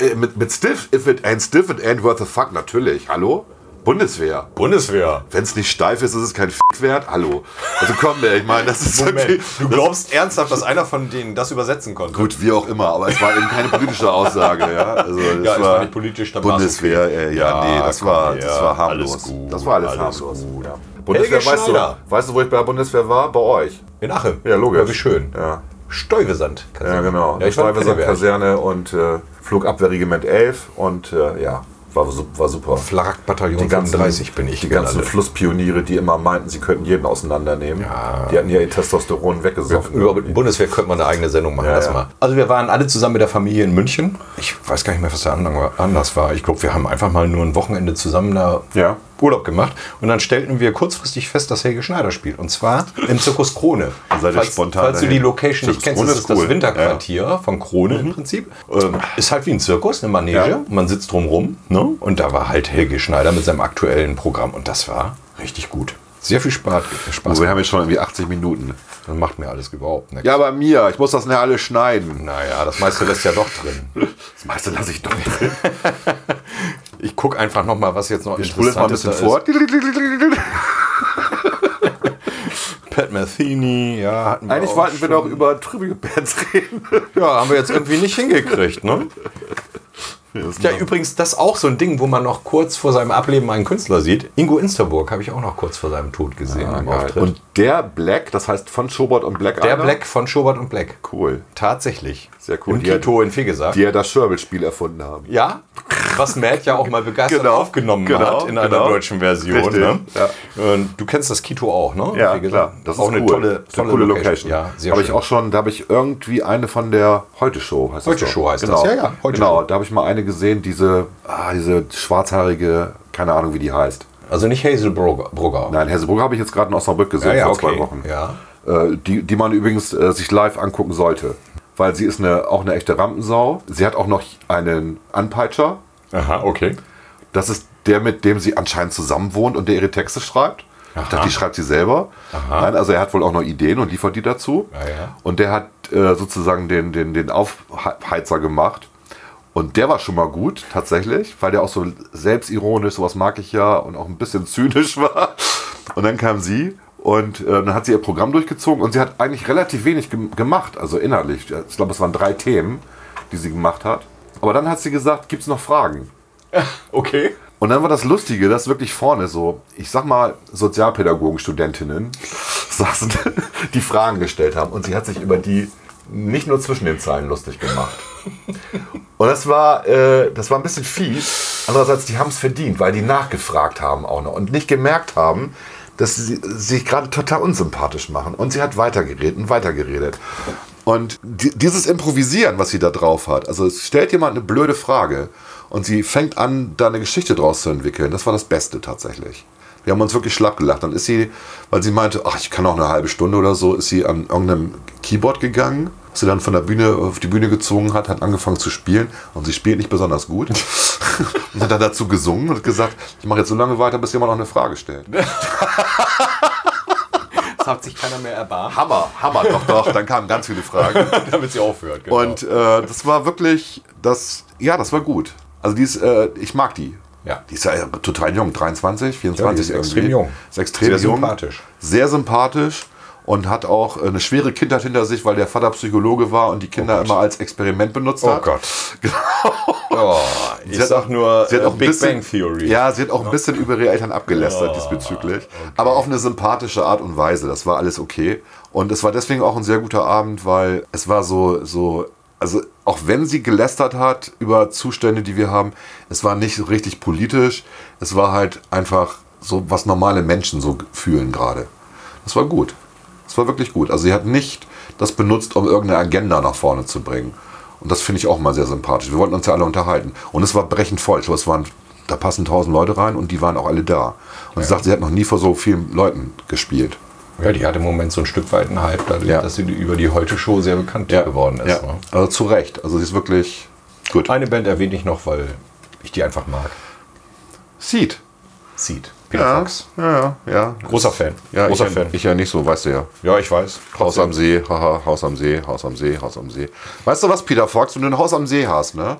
S6: Äh, mit, mit Stiff, if it ain't stiff, it ain't worth a fuck, natürlich. Hallo? Bundeswehr.
S2: Bundeswehr.
S6: Wenn es nicht steif ist, ist es kein Fick wert. Hallo. Also komm, ey, ich meine, das ist
S2: Moment,
S6: irgendwie-
S2: [LAUGHS] du glaubst ernsthaft, dass einer von denen das übersetzen konnte?
S6: Gut, wie auch immer, aber es war eben keine politische Aussage. Ja, also, das
S2: es war nicht politisch, dann war's
S6: Bundeswehr, äh,
S2: Ja,
S6: ja, nee, das
S2: komm,
S6: war,
S2: ja,
S6: das war harmlos.
S2: alles gut,
S6: das war alles,
S2: alles
S6: harmlos. Ja.
S2: Helge
S6: Bundeswehr, weißt du,
S2: Schneider.
S6: weißt du, wo ich bei der Bundeswehr war? Bei euch.
S2: In Aachen.
S6: Ja, logisch.
S2: wie schön.
S6: Ja.
S2: Stuyvesant.
S1: Ja, genau.
S2: Ja, ich war in
S1: Stuyvesant
S2: Pinneberg.
S1: Kaserne und äh, Flugabwehrregiment 11 und äh, ja, war, su- war super.
S2: Flak-Bataillon 35 bin ich
S1: Die ganzen
S2: gelandet.
S1: Flusspioniere, die immer meinten, sie könnten jeden auseinandernehmen.
S2: Ja.
S1: Die hatten ja ihr Testosteron weggesoffen.
S2: Über die Bundeswehr könnte man eine eigene Sendung machen,
S1: Ja,
S2: lass
S1: ja.
S2: mal. Also wir waren alle zusammen mit der Familie in München. Ich weiß gar nicht mehr, was da Anlang war- anders war. Ich glaube, wir haben einfach mal nur ein Wochenende zusammen da
S1: Ja.
S2: Urlaub gemacht. Und dann stellten wir kurzfristig fest, dass Helge Schneider spielt. Und zwar im Zirkus Krone.
S6: Dann seid ihr
S2: falls,
S6: spontan
S2: falls du die
S6: dahin.
S2: Location nicht
S6: Zirkus
S2: kennst,
S6: Krone
S2: das
S6: ist
S2: ist das
S6: cool. Mhm.
S2: Winterquartier von Krone im Prinzip. Ähm, ist halt wie ein Zirkus, eine Manege.
S6: Ja.
S2: Man sitzt drumrum. Ne? Und da war halt Helge Schneider mit seinem aktuellen Programm. Und das war richtig gut. Sehr viel Spaß. Spaß.
S6: Also wir haben jetzt schon irgendwie 80 Minuten.
S2: Das macht mir alles überhaupt nichts.
S6: Ja, bei mir. Ich muss das nachher alles schneiden.
S2: Naja, das meiste lässt ja doch
S6: [LAUGHS]
S2: drin.
S6: Das meiste lasse ich doch drin.
S2: Ich gucke einfach nochmal, was jetzt noch
S6: Ich spule jetzt mal ein bisschen
S2: da
S6: vor.
S2: Ist. Pat Metheny, ja, hatten wir
S6: Eigentlich
S2: auch
S6: wollten wir
S2: schon.
S6: doch über Tribute-Bands reden.
S1: [LAUGHS]
S6: [LAUGHS]
S2: Ja, haben wir jetzt irgendwie nicht hingekriegt, ne? Ja, übrigens, das ist auch so ein Ding, wo man noch kurz vor seinem Ableben einen Künstler sieht. Ingo Insterburg habe ich auch noch kurz vor seinem Tod gesehen im Auftritt.
S6: Ah, Und der Black, das heißt von Schobert und Black
S2: der
S6: einer,
S2: Black von Schobert und Black.
S6: Cool.
S2: Tatsächlich.
S6: Sehr cool.
S2: Im
S6: Die hat-
S2: Kito in Fegesack.
S6: die ja das Schörbel-Spiel erfunden haben.
S2: Ja, was Matt ja auch mal begeistert
S6: Genau,
S2: aufgenommen
S6: genau,
S2: hat in einer
S6: genau.
S2: deutschen Version.
S6: Richtig,
S2: Ne?
S6: ja.
S2: Und Du kennst das Kito auch, ne?
S6: Ja,
S2: Wie gesagt,
S6: klar. Das ist
S2: auch eine
S6: cool.
S2: tolle,
S6: Das ist
S2: tolle
S6: eine coole Location.
S2: Ja, sehr
S6: habe
S2: schön.
S6: ich auch schon, da habe ich irgendwie eine von der Heute Show heißt
S2: Heute
S6: doch.
S2: Show heißt
S6: genau.
S2: das, ja, ja, Heute
S6: genau,
S2: Show.
S6: da habe ich mal eine gesehen, diese ah, diese schwarzhaarige, keine Ahnung, wie die heißt.
S2: Also nicht Hazel Brugger. Brugger.
S6: Nein, Hesseburg habe ich jetzt gerade in Osnabrück gesehen
S2: Ja, ja,
S6: vor
S2: okay.
S6: zwei Wochen.
S2: Ja.
S6: Äh, die, die man übrigens äh, sich live angucken sollte, weil sie ist eine, auch eine echte Rampensau. Sie hat auch noch einen Anpeitscher.
S2: Aha, okay.
S6: Das ist der, mit dem sie anscheinend zusammen wohnt und der ihre Texte schreibt. Ich dachte, die schreibt sie selber. Nein, also er hat wohl auch noch Ideen und liefert die dazu.
S2: Ja, ja.
S6: Und der hat äh, sozusagen den, den, den Aufheizer gemacht. Und der war schon mal gut, tatsächlich, weil der auch so selbstironisch, sowas mag ich ja, und auch ein bisschen [LAUGHS] zynisch war. Und dann kam sie und äh, dann hat sie ihr Programm durchgezogen und sie hat eigentlich relativ wenig gem gemacht, also inhaltlich. Ich glaube, es waren drei Themen, die sie gemacht hat. Aber dann hat sie gesagt, gibt es noch Fragen?
S2: Okay.
S6: Und dann war das Lustige, dass wirklich vorne so, ich sag mal, Sozialpädagogen-Studentinnen [LAUGHS] saßen, die Fragen gestellt haben. Und sie hat sich über die nicht nur zwischen den Zeilen lustig gemacht. Und das war, äh, das war ein bisschen fies. Andererseits, die haben es verdient, weil die nachgefragt haben auch noch und nicht gemerkt haben, dass sie sich gerade total unsympathisch machen. Und sie hat weitergeredet und weitergeredet. Und di dieses Improvisieren, was sie da drauf hat, also es stellt jemand eine blöde Frage und sie fängt an, da eine Geschichte draus zu entwickeln. Das war das Beste tatsächlich. Wir haben uns wirklich schlapp gelacht. Dann ist sie, weil sie meinte, ach, ich kann noch eine halbe Stunde oder so, ist sie an irgendeinem Keyboard gegangen, was sie dann von der Bühne auf die Bühne gezogen hat, hat angefangen zu spielen und sie spielt nicht besonders gut. und hat dann dazu gesungen und hat gesagt, ich mache jetzt so lange weiter, bis jemand noch eine Frage stellt.
S2: Das hat sich keiner mehr erbarmt.
S6: Hammer, Hammer, doch, doch. Dann kamen ganz viele Fragen.
S2: [LAUGHS] Damit sie aufhört, genau.
S6: Und äh, das war wirklich, das, ja, das war gut. Also die ist, äh, ich mag die.
S2: Ja.
S6: Die ist ja total jung, 23, 24
S2: Ja, die ist
S6: irgendwie.
S2: extrem jung.
S6: Ist extrem
S2: Sehr
S6: jung.
S2: sympathisch.
S6: Sehr sympathisch und hat auch eine schwere Kindheit hinter sich, weil der Vater Psychologe war und die Kinder immer als Experiment benutzt
S2: oh
S6: hat. [LAUGHS]
S2: Gott. Oh, ich sag nur
S6: Genau. sie hat
S2: äh,
S6: auch ein
S2: Big
S6: bisschen,
S2: Bang Theory.
S6: Ja, sie hat auch ein bisschen über ihre Eltern abgelästert diesbezüglich. Aber auf eine sympathische Art und Weise. Das war alles okay. Und es war deswegen auch ein sehr guter Abend, weil es war so, so
S1: also auch wenn sie gelästert hat über Zustände, die wir haben, es war nicht so richtig politisch. Es war halt einfach so, was normale Menschen so fühlen gerade. Das war gut. Das war wirklich gut. Also sie hat nicht das benutzt, um irgendeine Agenda nach vorne zu bringen. Und das finde ich auch mal sehr sympathisch. Wir wollten uns ja alle unterhalten. Und es war brechend voll. Ich glaube, es waren, da passen tausend Leute rein und die waren auch alle da. Und sie sagt, sie hat noch nie vor so vielen Leuten gespielt.
S2: Ja, die hat im Moment so ein Stück weit einen Hype, dadurch,
S1: Ja.
S2: dass sie über die Heute-Show sehr bekannt geworden ist.
S1: Ja.
S2: ne?
S1: Also zu Recht. Also sie ist wirklich gut.
S2: Eine Band erwähne ich noch, weil ich die einfach mag.
S1: Seed.
S2: Seed. Peter Fox.
S1: Ja, ja, ja.
S2: Großer Fan.
S1: Ja,
S2: Großer
S1: ich,
S2: Fan.
S1: Ja, ich ja nicht so, weißt du ja.
S2: ja, ich weiß.
S1: Haus am See, haha, Haus am See, Haus am See, Haus am See. Weißt du was, Peter Fox, wenn du ein Haus am See hast, ne,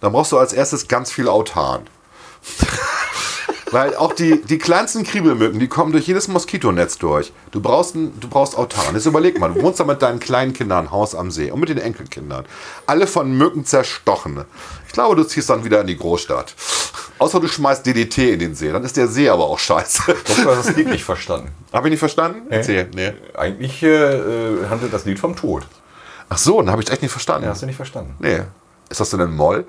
S1: dann brauchst du als erstes ganz viel Autan. [LAUGHS] Weil auch die, die kleinsten Kriebelmücken, die kommen durch jedes Moskitonetz durch. Du brauchst, ein, du brauchst Autan. Jetzt überleg mal, du wohnst da mit deinen kleinen Kindern ein Haus am See und mit den Enkelkindern. Alle von Mücken zerstochen. Ich glaube, du ziehst dann wieder in die Großstadt. Außer du schmeißt DDT in den See, dann ist der See aber auch scheiße.
S2: Du hast das Äh? Lied nicht verstanden.
S1: [LAUGHS] Hab ich nicht verstanden? Erzähl. Nee.
S2: Eigentlich äh, äh, handelt das Lied vom Tod.
S1: Ach so, dann habe ich echt nicht verstanden.
S2: Hast du nicht verstanden?
S1: Nee. Ist das denn ein Moll?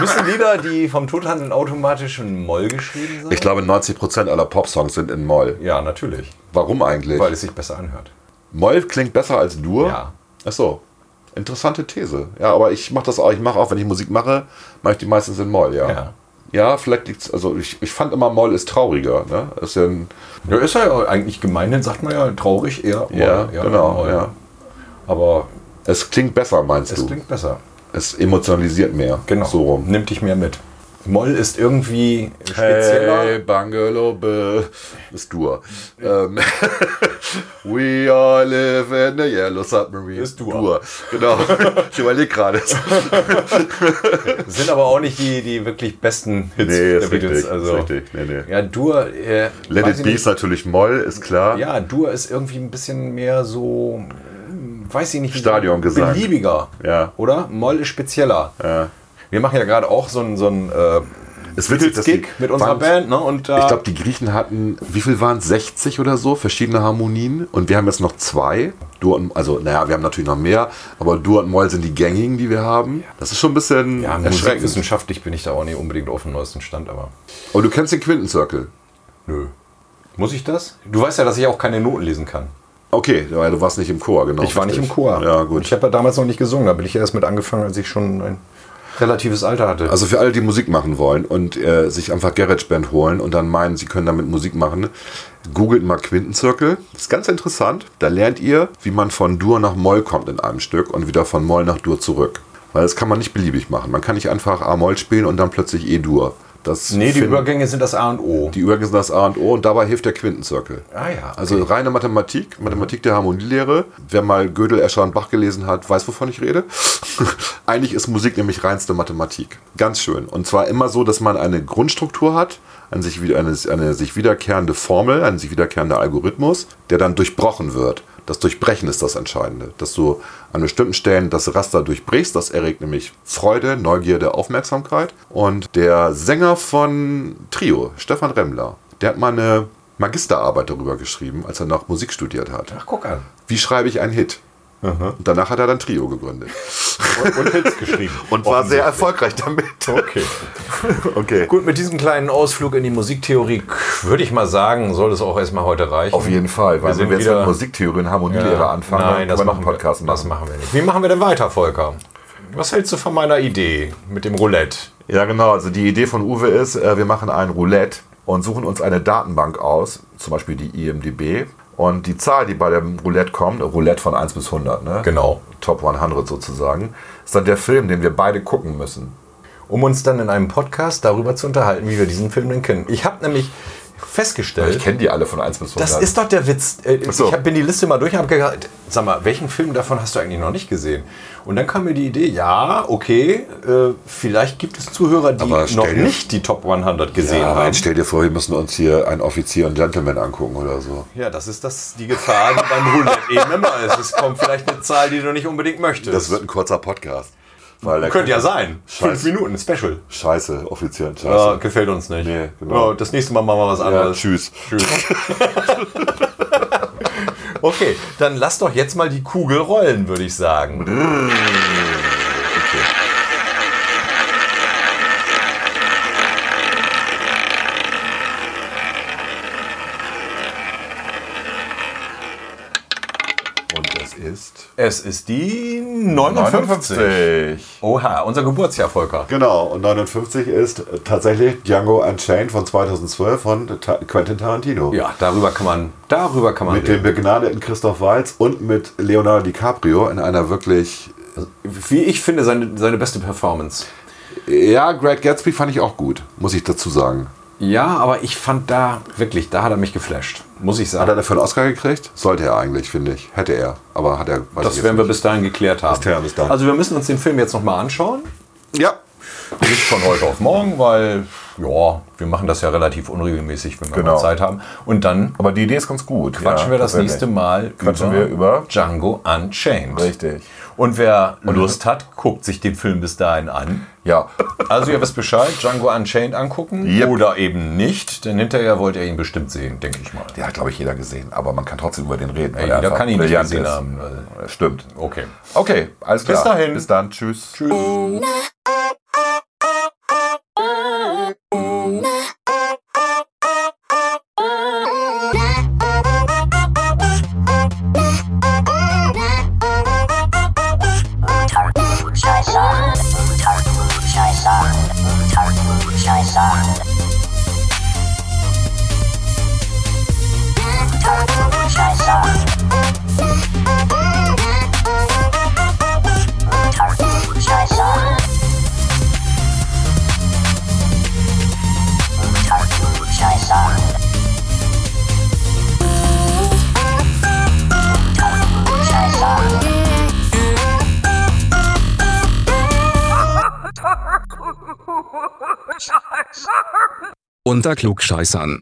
S2: Müssen Lieder, die vom Tod handeln, automatisch in Moll geschrieben sein?
S1: Ich glaube, 90% aller Popsongs sind in Moll.
S2: ja, natürlich.
S1: Warum eigentlich?
S2: Weil es sich besser anhört.
S1: Moll klingt besser als Dur.
S2: Ja.
S1: Ach so. Interessante These. Ja, aber ich mache das auch. Ich mache auch, wenn ich Musik mache, mache ich die meistens in Moll, ja.
S2: Ja.
S1: Ja, vielleicht liegt's. Also ich, ich fand immer Moll ist trauriger. Ne? Ist ja, ein,
S2: Ja, ist ja eigentlich gemeinhin, sagt man ja, traurig eher. Moll.
S1: ja, genau.
S2: Moll.
S1: Ja.
S2: Aber
S1: Es klingt besser, meinst
S2: es
S1: du?
S2: klingt besser.
S1: es emotionalisiert mehr.
S2: Genau.
S1: So rum.
S2: Nimm dich mehr mit. Moll ist irgendwie spezieller.
S1: Bungalow Bill. Ist Dur. Ähm, [LAUGHS] We all live in the Yellow Submarine.
S2: Ist Dur.
S1: Genau. Ich überlege gerade.
S2: [LAUGHS] Sind aber auch nicht die, die wirklich besten Hits
S1: Nee, ist
S2: der Beatles.
S1: richtig, ist
S2: also,
S1: richtig. Nee, nee.
S2: Ja, Dur. Äh,
S1: Let
S2: weiß
S1: It
S2: ich
S1: Be
S2: nicht.
S1: ist natürlich Moll, ist klar.
S2: Ja, Dur ist irgendwie ein bisschen mehr so, hm, weiß ich nicht, wie-
S1: Stadiongesang.
S2: beliebiger.
S1: Ja.
S2: Oder? Moll ist spezieller.
S1: Ja.
S2: Wir machen ja gerade auch so ein, so ein äh,
S1: Es wird jetzt
S2: Gig mit unserer Band, ne? Und da
S1: Ich glaube, die Griechen hatten, wie viel waren es? 60 oder so verschiedene Harmonien. Und wir haben jetzt noch zwei. Dur und, also, naja, wir haben natürlich noch mehr, aber Dur und Moll sind die gängigen, die wir haben. Das ist schon ein bisschen
S2: ja,
S1: erschreckend.
S2: musikwissenschaftlich bin ich da auch nicht unbedingt auf dem neuesten Stand, aber
S1: Aber du kennst den Quintenzirkel.
S2: nö. Muss ich das? Du weißt ja, dass ich auch keine Noten lesen kann.
S1: Okay, weil du warst nicht im Chor, genau.
S2: Ich war nicht im
S1: richtig.
S2: Chor.
S1: Ja,
S2: Und
S1: gut.
S2: Ich habe ja damals noch nicht gesungen. Da bin ich ja erst mit angefangen, als ich schon ein relatives Alter hatte.
S1: Also für alle, die Musik machen wollen und äh, sich einfach GarageBand holen und dann meinen, sie können damit Musik machen, googelt mal Quintenzirkel. Das ist ganz interessant. Da lernt ihr, wie man von Dur nach Moll kommt in einem Stück und wieder von Moll nach Dur zurück. Weil das kann man nicht beliebig machen. Man kann nicht einfach A-Moll spielen und dann plötzlich E-Dur. Das
S2: nee, die
S1: finden-
S2: Übergänge sind das A und O.
S1: die Übergänge sind das A und O und dabei hilft der Quintenzirkel.
S2: Ah ja, okay.
S1: Also reine Mathematik, Mathematik der Harmonielehre. Wer mal Gödel, Escher und Bach gelesen hat, weiß, wovon ich rede. [LAUGHS] Eigentlich ist Musik nämlich reinste Mathematik. Ganz schön. Und zwar immer so, dass man eine Grundstruktur hat, an sich, wie- eine, eine sich wiederkehrende Formel, ein sich wiederkehrender Algorithmus, der dann durchbrochen wird. Das Durchbrechen ist das Entscheidende. Dass du an bestimmten Stellen das Raster durchbrichst, das erregt nämlich Freude, Neugierde, Aufmerksamkeit. Und der Sänger von Trio, Stefan Remmler, der hat mal eine Magisterarbeit darüber geschrieben, als er noch Musik studiert hat.
S2: Ach, guck an.
S1: Wie schreibe ich einen Hit? Und danach hat er dann Trio gegründet.
S2: Und, und Hits geschrieben.
S1: [LAUGHS] Und war sehr erfolgreich damit.
S2: Okay.
S1: Okay.
S2: Gut, mit diesem kleinen Ausflug in die Musiktheorie würde ich mal sagen, soll es auch erstmal heute reichen.
S6: Auf jeden Fall, weil
S2: sind
S6: wenn wir jetzt
S2: wieder-
S6: mit Musiktheorie und Harmonielehre
S2: Ja,
S6: anfangen,
S2: Nein, das
S6: können wir noch
S2: machen,
S6: einen
S2: wir,
S6: Podcast
S2: das machen wir nicht. Wie machen wir denn weiter, Volker? Was hältst du von meiner Idee mit dem Roulette?
S6: Ja, genau. Also die Idee von Uwe ist, äh, wir machen ein Roulette und suchen uns eine Datenbank aus, zum Beispiel die IMDB. Und die Zahl, die bei dem Roulette kommt, Roulette von 1 bis 100, ne?
S2: Genau.
S6: Top 100 sozusagen, ist dann der Film, den wir beide gucken müssen.
S2: Um uns dann in einem Podcast darüber zu unterhalten, wie wir diesen Film denn kennen. Ich habe nämlich festgestellt,
S6: Ich kenne die alle von 1 bis 100.
S2: Das ist doch der Witz. Äh,
S6: so.
S2: Ich hab, bin die Liste mal durch und habe gesagt, sag mal, welchen Film davon hast du eigentlich noch nicht gesehen? Und dann kam mir die Idee, ja, okay, äh, vielleicht gibt es Zuhörer, die
S1: Aber stell
S2: noch
S1: dir-
S2: nicht die Top 100 gesehen
S1: Ja, aber
S2: haben.
S1: jetzt stell dir vor, wir müssen uns hier einen Offizier und Gentleman angucken oder so.
S2: Ja, das ist das, die Gefahr, die beim Roulette eben immer ist. Es kommt vielleicht eine Zahl, die du nicht unbedingt möchtest.
S1: Das wird ein kurzer Podcast. Weil der-
S2: könnte ja sein.
S1: Scheiß.
S2: Fünf Minuten, Special.
S1: Scheiße, offiziell scheiße.
S2: Ja, gefällt uns nicht.
S1: Nee, genau.
S2: ja, das nächste Mal machen wir was
S1: Ja,
S2: anderes.
S1: tschüss.
S2: Tschüss. [LAUGHS] Okay, dann lass doch jetzt mal die Kugel rollen, würde ich sagen.
S6: Und das ist
S2: Es ist die 59.
S6: 59.
S2: Oha, unser Geburtsjahr, Volker.
S6: Genau, und 59 ist tatsächlich Django Unchained von 2012 von Ta Quentin Tarantino.
S2: Ja, darüber kann man, darüber kann man
S6: Mit dem begnadeten Christoph Waltz und mit Leonardo DiCaprio in einer wirklich.
S2: Wie ich finde, seine, seine beste Performance.
S6: Ja, Great Gatsby fand ich auch gut, muss ich dazu sagen.
S2: Ja, aber ich fand da, wirklich, da hat er mich geflasht, muss ich
S6: Hat
S2: sagen.
S6: er dafür einen Oscar gekriegt? Sollte er eigentlich, finde ich. Hätte er. Aber hat er. Weiß ich
S2: Das
S6: jetzt
S2: werden wir
S6: nicht.
S2: bis dahin geklärt haben.
S6: klären wir bis dahin.
S2: Also wir müssen uns den Film jetzt nochmal anschauen.
S6: Ja.
S2: Nicht von heute auf morgen, weil, ja, wir machen das ja relativ unregelmäßig, wenn wir
S6: Genau.
S2: mal Zeit haben. Und dann
S6: Aber die Idee ist ganz gut.
S2: quatschen wir das nächste Mal
S6: Quatschen wir über-
S2: Django Unchained.
S6: Richtig.
S2: Und wer Lust hat, guckt sich den Film bis dahin an.
S6: Ja.
S2: Also ihr wisst Bescheid, Django Unchained angucken
S6: Yep.
S2: oder eben nicht, denn hinterher wollt ihr ihn bestimmt sehen, denke ich mal.
S6: Der hat, glaube ich, jeder gesehen. Aber man kann trotzdem über den reden.
S2: Ey,
S6: weil er
S2: jeder
S6: einfach
S2: kann ihn nicht
S6: brillant
S2: gesehen
S6: ist.
S2: haben. Also,
S6: Stimmt.
S2: Okay.
S6: Okay, alles klar.
S2: dahin.
S6: Bis dann. Tschüss. Tschüss.
S3: Scheiße.
S4: Unter Klugscheißern.